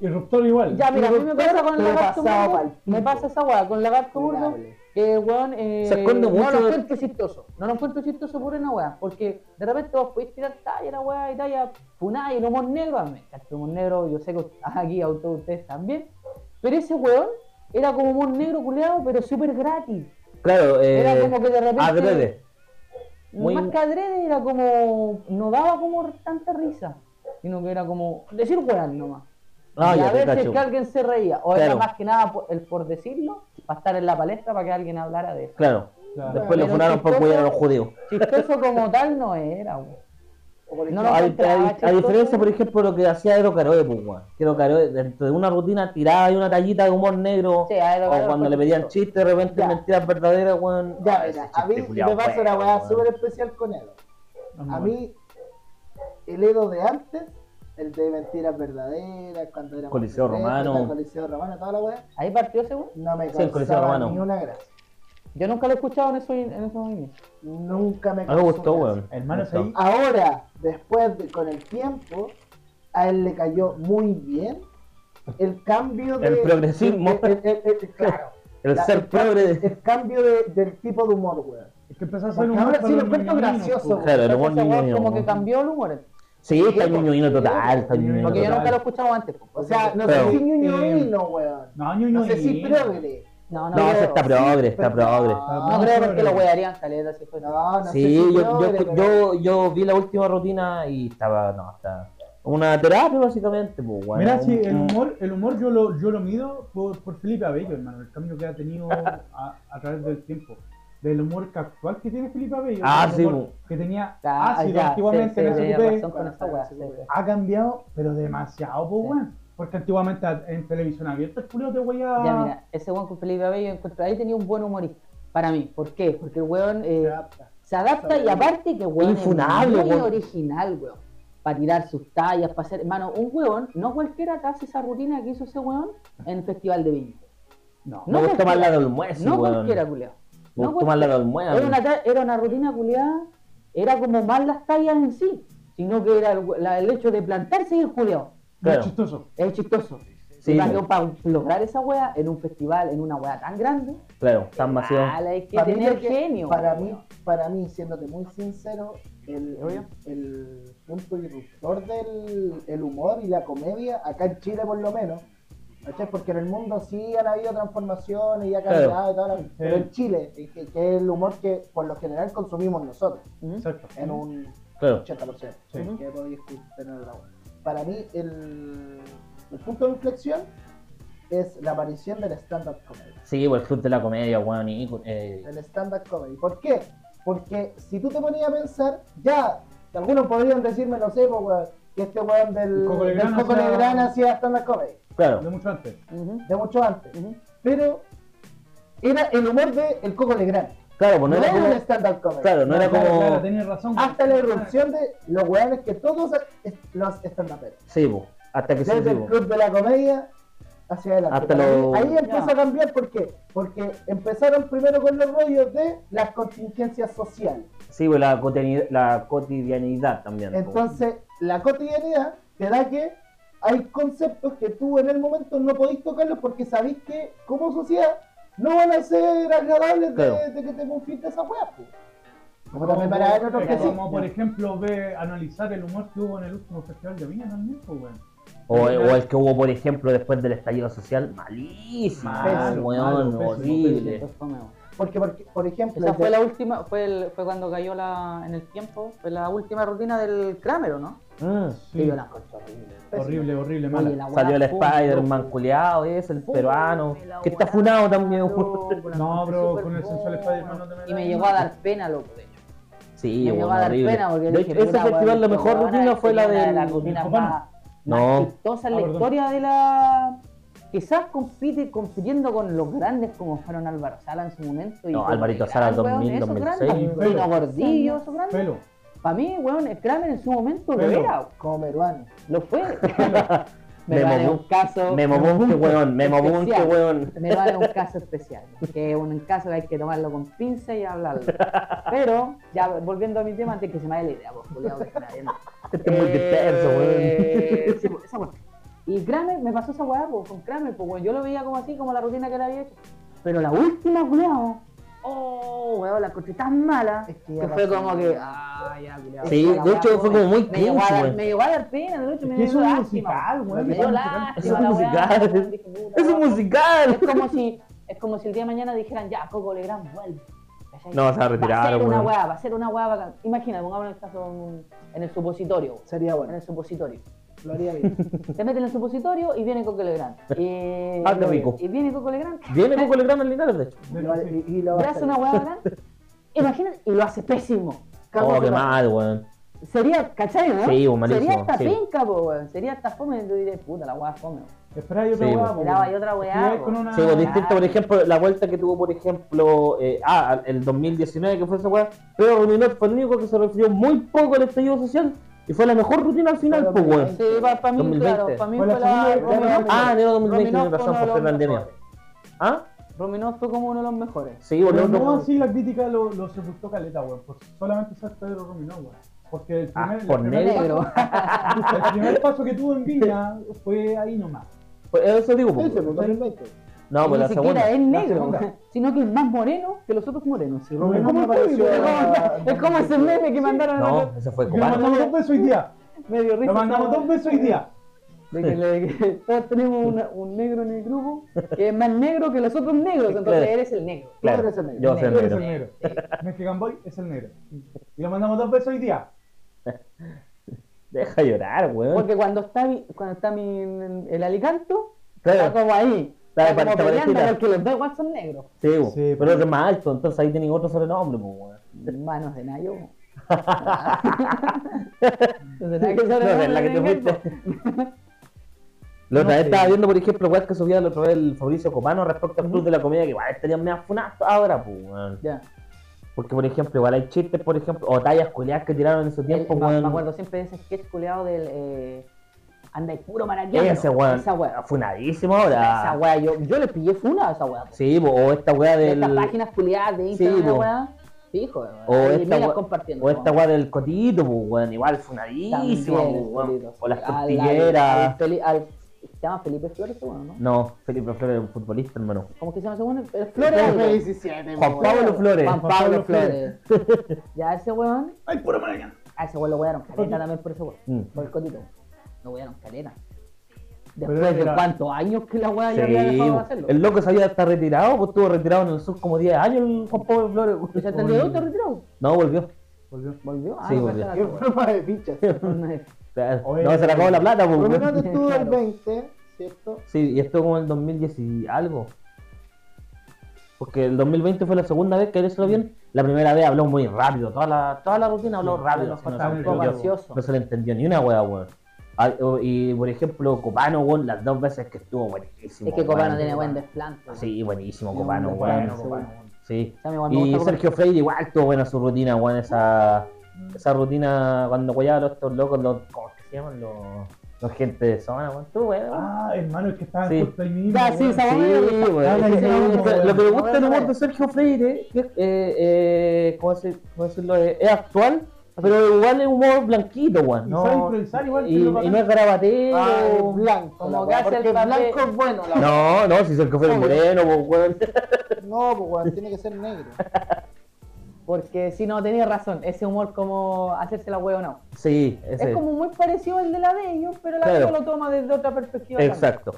Speaker 3: Y Ruptor igual.
Speaker 4: Ya, mira, a mí me pasa con el
Speaker 1: Pero
Speaker 4: lagarto
Speaker 1: pasado
Speaker 4: burdo.
Speaker 1: pa'l
Speaker 4: Me
Speaker 1: pico.
Speaker 4: pasa esa weá con el lagarto burdo. Que el weón. eh,
Speaker 2: Se esconde mucho
Speaker 4: No lo
Speaker 2: de-
Speaker 4: encuentro chistoso. No lo encuentro chistoso por una weá. Porque de repente vos podés tirar talla, la weá y talla. Funá y el humor negro. A mí me encanta el humor negro. Yo sé que aquí a todos ustedes también. Pero ese weón era como humor negro culeado, pero súper gratis.
Speaker 2: Claro, eh.
Speaker 4: Era como que de repente.
Speaker 2: adrede. Muy-
Speaker 4: Más que adrede era como. No daba como tanta risa. Sino que era como. Decir weón nomás.
Speaker 2: Ah,
Speaker 4: y
Speaker 2: ya
Speaker 4: a
Speaker 2: te
Speaker 4: ver si es
Speaker 2: cacho.
Speaker 4: que alguien se reía. O era
Speaker 2: Claro.
Speaker 4: más que nada por- el por decirlo, para estar en la palestra para que alguien hablara de eso.
Speaker 2: Claro.
Speaker 3: Claro.
Speaker 2: Después lo
Speaker 4: Pero
Speaker 2: funaron por
Speaker 4: chistoso-
Speaker 2: cuidar a los judíos.
Speaker 4: Chistoso como tal no era, güey. No lo
Speaker 2: a,
Speaker 4: encontraba
Speaker 2: a- a
Speaker 4: chistoso.
Speaker 2: diferencia, por ejemplo, de lo que hacía Edo Caroe, pues, weón. Que Edo Caroe, dentro de una rutina tiraba ahí una tallita de humor negro.
Speaker 4: Sí, a Edo
Speaker 2: o
Speaker 4: Caroe
Speaker 2: cuando
Speaker 4: fue
Speaker 2: le pedían
Speaker 4: chistoso.
Speaker 2: chistes, de repente
Speaker 1: Ya.
Speaker 2: mentiras verdaderas, weón.
Speaker 1: Ya,
Speaker 2: Ah, ese
Speaker 1: mira, a
Speaker 2: chiste
Speaker 1: mí
Speaker 2: culiao,
Speaker 1: me pasa una
Speaker 2: weón,
Speaker 1: weá
Speaker 2: weón.
Speaker 1: súper especial con él.
Speaker 3: Vamos,
Speaker 1: A
Speaker 3: weón.
Speaker 1: mí, el Edo de antes, el de mentiras verdaderas, cuando era
Speaker 2: Coliseo Romano.
Speaker 1: Coliseo Romano, toda la weá,
Speaker 4: Ahí partió ese, güey.
Speaker 1: no me
Speaker 2: Sí, el Coliseo
Speaker 1: causaba
Speaker 2: Romano.
Speaker 1: ni una gracia.
Speaker 4: Yo nunca lo he escuchado en esos en esos movimientos.
Speaker 1: Nunca me
Speaker 2: A mí me
Speaker 1: causó
Speaker 2: gustó,
Speaker 1: gracia.
Speaker 2: weón.
Speaker 3: Hermano,
Speaker 2: Me gustó.
Speaker 3: sí.
Speaker 1: Ahora, después, de- con el tiempo, a él le cayó muy bien el cambio de.
Speaker 2: El progresismo.
Speaker 1: el- el- el- el- claro.
Speaker 2: El
Speaker 1: La-
Speaker 2: ser
Speaker 1: el,
Speaker 2: progre.
Speaker 1: el cambio de- del tipo de humor, weón.
Speaker 3: Es que empezó a hacer
Speaker 1: Porque
Speaker 3: un.
Speaker 1: ahora sí lo encuentro
Speaker 3: cuento
Speaker 1: gracioso, weón.
Speaker 2: Claro, el humor
Speaker 4: Ese güey
Speaker 2: niño.
Speaker 4: como que cambió el humor.
Speaker 2: Sí, está el niño total. Está el
Speaker 3: Porque
Speaker 2: niño
Speaker 4: Porque yo
Speaker 3: Total.
Speaker 4: nunca lo he escuchado antes. po.
Speaker 1: O sea, no
Speaker 2: Pero-
Speaker 1: sé si ñoño
Speaker 3: eh,
Speaker 1: vino, weón.
Speaker 3: No, ñoño.
Speaker 1: No sé si
Speaker 3: ñoño.
Speaker 1: progre.
Speaker 4: No, no,
Speaker 2: No,
Speaker 4: creo.
Speaker 2: eso está progre, está progre.
Speaker 3: Ah,
Speaker 4: No, no creo porque lo huearían caleta si fue.
Speaker 1: No, no sé
Speaker 2: Sí,
Speaker 1: si
Speaker 2: yo,
Speaker 1: progre,
Speaker 2: yo,
Speaker 1: pero-
Speaker 2: yo, yo vi la última rutina y estaba, no, está una terapia básicamente, pues, weón.
Speaker 3: Mira, sí,
Speaker 2: Un-
Speaker 3: el
Speaker 2: un-
Speaker 3: humor, el humor yo lo, yo lo mido por, por Felipe Abello, hermano, el cambio que ha tenido a, a través del tiempo. Del humor actual que tiene Felipe Abello.
Speaker 2: Ah,
Speaker 3: el
Speaker 2: sí,
Speaker 3: humor
Speaker 2: bo.
Speaker 3: Que tenía
Speaker 4: Ah,
Speaker 3: ácido
Speaker 4: ya, sí,
Speaker 3: antiguamente,
Speaker 4: sí,
Speaker 3: no se
Speaker 4: tenía
Speaker 3: ocupé.
Speaker 4: razón con esa weá, sí, sí.
Speaker 3: Ha cambiado, pero demasiado, pues,
Speaker 4: Sí.
Speaker 3: weón. Porque antiguamente en televisión abierta el culo te weía.
Speaker 4: Ya, mira, ese weón con Felipe Abello encuentro, ahí tenía un buen humorista. Para mí, ¿por qué? Porque el weón eh,
Speaker 1: Se adapta.
Speaker 4: se adapta y aparte que el weón
Speaker 2: Infunable,
Speaker 4: es muy
Speaker 2: weón.
Speaker 4: original, weón. Para tirar sus tallas, para hacer... Hermano, un weón, no cualquiera casi esa rutina que hizo ese weón en el Festival de Viña.
Speaker 3: No.
Speaker 2: Me gustó más la del almuerzo,
Speaker 4: No
Speaker 2: weón.
Speaker 4: cualquiera, culiao.
Speaker 2: Me
Speaker 4: No
Speaker 2: gustó más la del
Speaker 4: Era
Speaker 2: almuerzo.
Speaker 4: una, ta- era una rutina culiada, era como más las tallas en sí, sino que era el, la- el hecho de plantarse y el culiao.
Speaker 2: Claro.
Speaker 3: Es chistoso.
Speaker 4: Es chistoso.
Speaker 2: Sí,
Speaker 4: Y para,
Speaker 2: weón.
Speaker 4: para lograr esa wea en un festival, en una wea tan grande,
Speaker 2: Claro, tan vacío.
Speaker 4: Ah, la hay que
Speaker 1: Para mí
Speaker 4: tener
Speaker 1: lo que-
Speaker 4: genio.
Speaker 1: Para
Speaker 4: weón.
Speaker 1: mí, para mí, siéndote muy sincero, el,
Speaker 4: Obvio.
Speaker 1: el punto irruptor del el humor y la comedia, acá en Chile por lo menos, ¿cachai? porque en el mundo sí han habido transformaciones y ha
Speaker 2: Claro.
Speaker 1: cambiado y toda la- pero en Chile, eh, que, que es el humor que por lo general consumimos nosotros,
Speaker 4: ¿Mm?
Speaker 3: Exacto.
Speaker 1: en un
Speaker 2: Claro.
Speaker 1: 80%.
Speaker 3: Sí.
Speaker 1: que podéis tener la web. Para mí, el, el punto de inflexión es la aparición del stand-up comedy.
Speaker 2: Sí, pues el club de la comedia, weón. y, eh,
Speaker 1: el stand-up comedy. ¿Por qué? Porque si tú te ponías a pensar, ya, algunos podrían decirme, no sé, po, weón, que este weón del
Speaker 3: El Coco
Speaker 1: del
Speaker 3: Legrand
Speaker 1: Coco
Speaker 3: hacía-
Speaker 1: Legrand hacía stand-up comedy,
Speaker 3: De
Speaker 2: claro.
Speaker 3: mucho antes.
Speaker 4: Ujú.
Speaker 1: de mucho antes.
Speaker 4: Ujú.
Speaker 1: Pero era el humor de el Coco Legrand,
Speaker 2: Claro, pues
Speaker 1: no
Speaker 2: no
Speaker 1: era
Speaker 2: era
Speaker 1: un
Speaker 2: como.
Speaker 1: stand-up comedy.
Speaker 2: Claro, no era
Speaker 3: Claro, claro,
Speaker 2: como.
Speaker 3: tenías razón.
Speaker 1: Hasta la irrupción de los weones que todos es- los stand-uperos.
Speaker 2: Sí, pues. Hasta que sí, pues.
Speaker 1: Desde
Speaker 2: sí,
Speaker 1: el
Speaker 2: po.
Speaker 1: club de la comedia hacia adelante.
Speaker 2: Hasta
Speaker 1: Para
Speaker 2: lo-
Speaker 1: mí, Ahí empieza
Speaker 4: Ya.
Speaker 1: a cambiar, ¿por qué? Porque empezaron primero con los rollos de las contingencias sociales.
Speaker 2: Sí, pues la, cotidianidad, la cotidianidad también. pues. po.
Speaker 1: Entonces, la cotidianidad te da que hay conceptos que tú en el momento no podés tocarlos porque sabés que como sociedad no van a ser agradables de- de,
Speaker 2: Claro.
Speaker 1: que te conflicte esa weá. po. Como
Speaker 3: Como,
Speaker 1: también para ver
Speaker 3: por-
Speaker 1: otros
Speaker 3: es
Speaker 1: que sí.
Speaker 3: como, por ejemplo, ve, analizar el humor que hubo en el último festival de Viña también, pues, weón.
Speaker 2: O, o el que hubo, por ejemplo, después del estallido social, malísimo,
Speaker 1: Malo,
Speaker 2: weón,
Speaker 3: malo, pésimo,
Speaker 2: horrible.
Speaker 3: este.
Speaker 4: Eso fue nuevo.
Speaker 1: Porque, porque, por ejemplo,
Speaker 4: Esa
Speaker 1: el
Speaker 4: fue
Speaker 1: de-
Speaker 4: la última, fue, el- fue cuando cayó la, en el tiempo, fue la última rutina del Kramer, ¿o no?
Speaker 2: Mm.
Speaker 4: Y yo la encontré horrible.
Speaker 3: Horrible, horrible,
Speaker 4: Oye,
Speaker 3: mala.
Speaker 4: la
Speaker 2: Salió el
Speaker 4: weá, pum,
Speaker 2: Spider-Man
Speaker 4: pum.
Speaker 2: culeado, es el peruano,
Speaker 4: la
Speaker 2: que está
Speaker 4: weá.
Speaker 2: funado también.
Speaker 4: Loco, la
Speaker 3: No,
Speaker 4: encontré
Speaker 3: bro,
Speaker 4: súper
Speaker 3: con el sensual
Speaker 4: buena.
Speaker 3: Spider-Man no te metas.
Speaker 4: Y me llegó a dar pena, loco, de hecho.
Speaker 2: Sí,
Speaker 4: me
Speaker 2: weón,
Speaker 4: llegó a dar
Speaker 2: horrible.
Speaker 4: pena
Speaker 2: De
Speaker 4: porque dije,
Speaker 2: hecho, ese
Speaker 4: puta,
Speaker 2: festival,
Speaker 4: weón,
Speaker 2: la mejor
Speaker 4: esta
Speaker 2: rutina
Speaker 4: weona
Speaker 2: fue la
Speaker 4: tenía
Speaker 2: del...
Speaker 4: las rutinas
Speaker 3: Copano.
Speaker 4: más, más
Speaker 2: No,
Speaker 4: chistosas en
Speaker 3: Ah,
Speaker 4: la
Speaker 3: perdón.
Speaker 4: historia de la... Quizás compite, compitiendo con los grandes como fueron Álvaro Sala en su momento. Y
Speaker 2: No,
Speaker 4: con
Speaker 2: Alvarito
Speaker 4: Legrand,
Speaker 2: Sala
Speaker 4: weón,
Speaker 2: 2000,
Speaker 4: esos
Speaker 2: 2006,
Speaker 4: grandes,
Speaker 3: weón.
Speaker 4: Pino Gordillo, esos grandes.
Speaker 3: Pelo.
Speaker 4: Para mí, weón, el Kramer en su momento lo
Speaker 3: Pelo.
Speaker 4: era,
Speaker 1: como peruano.
Speaker 4: lo fue. Me
Speaker 2: Memo
Speaker 4: vale un
Speaker 2: Bun-
Speaker 4: caso.
Speaker 2: Memo Bunke, weón, Memo
Speaker 4: Este Especial.
Speaker 2: Bunke, weón.
Speaker 4: Me vale un caso especial, que es un caso que hay que tomarlo con pinza y hablarlo. Pero, ya volviendo a mi tema, antes que se me vaya la idea, pues, culiao, que se me vaya la idea.
Speaker 2: Este es muy disperso, weón.
Speaker 4: Eh, sí, pues, esa weá. Y Kramer, me pasó esa weá, pues, con Kramer, pues, weón, yo lo veía como así, como la rutina que él había hecho. Pero la última, culiao, oh, weón, la encontré tan mala,
Speaker 1: Es que
Speaker 4: que,
Speaker 1: ya
Speaker 4: fue
Speaker 1: pasó.
Speaker 4: como que, ah, ya, culiao.
Speaker 2: Sí,
Speaker 4: Esa
Speaker 2: de
Speaker 4: weá,
Speaker 2: hecho, fue como muy
Speaker 4: me llegó a
Speaker 2: cringe,
Speaker 4: dar-
Speaker 2: weón.
Speaker 4: Me llegó a dar pena, de hecho, me
Speaker 3: Es que es
Speaker 4: dio
Speaker 3: un
Speaker 4: lástima.
Speaker 3: musical, weón.
Speaker 4: Me
Speaker 3: Es
Speaker 4: dio
Speaker 3: un
Speaker 4: lástima.
Speaker 2: Es un
Speaker 4: la weá,
Speaker 2: musical.
Speaker 4: weón, dije, puta,
Speaker 2: Es un
Speaker 4: weón.
Speaker 2: musical.
Speaker 4: Es como si, es como si el día de mañana dijeran, ya, Coco Legrand vuelve. ¿Cachai?
Speaker 2: No, se va a retirar,
Speaker 4: Va a ser una
Speaker 2: weón.
Speaker 4: weá, va a ser una weá bacán. Imagina, pongamos en el caso un- en el supositorio. weón.
Speaker 1: Sería
Speaker 4: En
Speaker 1: bueno,
Speaker 4: el supositorio.
Speaker 1: lo haría bien.
Speaker 4: Te meten en el supositorio y viene Coco Legrand. Y,
Speaker 2: Ah, qué rico.
Speaker 4: y viene Coco Legrand,
Speaker 2: Viene Coco Legrand al Linares, de hecho.
Speaker 1: Lo- y, y lo
Speaker 4: le hace una weá bacán. Imagínate, y lo hace pésimo. Cago
Speaker 2: Oh,
Speaker 4: en
Speaker 2: qué
Speaker 4: su madre.
Speaker 2: mal, weón.
Speaker 4: Sería, ¿cachai, no?
Speaker 2: Sí, weón, malísimo,
Speaker 4: Sería hasta
Speaker 2: sí.
Speaker 4: penca, po, weón. Sería hasta fome. Yo diría, puta, la weá es fome. weón.
Speaker 3: Espera, hay otra
Speaker 2: Sí,
Speaker 3: weá,
Speaker 2: weón.
Speaker 3: po,
Speaker 4: Esperaba
Speaker 3: weón.
Speaker 4: hay otra weá,
Speaker 3: Estuve
Speaker 4: po.
Speaker 3: con una-
Speaker 2: Sí, pues distinto,
Speaker 4: Ah.
Speaker 2: por ejemplo, la vuelta que tuvo, por ejemplo, eh, ah, el 2019, que fue esa weá, Pedro Ruminot fue el único que se refirió muy poco al estallido social y fue la mejor rutina al final, pues, weón.
Speaker 4: Sí, para mí,
Speaker 2: 2020.
Speaker 4: claro. Para mí
Speaker 3: Fue
Speaker 4: fue
Speaker 3: la
Speaker 4: la.
Speaker 3: segunda de
Speaker 4: Rominov-
Speaker 2: Ah, enero 2020,
Speaker 4: Rominov
Speaker 2: tiene razón,
Speaker 4: fue uno
Speaker 2: por
Speaker 4: de los
Speaker 2: pandemia.
Speaker 4: mejores.
Speaker 2: ¿Ah?
Speaker 4: Rominov fue como uno de los mejores.
Speaker 2: Sí, boludo.
Speaker 3: Pero
Speaker 2: no- pues,
Speaker 3: no, sí, la crítica lo, lo sepultó caleta, weón. Por solamente ser Pedro Romino, weón. Porque el
Speaker 2: Ah,
Speaker 3: primer, el
Speaker 2: por
Speaker 3: primer
Speaker 4: Negro.
Speaker 3: paso- el primer paso que tuvo en Viña fue ahí nomás.
Speaker 2: Pues eso digo, pues.
Speaker 1: Ese, pues, 2020.
Speaker 2: No, pues
Speaker 4: ni
Speaker 2: la
Speaker 4: siquiera
Speaker 2: segunda.
Speaker 4: es negro,
Speaker 3: segunda.
Speaker 4: sino que es más moreno que los otros morenos. Sí,
Speaker 3: Rominov
Speaker 4: ¿Cómo
Speaker 1: apareció
Speaker 4: fue?
Speaker 1: en la-
Speaker 4: Es como- es como ese meme que mandaron a la-
Speaker 2: No, ese fue
Speaker 3: Que lo mandamos
Speaker 2: cobarde.
Speaker 3: dos veces hoy día.
Speaker 4: medio risa.
Speaker 3: Lo mandamos dos veces hoy día.
Speaker 4: de que, le- que todos tenemos una- un negro en el grupo que es más negro que los otros negros, entonces
Speaker 2: Claro.
Speaker 4: eres el negro.
Speaker 2: Claro,
Speaker 1: eres el negro.
Speaker 2: yo soy el
Speaker 3: Tú eres
Speaker 2: negro.
Speaker 3: el negro. Mexican Boy es el negro. Y lo mandamos dos veces hoy día.
Speaker 2: Deja llorar, weón.
Speaker 4: Porque cuando está mi- cuando está mi- el Alicanto, está
Speaker 2: Claro,
Speaker 4: como ahí.
Speaker 2: Está
Speaker 4: Está,
Speaker 2: de
Speaker 4: como
Speaker 2: pare- está
Speaker 4: peleando
Speaker 2: parejita.
Speaker 4: porque los dos igual son negros.
Speaker 2: sí, weón.
Speaker 3: Sí,
Speaker 2: pero
Speaker 3: pues.
Speaker 2: es más alto, entonces ahí tienen otro sobrenombre, pues, weón.
Speaker 4: Manos de Nayo. Entonces, nada que
Speaker 2: No,
Speaker 4: sobrenombre
Speaker 2: es la que te fuiste.
Speaker 4: tenga, pues.
Speaker 2: La otra
Speaker 3: No
Speaker 2: vez
Speaker 3: sé.
Speaker 2: estaba viendo, por ejemplo, weón, que subía la otra vez el Fabricio Copano respecto al Club de la Comedia, que igual estarían medio funados ahora, pues, weón.
Speaker 4: Ya.
Speaker 2: Porque, por ejemplo, igual hay chistes, por ejemplo, o tallas culiadas que tiraron en su tiempo,
Speaker 4: El- me-
Speaker 2: pues, weón.
Speaker 4: Me acuerdo siempre de ese sketch culeado del. Eh, anda y puro maraqueando.
Speaker 2: Ese weón. Ah,
Speaker 4: Esa wea.
Speaker 2: Funadísimo ahora.
Speaker 4: Esa wea, yo, yo le pillé funa a esa wea.
Speaker 2: Sí, po, o esta weá
Speaker 4: De
Speaker 2: del.
Speaker 4: Estas páginas culeadas de Instagram,
Speaker 2: Sí,
Speaker 4: la
Speaker 2: po.
Speaker 4: wea. Fijo,
Speaker 2: O
Speaker 4: wea.
Speaker 2: esta
Speaker 4: milas
Speaker 2: wea-
Speaker 4: compartiendo.
Speaker 2: O esta
Speaker 4: wea.
Speaker 2: weá del cotito, pues, weón. Igual funadísimo,
Speaker 4: También,
Speaker 2: po, weón.
Speaker 4: Felipe.
Speaker 2: O las
Speaker 4: Al- al-
Speaker 2: costilleras.
Speaker 4: al Feli- al- Se llama Felipe Flores, ese weón, ¿no?
Speaker 2: No, Felipe Flores es un futbolista, hermano.
Speaker 4: ¿Cómo que se llama ese weón? El Flores. algo.
Speaker 1: Felipe 17,
Speaker 2: Juan Pablo Flores.
Speaker 4: Juan Pablo Flores. ya ese weón,
Speaker 3: ¡Ay, puro mañana!
Speaker 4: a ese weón lo wearon caleta también por ese weón.
Speaker 2: Mm.
Speaker 4: Por el cotito. Lo wearon caleta.
Speaker 3: Pero
Speaker 4: Después de
Speaker 3: era-
Speaker 4: cuántos años que la weá
Speaker 2: Sí,
Speaker 4: ya había dejado de
Speaker 2: po.
Speaker 4: hacerlo.
Speaker 2: el loco se había hasta retirado, pues estuvo retirado en el sur como 10 años el Juan Pablo Flores.
Speaker 4: ¿Y se
Speaker 2: weón.
Speaker 4: entendió te retiró?
Speaker 2: No, volvió.
Speaker 3: Volvió.
Speaker 4: ¿Volvió? Ah,
Speaker 2: Sí,
Speaker 4: no,
Speaker 2: volvió.
Speaker 4: cacha la
Speaker 1: Qué
Speaker 4: weá.
Speaker 1: forma de pinchas.
Speaker 2: Claro.
Speaker 3: Oye.
Speaker 2: No, se le acabó la plata, pues,
Speaker 1: Por lo
Speaker 2: weón.
Speaker 1: menos estuvo el
Speaker 4: Claro.
Speaker 1: 20, ¿cierto?
Speaker 2: Sí, y esto como en el 2010 y algo. Porque el 2020 fue la segunda vez que él hizo bien. La primera vez habló muy rápido. Toda la, toda la rutina habló
Speaker 3: Sí,
Speaker 2: rápido. así,
Speaker 3: nos
Speaker 2: no, se
Speaker 3: faltaba un
Speaker 2: entendió-
Speaker 4: poco ansioso.
Speaker 2: no se le entendió ni una wea, weón. Ah, o- Y por ejemplo, Copano, weón, las dos veces que estuvo buenísimo.
Speaker 4: Es que
Speaker 2: Copano
Speaker 4: Copano tiene buen desplante.
Speaker 2: Sí, buenísimo,
Speaker 4: Tiene
Speaker 2: Copano,
Speaker 4: buen
Speaker 2: weón.
Speaker 4: desplante, ese weón.
Speaker 2: Sí.
Speaker 4: O sea, igual me
Speaker 2: Y
Speaker 4: gusta
Speaker 2: Sergio Freire igual estuvo buena su rutina, weón. Esa, esa rutina cuando guayaba los estos locos, los. ¿Cómo se llaman? Los, los gente de zona, weón. Estuvo bueno, weón.
Speaker 3: Ah, hermano, es que estaban
Speaker 2: Sí.
Speaker 3: justo ahí mismo.
Speaker 4: Ya, sí,
Speaker 3: weón.
Speaker 4: esa-
Speaker 2: Sí, güey.
Speaker 3: Ah,
Speaker 2: Es que
Speaker 3: sí,
Speaker 2: me
Speaker 3: sí,
Speaker 2: gusta-
Speaker 3: sí.
Speaker 2: Lo que me gusta
Speaker 4: Bueno,
Speaker 2: del humor
Speaker 4: bueno.
Speaker 2: de Sergio Freire que es, eh, eh, ¿cómo decir- cómo decirlo? Es, es actual, pero igual es humor blanquito, güey.
Speaker 3: Y sabe
Speaker 2: No,
Speaker 3: improvisar igual. que
Speaker 2: y,
Speaker 3: lo
Speaker 2: y no es garabatero.
Speaker 1: Ah, es blanco.
Speaker 4: Como
Speaker 1: la
Speaker 4: que
Speaker 1: weá,
Speaker 4: hace el
Speaker 1: porque
Speaker 4: papel-
Speaker 1: blanco es bueno. La weá.
Speaker 2: No, no, si Sergio Freire es moreno, pues, güey.
Speaker 1: No, pues weón, tiene que ser negro.
Speaker 4: Porque si no, tenía razón. Ese humor como hacerse la wea o no.
Speaker 2: Sí, ese.
Speaker 4: Es como muy parecido al de la de ellos, pero la de
Speaker 2: Claro.
Speaker 4: ellos lo toma desde otra perspectiva. también.
Speaker 2: Exacto.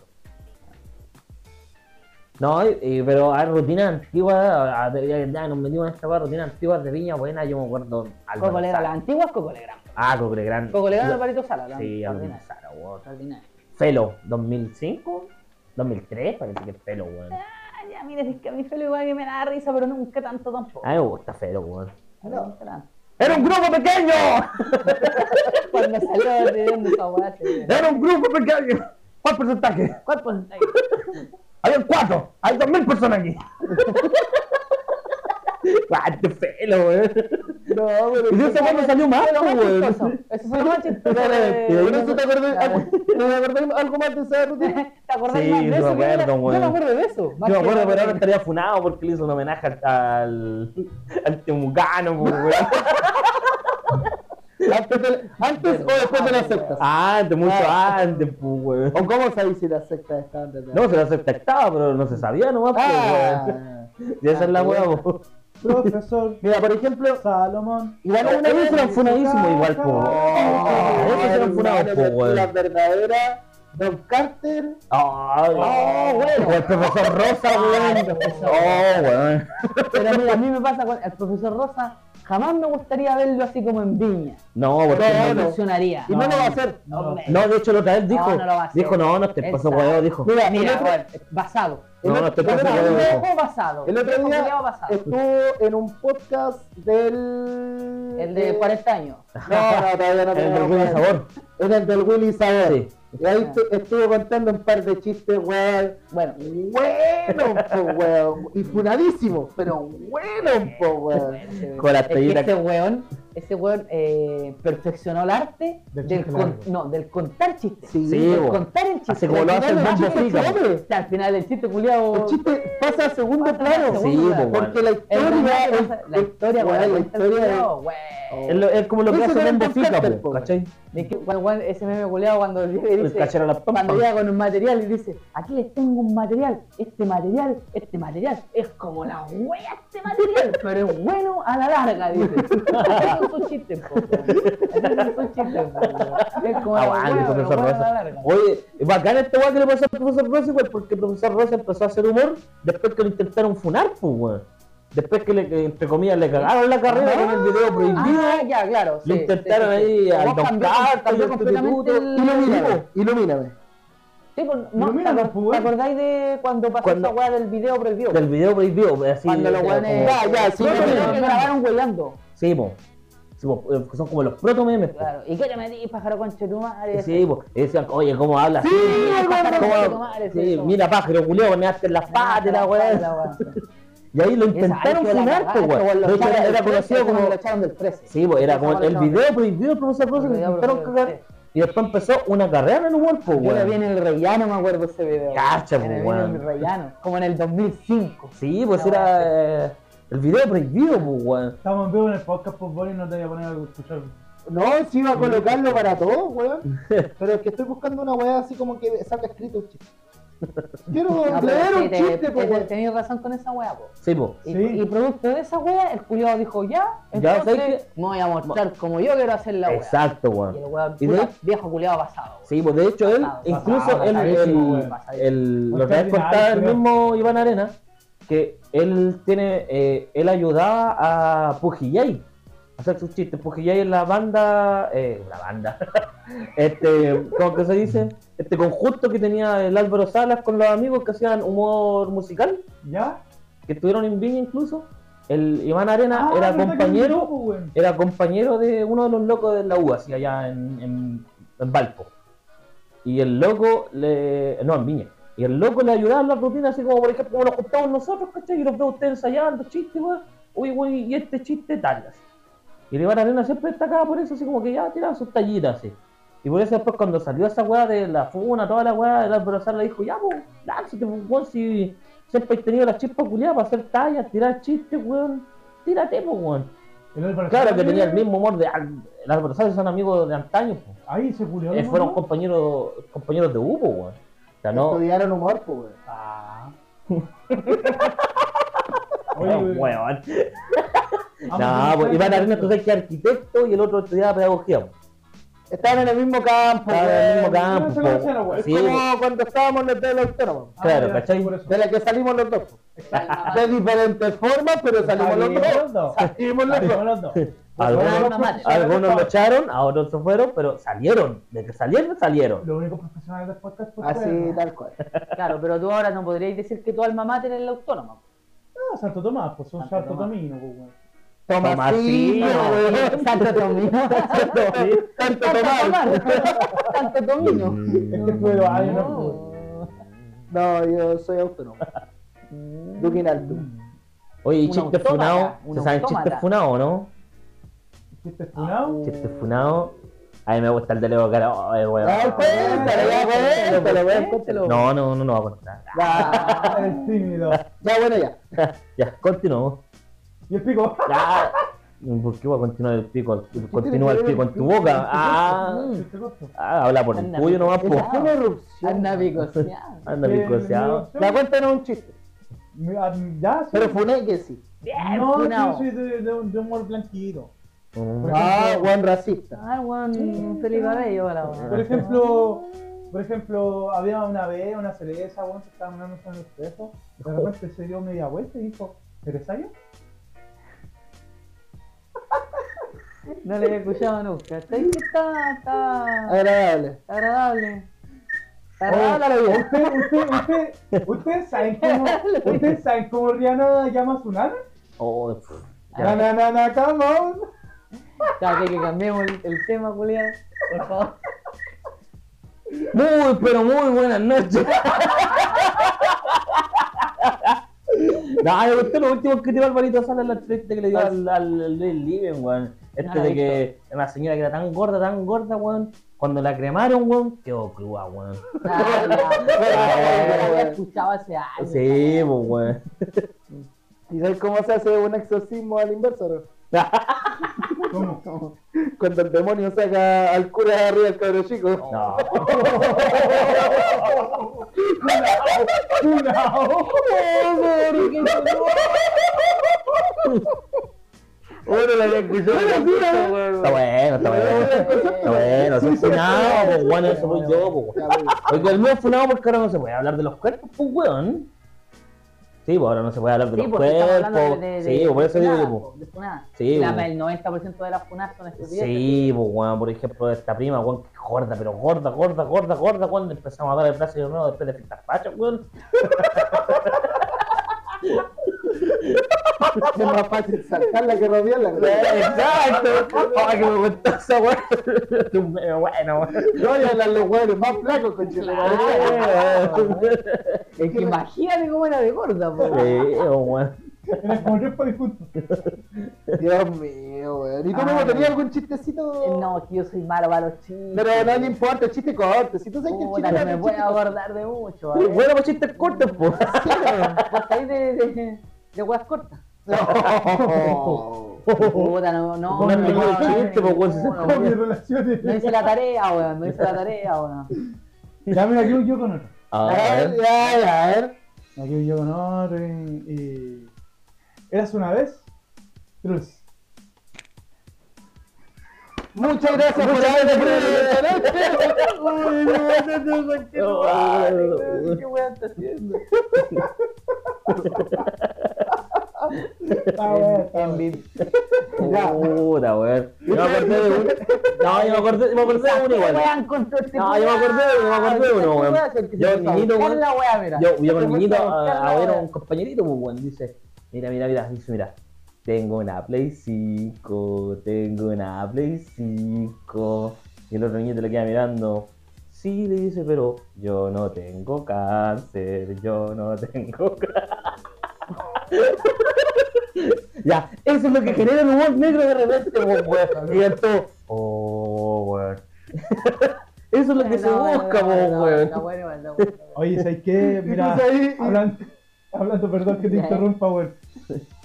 Speaker 2: No, y- y- pero hay rutinas antiguas, a- a- ya ya nos metimos en esta weá, rutinas antiguas de Viña Buena, yo me acuerdo. al
Speaker 4: Cocolera, las
Speaker 2: Balsar.
Speaker 4: antiguas Cocolegrán.
Speaker 2: Ah, Cobregrán.
Speaker 4: Cocolegrán, Alvarito Sala. la
Speaker 2: Sí, al
Speaker 4: ordinaria.
Speaker 2: Balsar, weón.
Speaker 4: Ordinaria.
Speaker 2: Felo, 2005, 2003, parece que es Felo, weón.
Speaker 4: Ah, ya, mira, es que a mí Felo igual que me da risa, pero nunca tanto tampoco.
Speaker 2: A mí me gusta Felo, weón.
Speaker 4: No, tanto.
Speaker 2: ¡Era un grupo pequeño!
Speaker 4: Cuando salió pidiendo esa weá, se-
Speaker 2: ¡Era un grupo pequeño! ¿Cuál porcentaje?
Speaker 4: ¿Cuál porcentaje?
Speaker 2: Habían cuatro, hay dos mil personas aquí. ¡Cuánto Felo, weón!
Speaker 1: No, pero.
Speaker 2: Y de ese weón no salió más,
Speaker 4: Pero más
Speaker 2: weón.
Speaker 4: chistoso. Eso fue lo más chistoso. de-
Speaker 2: Y de ahí no se te
Speaker 4: Claro.
Speaker 1: ¿No me acordé algo más de esa rutina?
Speaker 4: ¿Te acordás
Speaker 2: Sí,
Speaker 4: más de
Speaker 2: yo me
Speaker 4: eso? que
Speaker 2: acuerdo,
Speaker 4: era? Yo
Speaker 2: weón.
Speaker 4: me acuerdo de eso.
Speaker 2: Yo me acuerdo, pero ahora estaría funado porque le hizo un homenaje al, al, al temucano, po, weón.
Speaker 1: Antes, de- antes o después de las sectas.
Speaker 2: Antes, mucho
Speaker 1: Ah.
Speaker 2: antes, po, weón.
Speaker 1: ¿O cómo sabéis si las sectas estaban antes de
Speaker 2: No, se las aceptaba, pero no se sabía nomás, po, weón.
Speaker 1: Ah,
Speaker 2: Y esa es la weá, po.
Speaker 3: Profesor
Speaker 1: mira, por ejemplo,
Speaker 3: Salomón.
Speaker 2: Igual una vez se eran funadísimos, igual, po. A veces se eran funados, po,
Speaker 1: la
Speaker 2: weón.
Speaker 1: verdadera Don Carter.
Speaker 2: Oh,
Speaker 4: bueno.
Speaker 2: O el profesor
Speaker 1: Ah,
Speaker 2: Rosa, weón. Oh, weón.
Speaker 4: Pero mira, a mí me pasa con el profesor Rosa. Jamás me gustaría verlo así como en Viña.
Speaker 2: No, porque
Speaker 4: No,
Speaker 2: no,
Speaker 4: funcionaría.
Speaker 1: Y no lo va a hacer.
Speaker 4: No, hombre.
Speaker 2: no, de hecho, la otra vez dijo,
Speaker 4: No, no lo va a hacer.
Speaker 2: dijo, no, no te pasó,
Speaker 4: Exacto.
Speaker 2: weón, dijo.
Speaker 1: Mira,
Speaker 4: Mira,
Speaker 1: el otro-
Speaker 4: weón, basado.
Speaker 2: No, no te
Speaker 1: el otro-
Speaker 2: pases,
Speaker 4: Un
Speaker 2: weón.
Speaker 4: viejo basado.
Speaker 1: El otro
Speaker 4: Un
Speaker 1: día
Speaker 4: culiao basado.
Speaker 1: estuvo en un podcast del.
Speaker 4: El de 40 años.
Speaker 1: No, no, todavía no
Speaker 2: En el
Speaker 1: tenemos
Speaker 2: orgullo de
Speaker 1: plan.
Speaker 2: sabor.
Speaker 1: Era el del Willy Sabor.
Speaker 2: Sí.
Speaker 1: Y ahí te- estuvo contando un par de chistes, weón.
Speaker 4: Bueno,
Speaker 1: Bueno, po, weón. Y funadísimo, pero bueno, po, weón.
Speaker 2: Con la
Speaker 4: Es que
Speaker 2: estrellita.
Speaker 4: ese weón, ese weón eh, perfeccionó el arte
Speaker 3: Del
Speaker 4: del,
Speaker 3: chiste
Speaker 4: con-
Speaker 3: largo.
Speaker 4: no, del contar chistes.
Speaker 1: Sí,
Speaker 2: Sí,
Speaker 4: Del
Speaker 2: bo.
Speaker 4: contar el chiste.
Speaker 2: Así como lo
Speaker 4: Al
Speaker 2: hace
Speaker 4: final
Speaker 2: el
Speaker 4: del
Speaker 2: Bombo
Speaker 4: chiste,
Speaker 2: Frica.
Speaker 1: fome.
Speaker 4: Al final el chiste culiado.
Speaker 1: El chiste pasa a segundo
Speaker 4: Pasa a
Speaker 1: plano.
Speaker 4: segundo
Speaker 2: Sí, pues,
Speaker 4: plano.
Speaker 2: po,
Speaker 1: Porque la
Speaker 4: El
Speaker 1: historia.
Speaker 4: remate pasa- la historia,
Speaker 1: weón,
Speaker 4: weón,
Speaker 1: la historia Oh, es-
Speaker 2: Es, lo- es como lo que
Speaker 1: Eso
Speaker 2: hace
Speaker 1: era pues.
Speaker 2: Bombo
Speaker 1: Don
Speaker 2: Fica,
Speaker 1: Carter,
Speaker 2: po,
Speaker 1: po,
Speaker 2: pues, ¿cachai?
Speaker 4: De que, weón, weón, ese meme culiado cuando llega y
Speaker 2: El
Speaker 4: dice,
Speaker 2: cachero a la pompa.
Speaker 4: cuando llega con un material y dice, aquí les tengo un material, este material, este material, es como la wea este
Speaker 5: ese material.
Speaker 4: Pero es bueno a la larga, dice. Esos son chistes, po. Esos son chistes, po. Es como
Speaker 2: Aguante,
Speaker 4: bueno,
Speaker 2: Ah, profesor
Speaker 4: bueno a
Speaker 2: Rosa.
Speaker 4: la larga.
Speaker 2: Oye, es bacán esta weá que le pasó al profesor Rosa, igual, porque el profesor Rosa empezó a hacer humor después que lo intentaron funar, pues, weón. Después que, le, que, entre comillas, le cagaron la carrera con el video prohibido.
Speaker 4: Ah, ya, claro.
Speaker 2: Lo
Speaker 4: sí,
Speaker 2: intentaron
Speaker 4: sí, sí,
Speaker 2: ahí
Speaker 4: sí.
Speaker 2: al
Speaker 4: Vos
Speaker 2: Don
Speaker 4: cambió-
Speaker 2: Carter,
Speaker 4: cambió
Speaker 2: al
Speaker 4: completamente
Speaker 2: Instituto.
Speaker 4: el-
Speaker 1: Ilumíname, ilumíname.
Speaker 4: Sí, pues,
Speaker 3: Pero
Speaker 4: no,
Speaker 3: mira,
Speaker 4: ¿te,
Speaker 3: los
Speaker 4: acor- ¿te
Speaker 3: jugadores-
Speaker 4: acordáis de cuando pasó
Speaker 2: Cuando-
Speaker 4: esa weá del video prohibido?
Speaker 2: Del video prohibido, pues, así.
Speaker 4: cuando los
Speaker 2: como-
Speaker 4: weones.
Speaker 1: Ya, ya, sí,
Speaker 4: Los
Speaker 1: me
Speaker 4: videos
Speaker 1: acuerdo.
Speaker 4: que grabaron hueleando.
Speaker 2: Sí, po. pues, Sí, po, eh, Son como los proto memes, pues. po.
Speaker 4: Claro. ¿Y qué le metí, pájaro con chetumare?
Speaker 2: Sí, po. Y decían, oye, ¿cómo hablas? Sí,
Speaker 4: pájaro
Speaker 2: ¿cómo-
Speaker 4: conchetumare,
Speaker 2: sí,
Speaker 4: eso.
Speaker 2: mira, pájaro, culeo, me daste en las patas, la weá. Y ahí lo intentaron funar, po, weón. De hecho, era- era conocido como.
Speaker 4: Lo echaron del 13.
Speaker 2: Sí, pues era como el
Speaker 4: Esa weá
Speaker 2: video prohibido del profesor Rosa que
Speaker 4: El
Speaker 2: se
Speaker 4: video
Speaker 2: intentaron
Speaker 4: prohibido,
Speaker 2: cagar. Y después empezó una carrera en humor, pues,
Speaker 4: Yo lo vi
Speaker 2: weón.
Speaker 4: en el rellano, me acuerdo ese video.
Speaker 2: Cacha,
Speaker 4: En
Speaker 2: pues,
Speaker 4: el video en el
Speaker 2: weón.
Speaker 4: rellano, como en el 2005.
Speaker 2: Sí, pues
Speaker 4: Una weá
Speaker 2: era eh, el video prohibido, pues, weón.
Speaker 3: Estamos en vivo en el podcast por Boris, no te voy a poner a escuchar.
Speaker 1: No, si iba a colocarlo para todo, weón. Pero es que estoy buscando una weá así como que salga escrito un chiste. Quiero
Speaker 4: No, pero
Speaker 1: leer
Speaker 4: sí,
Speaker 1: un
Speaker 4: te-
Speaker 1: chiste,
Speaker 4: te-
Speaker 1: pues, weón.
Speaker 4: Tenéis razón con esa weá, po.
Speaker 2: Sí, pues.
Speaker 4: Y,
Speaker 3: Sí.
Speaker 4: y producto de esa wea, el culiado dijo, ya,
Speaker 2: Ya,
Speaker 4: entonces
Speaker 2: ¿sabes
Speaker 4: me voy a mostrar como yo quiero hacer la wea.
Speaker 2: Exacto,
Speaker 4: Y el
Speaker 2: weón.
Speaker 4: weón,
Speaker 2: Y
Speaker 4: puta,
Speaker 2: de-
Speaker 4: viejo culiado pasado. wea.
Speaker 2: Sí, pues de hecho él,
Speaker 4: Pasado, Ah,
Speaker 2: incluso
Speaker 4: pasado,
Speaker 2: él,
Speaker 4: pasadísimo,
Speaker 2: el,
Speaker 4: weón, pasadísimo.
Speaker 2: el, lo que
Speaker 3: Oscar
Speaker 2: ha contado el
Speaker 3: Vidal,
Speaker 2: mismo Iván Arena, que él tiene, eh, él ayudaba a Pujillay a hacer sus chistes. Pujillay es la banda, eh, la banda, este, ¿cómo que se dice? Este conjunto que tenía el Álvaro Salas con los amigos que hacían humor musical,
Speaker 3: ¿Ya?
Speaker 2: que estuvieron en Viña incluso. El Iván Arena
Speaker 3: Ah,
Speaker 2: era
Speaker 3: ¿verdad que
Speaker 2: compañero
Speaker 3: no, pues, weón?
Speaker 2: era compañero de uno de los locos de la U, así allá en, en, en Valpo. Y el loco le. No, en Viña. Y el loco le ayudaba en las rutinas, así como por ejemplo, como los juntamos nosotros, ¿cachai? Y los veo ustedes ensayando chistes, weón. Uy, güey, y este chiste tal, así. Y el Iván Arena siempre destacaba por eso, así como que ya tiraba sus tallitas, así. Y por eso después cuando salió esa weá de la funa, toda la weá, el Álvaro Sala dijo, ya, pues, lánzate, pues, weón, si siempre has tenido la chispa culiada para hacer tallas, tirar chistes, weón. Tírate, pues, weón.
Speaker 3: El Álvaro
Speaker 2: Claro que
Speaker 3: Salas,
Speaker 2: tenía el mismo humor de Al- el Álvaro Salas son amigos de antaño, po.
Speaker 3: Ahí se culió.
Speaker 2: Eh, fueron compañeros compañeros de U, po, weón. O sea, no,
Speaker 1: Estudiaron humor, pues, weón.
Speaker 3: Ah.
Speaker 2: no, weón. No, pues Iván Arena, tú sabes que es arquitecto y el otro estudiaba pedagogía. po.
Speaker 1: Estaban en el mismo campo,
Speaker 2: Estaba en el mismo
Speaker 1: weón.
Speaker 3: no se conocían,
Speaker 2: campo. po.
Speaker 3: weón.
Speaker 1: Es
Speaker 2: Sí,
Speaker 1: como cuando estábamos en el de la autónoma,
Speaker 3: Ah,
Speaker 2: claro, ¿cachai?
Speaker 1: de la que salimos los dos. po. De diferentes formas,
Speaker 2: pues,
Speaker 1: pero salimos los dos. Salimos los dos.
Speaker 3: Pues,
Speaker 2: po. algunos,
Speaker 4: Una madre.
Speaker 2: algunos lo echaron, a otros se fueron, pero salieron. De que salieron, salieron.
Speaker 3: Los únicos profesionales del podcast
Speaker 2: Ah,
Speaker 3: pues,
Speaker 1: Así,
Speaker 3: fueron-
Speaker 1: tal cual.
Speaker 4: Claro, pero tú ahora no podríais decir que tu alma mater es la autónoma. po.
Speaker 3: Ah, Santo Tomás, pues son
Speaker 4: Santo
Speaker 3: Santo
Speaker 4: Tomás.
Speaker 3: Tomino, pues, weón.
Speaker 1: Tomasino,
Speaker 2: Tomasino,
Speaker 1: weón.
Speaker 4: Santo Tomino.
Speaker 1: Tanto
Speaker 4: Santo
Speaker 1: tomar.
Speaker 4: Tomás. Santo Tomino.
Speaker 2: Mm.
Speaker 3: Es que fue dos años, ¿no?
Speaker 1: No, yo soy autónomo. Duque en alto.
Speaker 2: Oye, ¿y
Speaker 4: Un
Speaker 2: chiste
Speaker 4: autómata,
Speaker 2: funado?
Speaker 4: un
Speaker 2: ¿Se saben chiste
Speaker 4: autómata.
Speaker 2: funado o no?
Speaker 3: ¿Chiste
Speaker 2: Ah,
Speaker 3: funado?
Speaker 2: Chiste funado. A mí me gusta el de Leo Caro. eh, weón.
Speaker 1: Ya, cuéntalo, pues, ya, cuéntalo, weón, cuéntalo.
Speaker 2: No, no, no, no va a contar.
Speaker 1: Ya,
Speaker 3: Eres tímido.
Speaker 1: ya, bueno, ya.
Speaker 2: Ya, continuamos.
Speaker 3: Y el pico. ¡ah!
Speaker 2: Ya. ¿Por qué va a continuar el pico? Continúa el pico en tu boca. Ah,
Speaker 3: Chiste corto.
Speaker 2: ah, habla por el
Speaker 4: Anda,
Speaker 2: tuyo nomás, po.
Speaker 4: picoseado.
Speaker 1: Una erupción.
Speaker 4: Anda picoseado.
Speaker 2: Anda,
Speaker 3: Eh,
Speaker 2: picoseado.
Speaker 1: La cuenta no es un chiste,
Speaker 3: Mira, Ya, sí.
Speaker 1: pero fue que sí.
Speaker 5: Bien.
Speaker 3: No,
Speaker 4: funado.
Speaker 3: yo soy de, de un de un humor blanquito.
Speaker 2: Mm,
Speaker 1: Ah, buen racista.
Speaker 4: Ah, weón, Felipe Abello para
Speaker 3: Por ejemplo, por ejemplo, había una vez una cereza, bueno, se estaban dando en el espejo, de repente se dio media vuelta y dijo, ¿Cerezario?
Speaker 4: No le había escuchado nunca. Está, está, está
Speaker 1: Agradable.
Speaker 4: agradable. Está
Speaker 2: Oh.
Speaker 1: Agradable
Speaker 4: agradable.
Speaker 1: bien.
Speaker 3: ¿Usted, usted, usted, ustedes saben cómo, ustedes saben cómo Rihanna llama a su nana?
Speaker 2: Oh, pf,
Speaker 3: Na,
Speaker 2: ya.
Speaker 3: na, na, na, come on.
Speaker 4: Ya, que, que cambiemos el, el tema, Julián. Por favor.
Speaker 2: Muy, pero muy buenas noches. No, me gustó lo último que tiró Alvarito Sala en la entrevista que le dio al, al, al Lil Liven, weón. Este
Speaker 4: Ah,
Speaker 2: de que Ah. la señora que era tan gorda, tan gorda, weón. Cuando la cremaron, weón, quedó cruda, weón.
Speaker 4: Ah, ya.
Speaker 1: ya, ya.
Speaker 4: Ya había escuchado hace años.
Speaker 2: pues. Sí, pues, weón.
Speaker 1: ¿Y sabes cómo se hace un exorcismo al inverso? no?
Speaker 3: ¿Cómo?
Speaker 1: Cuando el demonio saca al cura de arriba del cabro chico.
Speaker 2: No.
Speaker 3: Funao.
Speaker 2: Bueno, la había escuchado. Está bueno, está bueno. Está bueno, soy funado, pues bueno, eso soy yo, pues weón.
Speaker 1: Ya, bueno.
Speaker 2: Oiga, el mío es funado porque ahora no se puede hablar de los cuerpos, pues weón. Sí, pues ahora no se puede hablar de
Speaker 4: Sí,
Speaker 2: los
Speaker 4: porque estamos hablando
Speaker 2: cuerpos.
Speaker 4: de, de,
Speaker 2: Sí,
Speaker 4: de
Speaker 2: pues, por eso digo yo,
Speaker 4: funadas,
Speaker 2: pues.
Speaker 4: po, de funadas.
Speaker 2: Sí,
Speaker 4: La-
Speaker 2: po.
Speaker 4: el 90% de las funas son estupideces.
Speaker 2: Sí, pues, weón, por ejemplo, esta prima, weón, que es gorda, pero gorda, gorda, gorda, gorda, cuando empezamos a dar el brazo de nuevo después de pintar fachas, weón.
Speaker 1: Es más fácil saltarla que rodearla. ¿no?
Speaker 2: Exacto, para que me contó esa weón. Tú, pero Bueno, weón.
Speaker 1: No, y hablan los hueones más flacos, conchetumare.
Speaker 4: Ah, Es que imagínate cómo era de gorda, pues. po.
Speaker 2: Sí, weón.
Speaker 3: Era como tres pares juntos.
Speaker 1: Dios mío, weón. ¿Y tú
Speaker 4: Ay.
Speaker 1: no tenías algún chistecito?
Speaker 4: No, es que yo soy malo para los chistes.
Speaker 1: Pero no le importa, el chiste corto. Si tú sabes que el
Speaker 4: Puta,
Speaker 1: chiste corto
Speaker 4: no me
Speaker 1: es
Speaker 4: voy
Speaker 1: chiste
Speaker 4: a
Speaker 1: corto.
Speaker 4: acordar de mucho.
Speaker 2: Uy,
Speaker 4: ¿vale?
Speaker 2: Bueno, para chistes cortos, pues.
Speaker 4: Sí, pero vos salís de, de, de weas cortas.
Speaker 1: No.
Speaker 4: Puta, no, no.
Speaker 2: No,
Speaker 4: No,
Speaker 2: no, no,
Speaker 4: no, no,
Speaker 2: Oh. chiste, pues, po, weón, si se
Speaker 4: no,
Speaker 3: Como
Speaker 4: no,
Speaker 3: de relaciones.
Speaker 4: no hice la tarea, weón. No hice la tarea, weón.
Speaker 3: Ya, mira, aquí voy yo con otro.
Speaker 2: A
Speaker 1: A ver,
Speaker 2: ver.
Speaker 1: ya, ya, a ver.
Speaker 3: Aquí voy yo con otro. y- y- Eras una vez. Trulls.
Speaker 1: Muchas gracias por haberme
Speaker 4: ¿Qué weón estás haciendo?
Speaker 3: Está bueno, está bueno.
Speaker 2: Puta, weón. Yo me acordé de uno. No, yo me acordé, me acordé de uno igual.
Speaker 4: Weón, con todo este
Speaker 2: No, yo me acordé de uno, me acordé de uno, weón. Yo, niñito,
Speaker 4: ¿Cuál
Speaker 2: weón.
Speaker 4: es la weá, mira?
Speaker 2: Yo, yo con
Speaker 4: Te
Speaker 2: el niñito
Speaker 4: fuiste a buscar
Speaker 2: a, a
Speaker 4: la
Speaker 2: ver a
Speaker 4: weá.
Speaker 2: un compañerito, pues, weón, dice, mira, mira, mira, dice, mira, tengo una Play 5, tengo una Play 5. Y el otro niñito le queda mirando, sí, le dice, pero yo no tengo cáncer, yo no tengo cáncer. ya, eso es lo que genera el humor negro de repente, pues, weón. Y entonces, oh, weón. Eso es lo que se
Speaker 4: No, no,
Speaker 2: busca,
Speaker 4: no,
Speaker 2: pues,
Speaker 4: no,
Speaker 2: weón.
Speaker 4: está bueno, igual, está bueno.
Speaker 3: Oye, ¿sabes qué? Mira, hablando, hablando, perdón que te
Speaker 4: Ya.
Speaker 3: interrumpa, weón.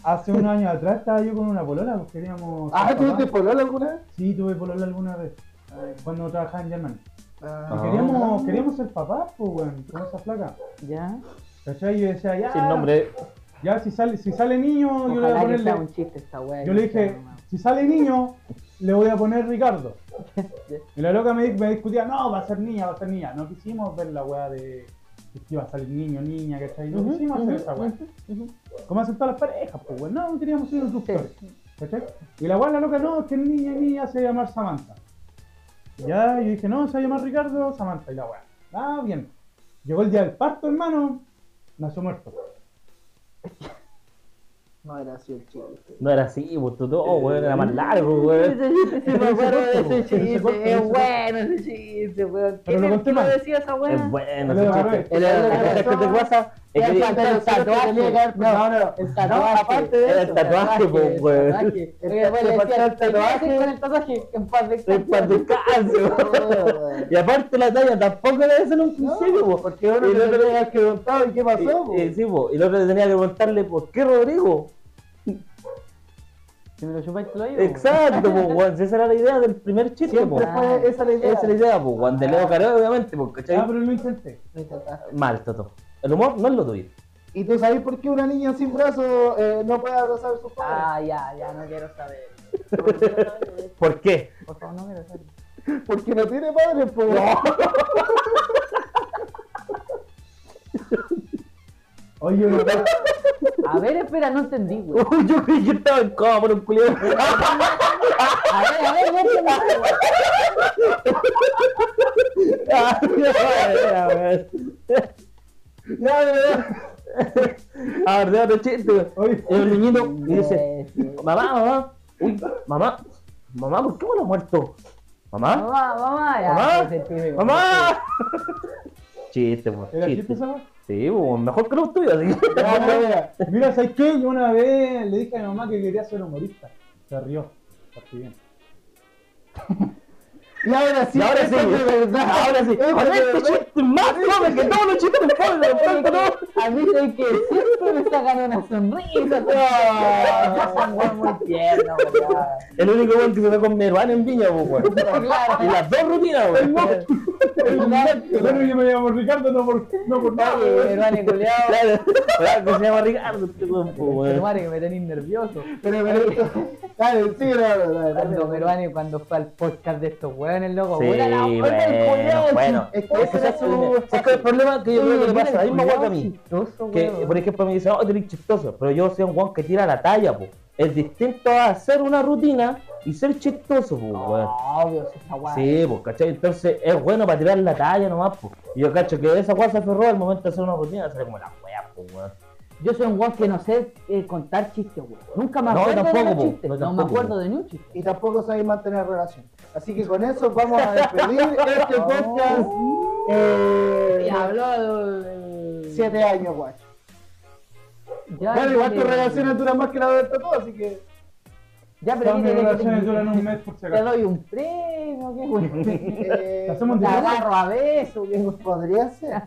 Speaker 3: Hace unos años atrás estaba yo con una polola, pues queríamos.
Speaker 1: Ah,
Speaker 3: ser
Speaker 1: ¿tú
Speaker 3: papás.
Speaker 1: te polola alguna vez?
Speaker 3: Sí, tuve polola alguna vez. eh, Cuando trabajaba en Germany.
Speaker 1: Ah.
Speaker 3: Queríamos, queríamos ser papás, pues, weón, con esa flaca.
Speaker 4: Ya.
Speaker 3: ¿Cachai? Yo decía, ya.
Speaker 2: Sí, el nombre
Speaker 3: Ya, si sale, si sale niño, yo le voy a
Speaker 4: Ojalá que
Speaker 3: ponerle.
Speaker 4: sea un chiste esta weá.
Speaker 3: Yo le
Speaker 4: que sea
Speaker 3: dije,
Speaker 4: una-
Speaker 3: si sale niño, le voy a poner Ricardo. Y la loca me, me discutía, no, va a ser niña, va a ser niña. No quisimos ver la weá de de que iba a salir niño, niña, ¿cachai? No quisimos hacer esa weá. Como hacen todas las parejas, pues weón. No, queríamos ser instructores. ¿Cachai? Y la weá, la loca, no, es que es niña, es niña, se va a llamar Samantha. Ya, yo dije, no, se va a llamar Ricardo, Samantha. Y la weá, ah, bien. Llegó el día del parto, hermano, nació muerto.
Speaker 1: No era así el chiste.
Speaker 2: No era así, pues tú todo, weón, era más largo, weón.
Speaker 4: Sí, me acuerdo de
Speaker 3: Pero
Speaker 4: ese
Speaker 3: ese corto, ese
Speaker 4: chiste, es
Speaker 3: corto.
Speaker 4: bueno ese chiste, weón.
Speaker 3: Pero lo
Speaker 4: ¿Quién
Speaker 3: conté
Speaker 4: es el
Speaker 3: mal.
Speaker 4: que decía esa weá?
Speaker 2: Es bueno
Speaker 3: Pero
Speaker 2: ese
Speaker 3: la
Speaker 2: chiste.
Speaker 3: verdad-
Speaker 2: El
Speaker 4: la
Speaker 2: el- el-
Speaker 4: verdad-
Speaker 2: que te pasa es que
Speaker 4: El tatuaje, el tatuaje. No, no, el tatuaje.
Speaker 1: aparte de
Speaker 2: Era el tatuaje, pues,
Speaker 4: El
Speaker 2: weón.
Speaker 4: tatuaje. Oye, weón, le
Speaker 1: Te faltó
Speaker 4: decía,
Speaker 1: el
Speaker 4: ¿qué quieres hacer
Speaker 1: tatuaje?
Speaker 4: con el tatuaje? En paz descanse.
Speaker 2: En paz descanse, weón. Y aparte la talla tampoco era eso en un principio, po.
Speaker 1: Porque uno
Speaker 2: Y
Speaker 1: le
Speaker 2: el otro-
Speaker 1: tenía que preguntar, ¿y qué pasó? po?
Speaker 2: Y- y sí, po, y el otro le tenía que preguntarle, ¿por qué Rodrigo?
Speaker 4: Si me lo chupáis, te lo digo, weón.
Speaker 2: Exacto, pues, weón. Si esa era la idea del primer chiste, po.
Speaker 1: Siempre fue esa la idea.
Speaker 2: Esa es la idea, pues, weón. De Leo Careo, obviamente, pues,
Speaker 3: Ya,
Speaker 2: ¿cachai?
Speaker 3: pero lo intenté.
Speaker 2: Mal, Toto. El humor no es lo tuyo.
Speaker 1: ¿Y tú sabes por qué una niña sin brazos eh, no puede abrazar a sus padres?
Speaker 4: Ah, ya, ya, no quiero saber. No quiero saber,
Speaker 2: ¿Por qué?
Speaker 4: Por favor, no quiero saber.
Speaker 1: Porque no tiene padres, po. No.
Speaker 3: Oye, lo
Speaker 4: A ver, espera, no entendí, weón.
Speaker 2: Uy, yo creí que estaba en coma por un culiado.
Speaker 4: A ver, a ver, no entendí, weón.
Speaker 2: Ah, ya, weón.
Speaker 1: Ya, de verdad.
Speaker 2: A ver, de otro chiste, weón.
Speaker 3: Oye.
Speaker 2: Y el niñito y dice,
Speaker 4: Sí, sí.
Speaker 2: mamá, mamá, uy, mamá, mamá, ¿por qué me lo ha muerto? Mamá,
Speaker 4: Mamá, mamá, ya.
Speaker 2: mamá,
Speaker 4: ese tío,
Speaker 2: mamá. Chiste, weón,
Speaker 3: ¿Era chiste
Speaker 2: chiste.
Speaker 3: esa weá?
Speaker 2: Sí, weón, mejor que los tuyos, así que-
Speaker 3: Ya, ya, ya. Mira, ¿sabes qué? Yo una vez le dije a mi mamá que quería ser humorista. Se rió. Partí bien.
Speaker 1: Y ahora sí,
Speaker 2: Y ahora sí,
Speaker 1: esto es de verdad.
Speaker 2: ahora sí.
Speaker 1: Esto es
Speaker 2: Con
Speaker 1: de
Speaker 2: este
Speaker 1: verdad.
Speaker 2: chiste más joven que todos los chistes jóvenes, por tanto, no.
Speaker 4: A mí soy que siempre me sacan una sonrisa. todo.
Speaker 1: Ah.
Speaker 4: Es un weón muy tierno, weón.
Speaker 2: El único weón que se fue con Meruán en Viña, po, weón. Y las dos rutinas, weón.
Speaker 3: Bueno, yo me llamo Ricardo, no por, no por nada. weón.
Speaker 4: Peruano culeado.
Speaker 2: Claro, claro, que se llama Ricardo, este weón, po, weón.
Speaker 4: Peruano que me tenéis nervioso.
Speaker 1: Pero, pero, dale, sí, dale, dale, dale.
Speaker 4: Cuando Peruano cuando fue al podcast de estos weones, loco.
Speaker 2: Sí,
Speaker 4: puta la
Speaker 2: bueno, bueno.
Speaker 1: Es que
Speaker 2: Ese
Speaker 1: ese
Speaker 2: es
Speaker 1: era su-
Speaker 2: el- es que el problema que yo creo que le pasa a la misma weón que a mí.
Speaker 4: Chistoso,
Speaker 2: Que,
Speaker 4: weón.
Speaker 2: por ejemplo, me dicen, oh, tenés chistoso, pero yo soy un guan que tira la talla, po. Es distinto a hacer una rutina y ser chistoso, po, weón.
Speaker 4: Obvio, si esa weá.
Speaker 2: Sí, pues, ¿cachai? Entonces es bueno para tirar la talla nomás, pues. Y yo cacho que esa weá se aferró al momento de hacer una rutina, sale como la weá, pues, weón.
Speaker 4: Yo soy un weón que no sé eh, contar chistes, weón. Nunca me
Speaker 2: No,
Speaker 4: acuerdo de
Speaker 2: tampoco,
Speaker 4: los
Speaker 2: po.
Speaker 4: chistes.
Speaker 2: No,
Speaker 4: No, me
Speaker 2: tampoco,
Speaker 4: acuerdo
Speaker 2: po.
Speaker 4: de ni un chiste.
Speaker 1: Y tampoco sabéis mantener relación. Así que con eso vamos a despedir este
Speaker 4: No.
Speaker 1: podcast.
Speaker 4: Oh.
Speaker 1: Eh,
Speaker 4: Y habló de...
Speaker 1: siete años, guacho.
Speaker 4: Ya,
Speaker 1: Bueno, igual
Speaker 4: dale,
Speaker 1: tus
Speaker 4: dale.
Speaker 1: relaciones duran más que la de todo, así que.
Speaker 4: Ya, pero
Speaker 3: Todas mis
Speaker 4: dile que te-
Speaker 3: relaciones duran un mes por si
Speaker 4: Te
Speaker 3: acaso.
Speaker 4: doy un premio, qué weón.
Speaker 1: eh,
Speaker 3: Hacemos
Speaker 4: Te
Speaker 3: un
Speaker 4: agarro a beso, qué weón.
Speaker 1: Podría ser.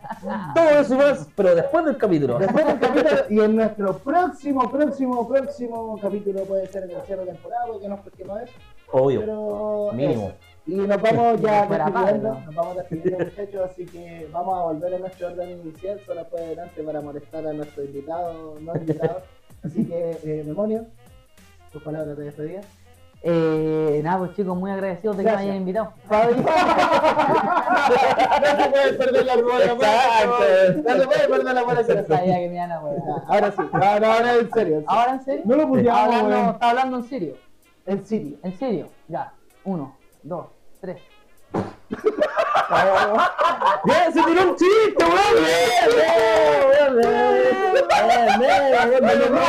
Speaker 2: Todo eso y más, pero después del capítulo.
Speaker 1: Después del capítulo, y en nuestro próximo, próximo, próximo capítulo puede ser en el cierre de temporada, porque no, porque no es,
Speaker 2: Obvio,
Speaker 1: pero.
Speaker 2: mínimo.
Speaker 1: eso. Y nos vamos ya
Speaker 4: Fuera
Speaker 1: despidiendo,
Speaker 4: padre, ¿no?
Speaker 1: nos vamos despidiendo muchachos, así que vamos a volver a nuestro orden inicial, solo después adelante para molestar a nuestro invitado, no invitado. Así que, eh, Memonio, tus palabras de despedida.
Speaker 4: Eh, nada, pues chicos, muy agradecidos de que me
Speaker 1: Gracias.
Speaker 4: hayan invitado.
Speaker 1: No se puede perder la bola,
Speaker 2: por favor.
Speaker 1: no se puede perder la bola.
Speaker 4: Yo sabía que me iban a weón.
Speaker 1: Ahora sí, no, no, ahora en serio,
Speaker 4: Ahora en serio.
Speaker 3: No lo
Speaker 4: Estaba
Speaker 3: puteamos,
Speaker 4: hablando,
Speaker 3: weón.
Speaker 4: estaba hablando en serio.
Speaker 1: en City.
Speaker 4: En serio. Ya. Uno, dos, tres.
Speaker 2: ¡Ya, se tiró un chiste, weón! ¡Bien, bien, bien, bien, bien, bien, bien, bien, bien!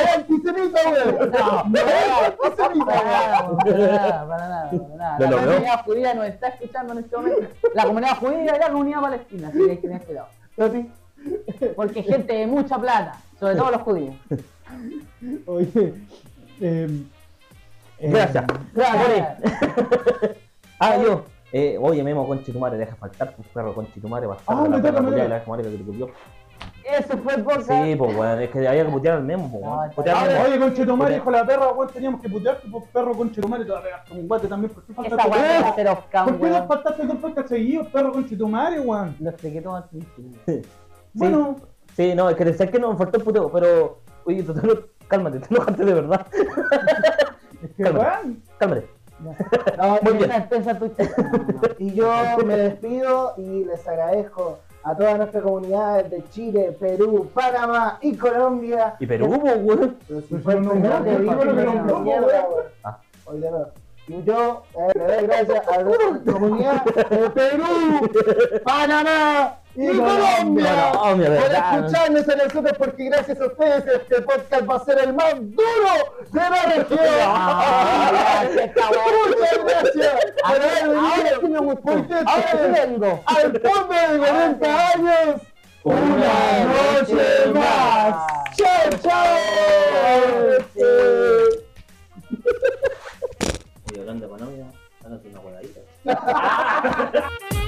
Speaker 4: No, para nada, weón, para nada, para nada, para nada.
Speaker 2: Lo
Speaker 4: La
Speaker 2: logró.
Speaker 4: comunidad judía nos está escuchando en este momento. La comunidad judía y la comunidad palestina, así que hay que tener cuidado. Porque hay gente de mucha plata, sobre todo los judíos.
Speaker 3: Oye. em, em,
Speaker 2: Gracias.
Speaker 4: Gracias.
Speaker 2: Ah, yo. Eh, oye, Memo, conchitumare, deja faltar tu perro, conchitumare, bastardo.
Speaker 3: Ah, me
Speaker 2: la
Speaker 3: toca,
Speaker 2: perra
Speaker 3: me
Speaker 2: culiada,
Speaker 3: toca.
Speaker 2: la comadre que te copió.
Speaker 4: Eso fue el podcast.
Speaker 2: Sí, pues, weón, es que había que putear al Memo, pues, weón.
Speaker 4: No,
Speaker 2: Putear al
Speaker 4: ahora-
Speaker 2: Memo.
Speaker 3: Oye, conchetumare, hijo de la perra, weón, teníamos que putearte por perro conchetumare, te va a pegar con un guate también, ¿por qué
Speaker 4: Esa
Speaker 3: faltaste?
Speaker 4: weá de la
Speaker 3: ¡Eh!
Speaker 4: Ceroscan,
Speaker 3: ¿Por qué nos
Speaker 4: weón.
Speaker 3: faltaste dos podcasts seguidos, perro conchetumare, weón?
Speaker 4: Lo expliqué todo al principio.
Speaker 3: Bueno,
Speaker 2: Sí, no, es que sé que no me faltó el puteo, pero. Oye, total, cálmate, te enojaste de verdad.
Speaker 3: es que
Speaker 2: Calma.
Speaker 3: weón,
Speaker 2: Cálmate. Muy bien.
Speaker 4: Piensa- piensa tu chiste.
Speaker 1: Y yo me despido y les agradezco a todas nuestras comunidades de Chile, Perú, Panamá y Colombia.
Speaker 2: ¿Y Perú, pues, weón?
Speaker 1: Pero si
Speaker 3: Pero
Speaker 1: fue el
Speaker 3: si no
Speaker 1: primero
Speaker 3: nombró,
Speaker 1: que
Speaker 3: si
Speaker 1: dijo,
Speaker 3: fue lo que
Speaker 1: no
Speaker 3: nombró,
Speaker 1: mierda,
Speaker 3: weón.
Speaker 1: weón.
Speaker 2: Ah.
Speaker 1: Hoy de nuevo. Y yo eh, le doy gracias a la comunidad de Perú, Panamá y Colombia.
Speaker 2: Bueno, hombre,
Speaker 1: Por
Speaker 2: verdad.
Speaker 1: escucharnos a nosotros, porque gracias a ustedes este podcast va a ser el más duro de la región. Muchas gracias por haber
Speaker 4: Ahora sí
Speaker 1: venido.
Speaker 4: me gustó.
Speaker 1: Porque
Speaker 4: Ahora sí
Speaker 1: ustedes,
Speaker 4: vengo.
Speaker 1: al fondo de 40 años, una noche más. ¡Chao, Este, chao!
Speaker 2: Oye, hablando de economía, háganse una guardadita.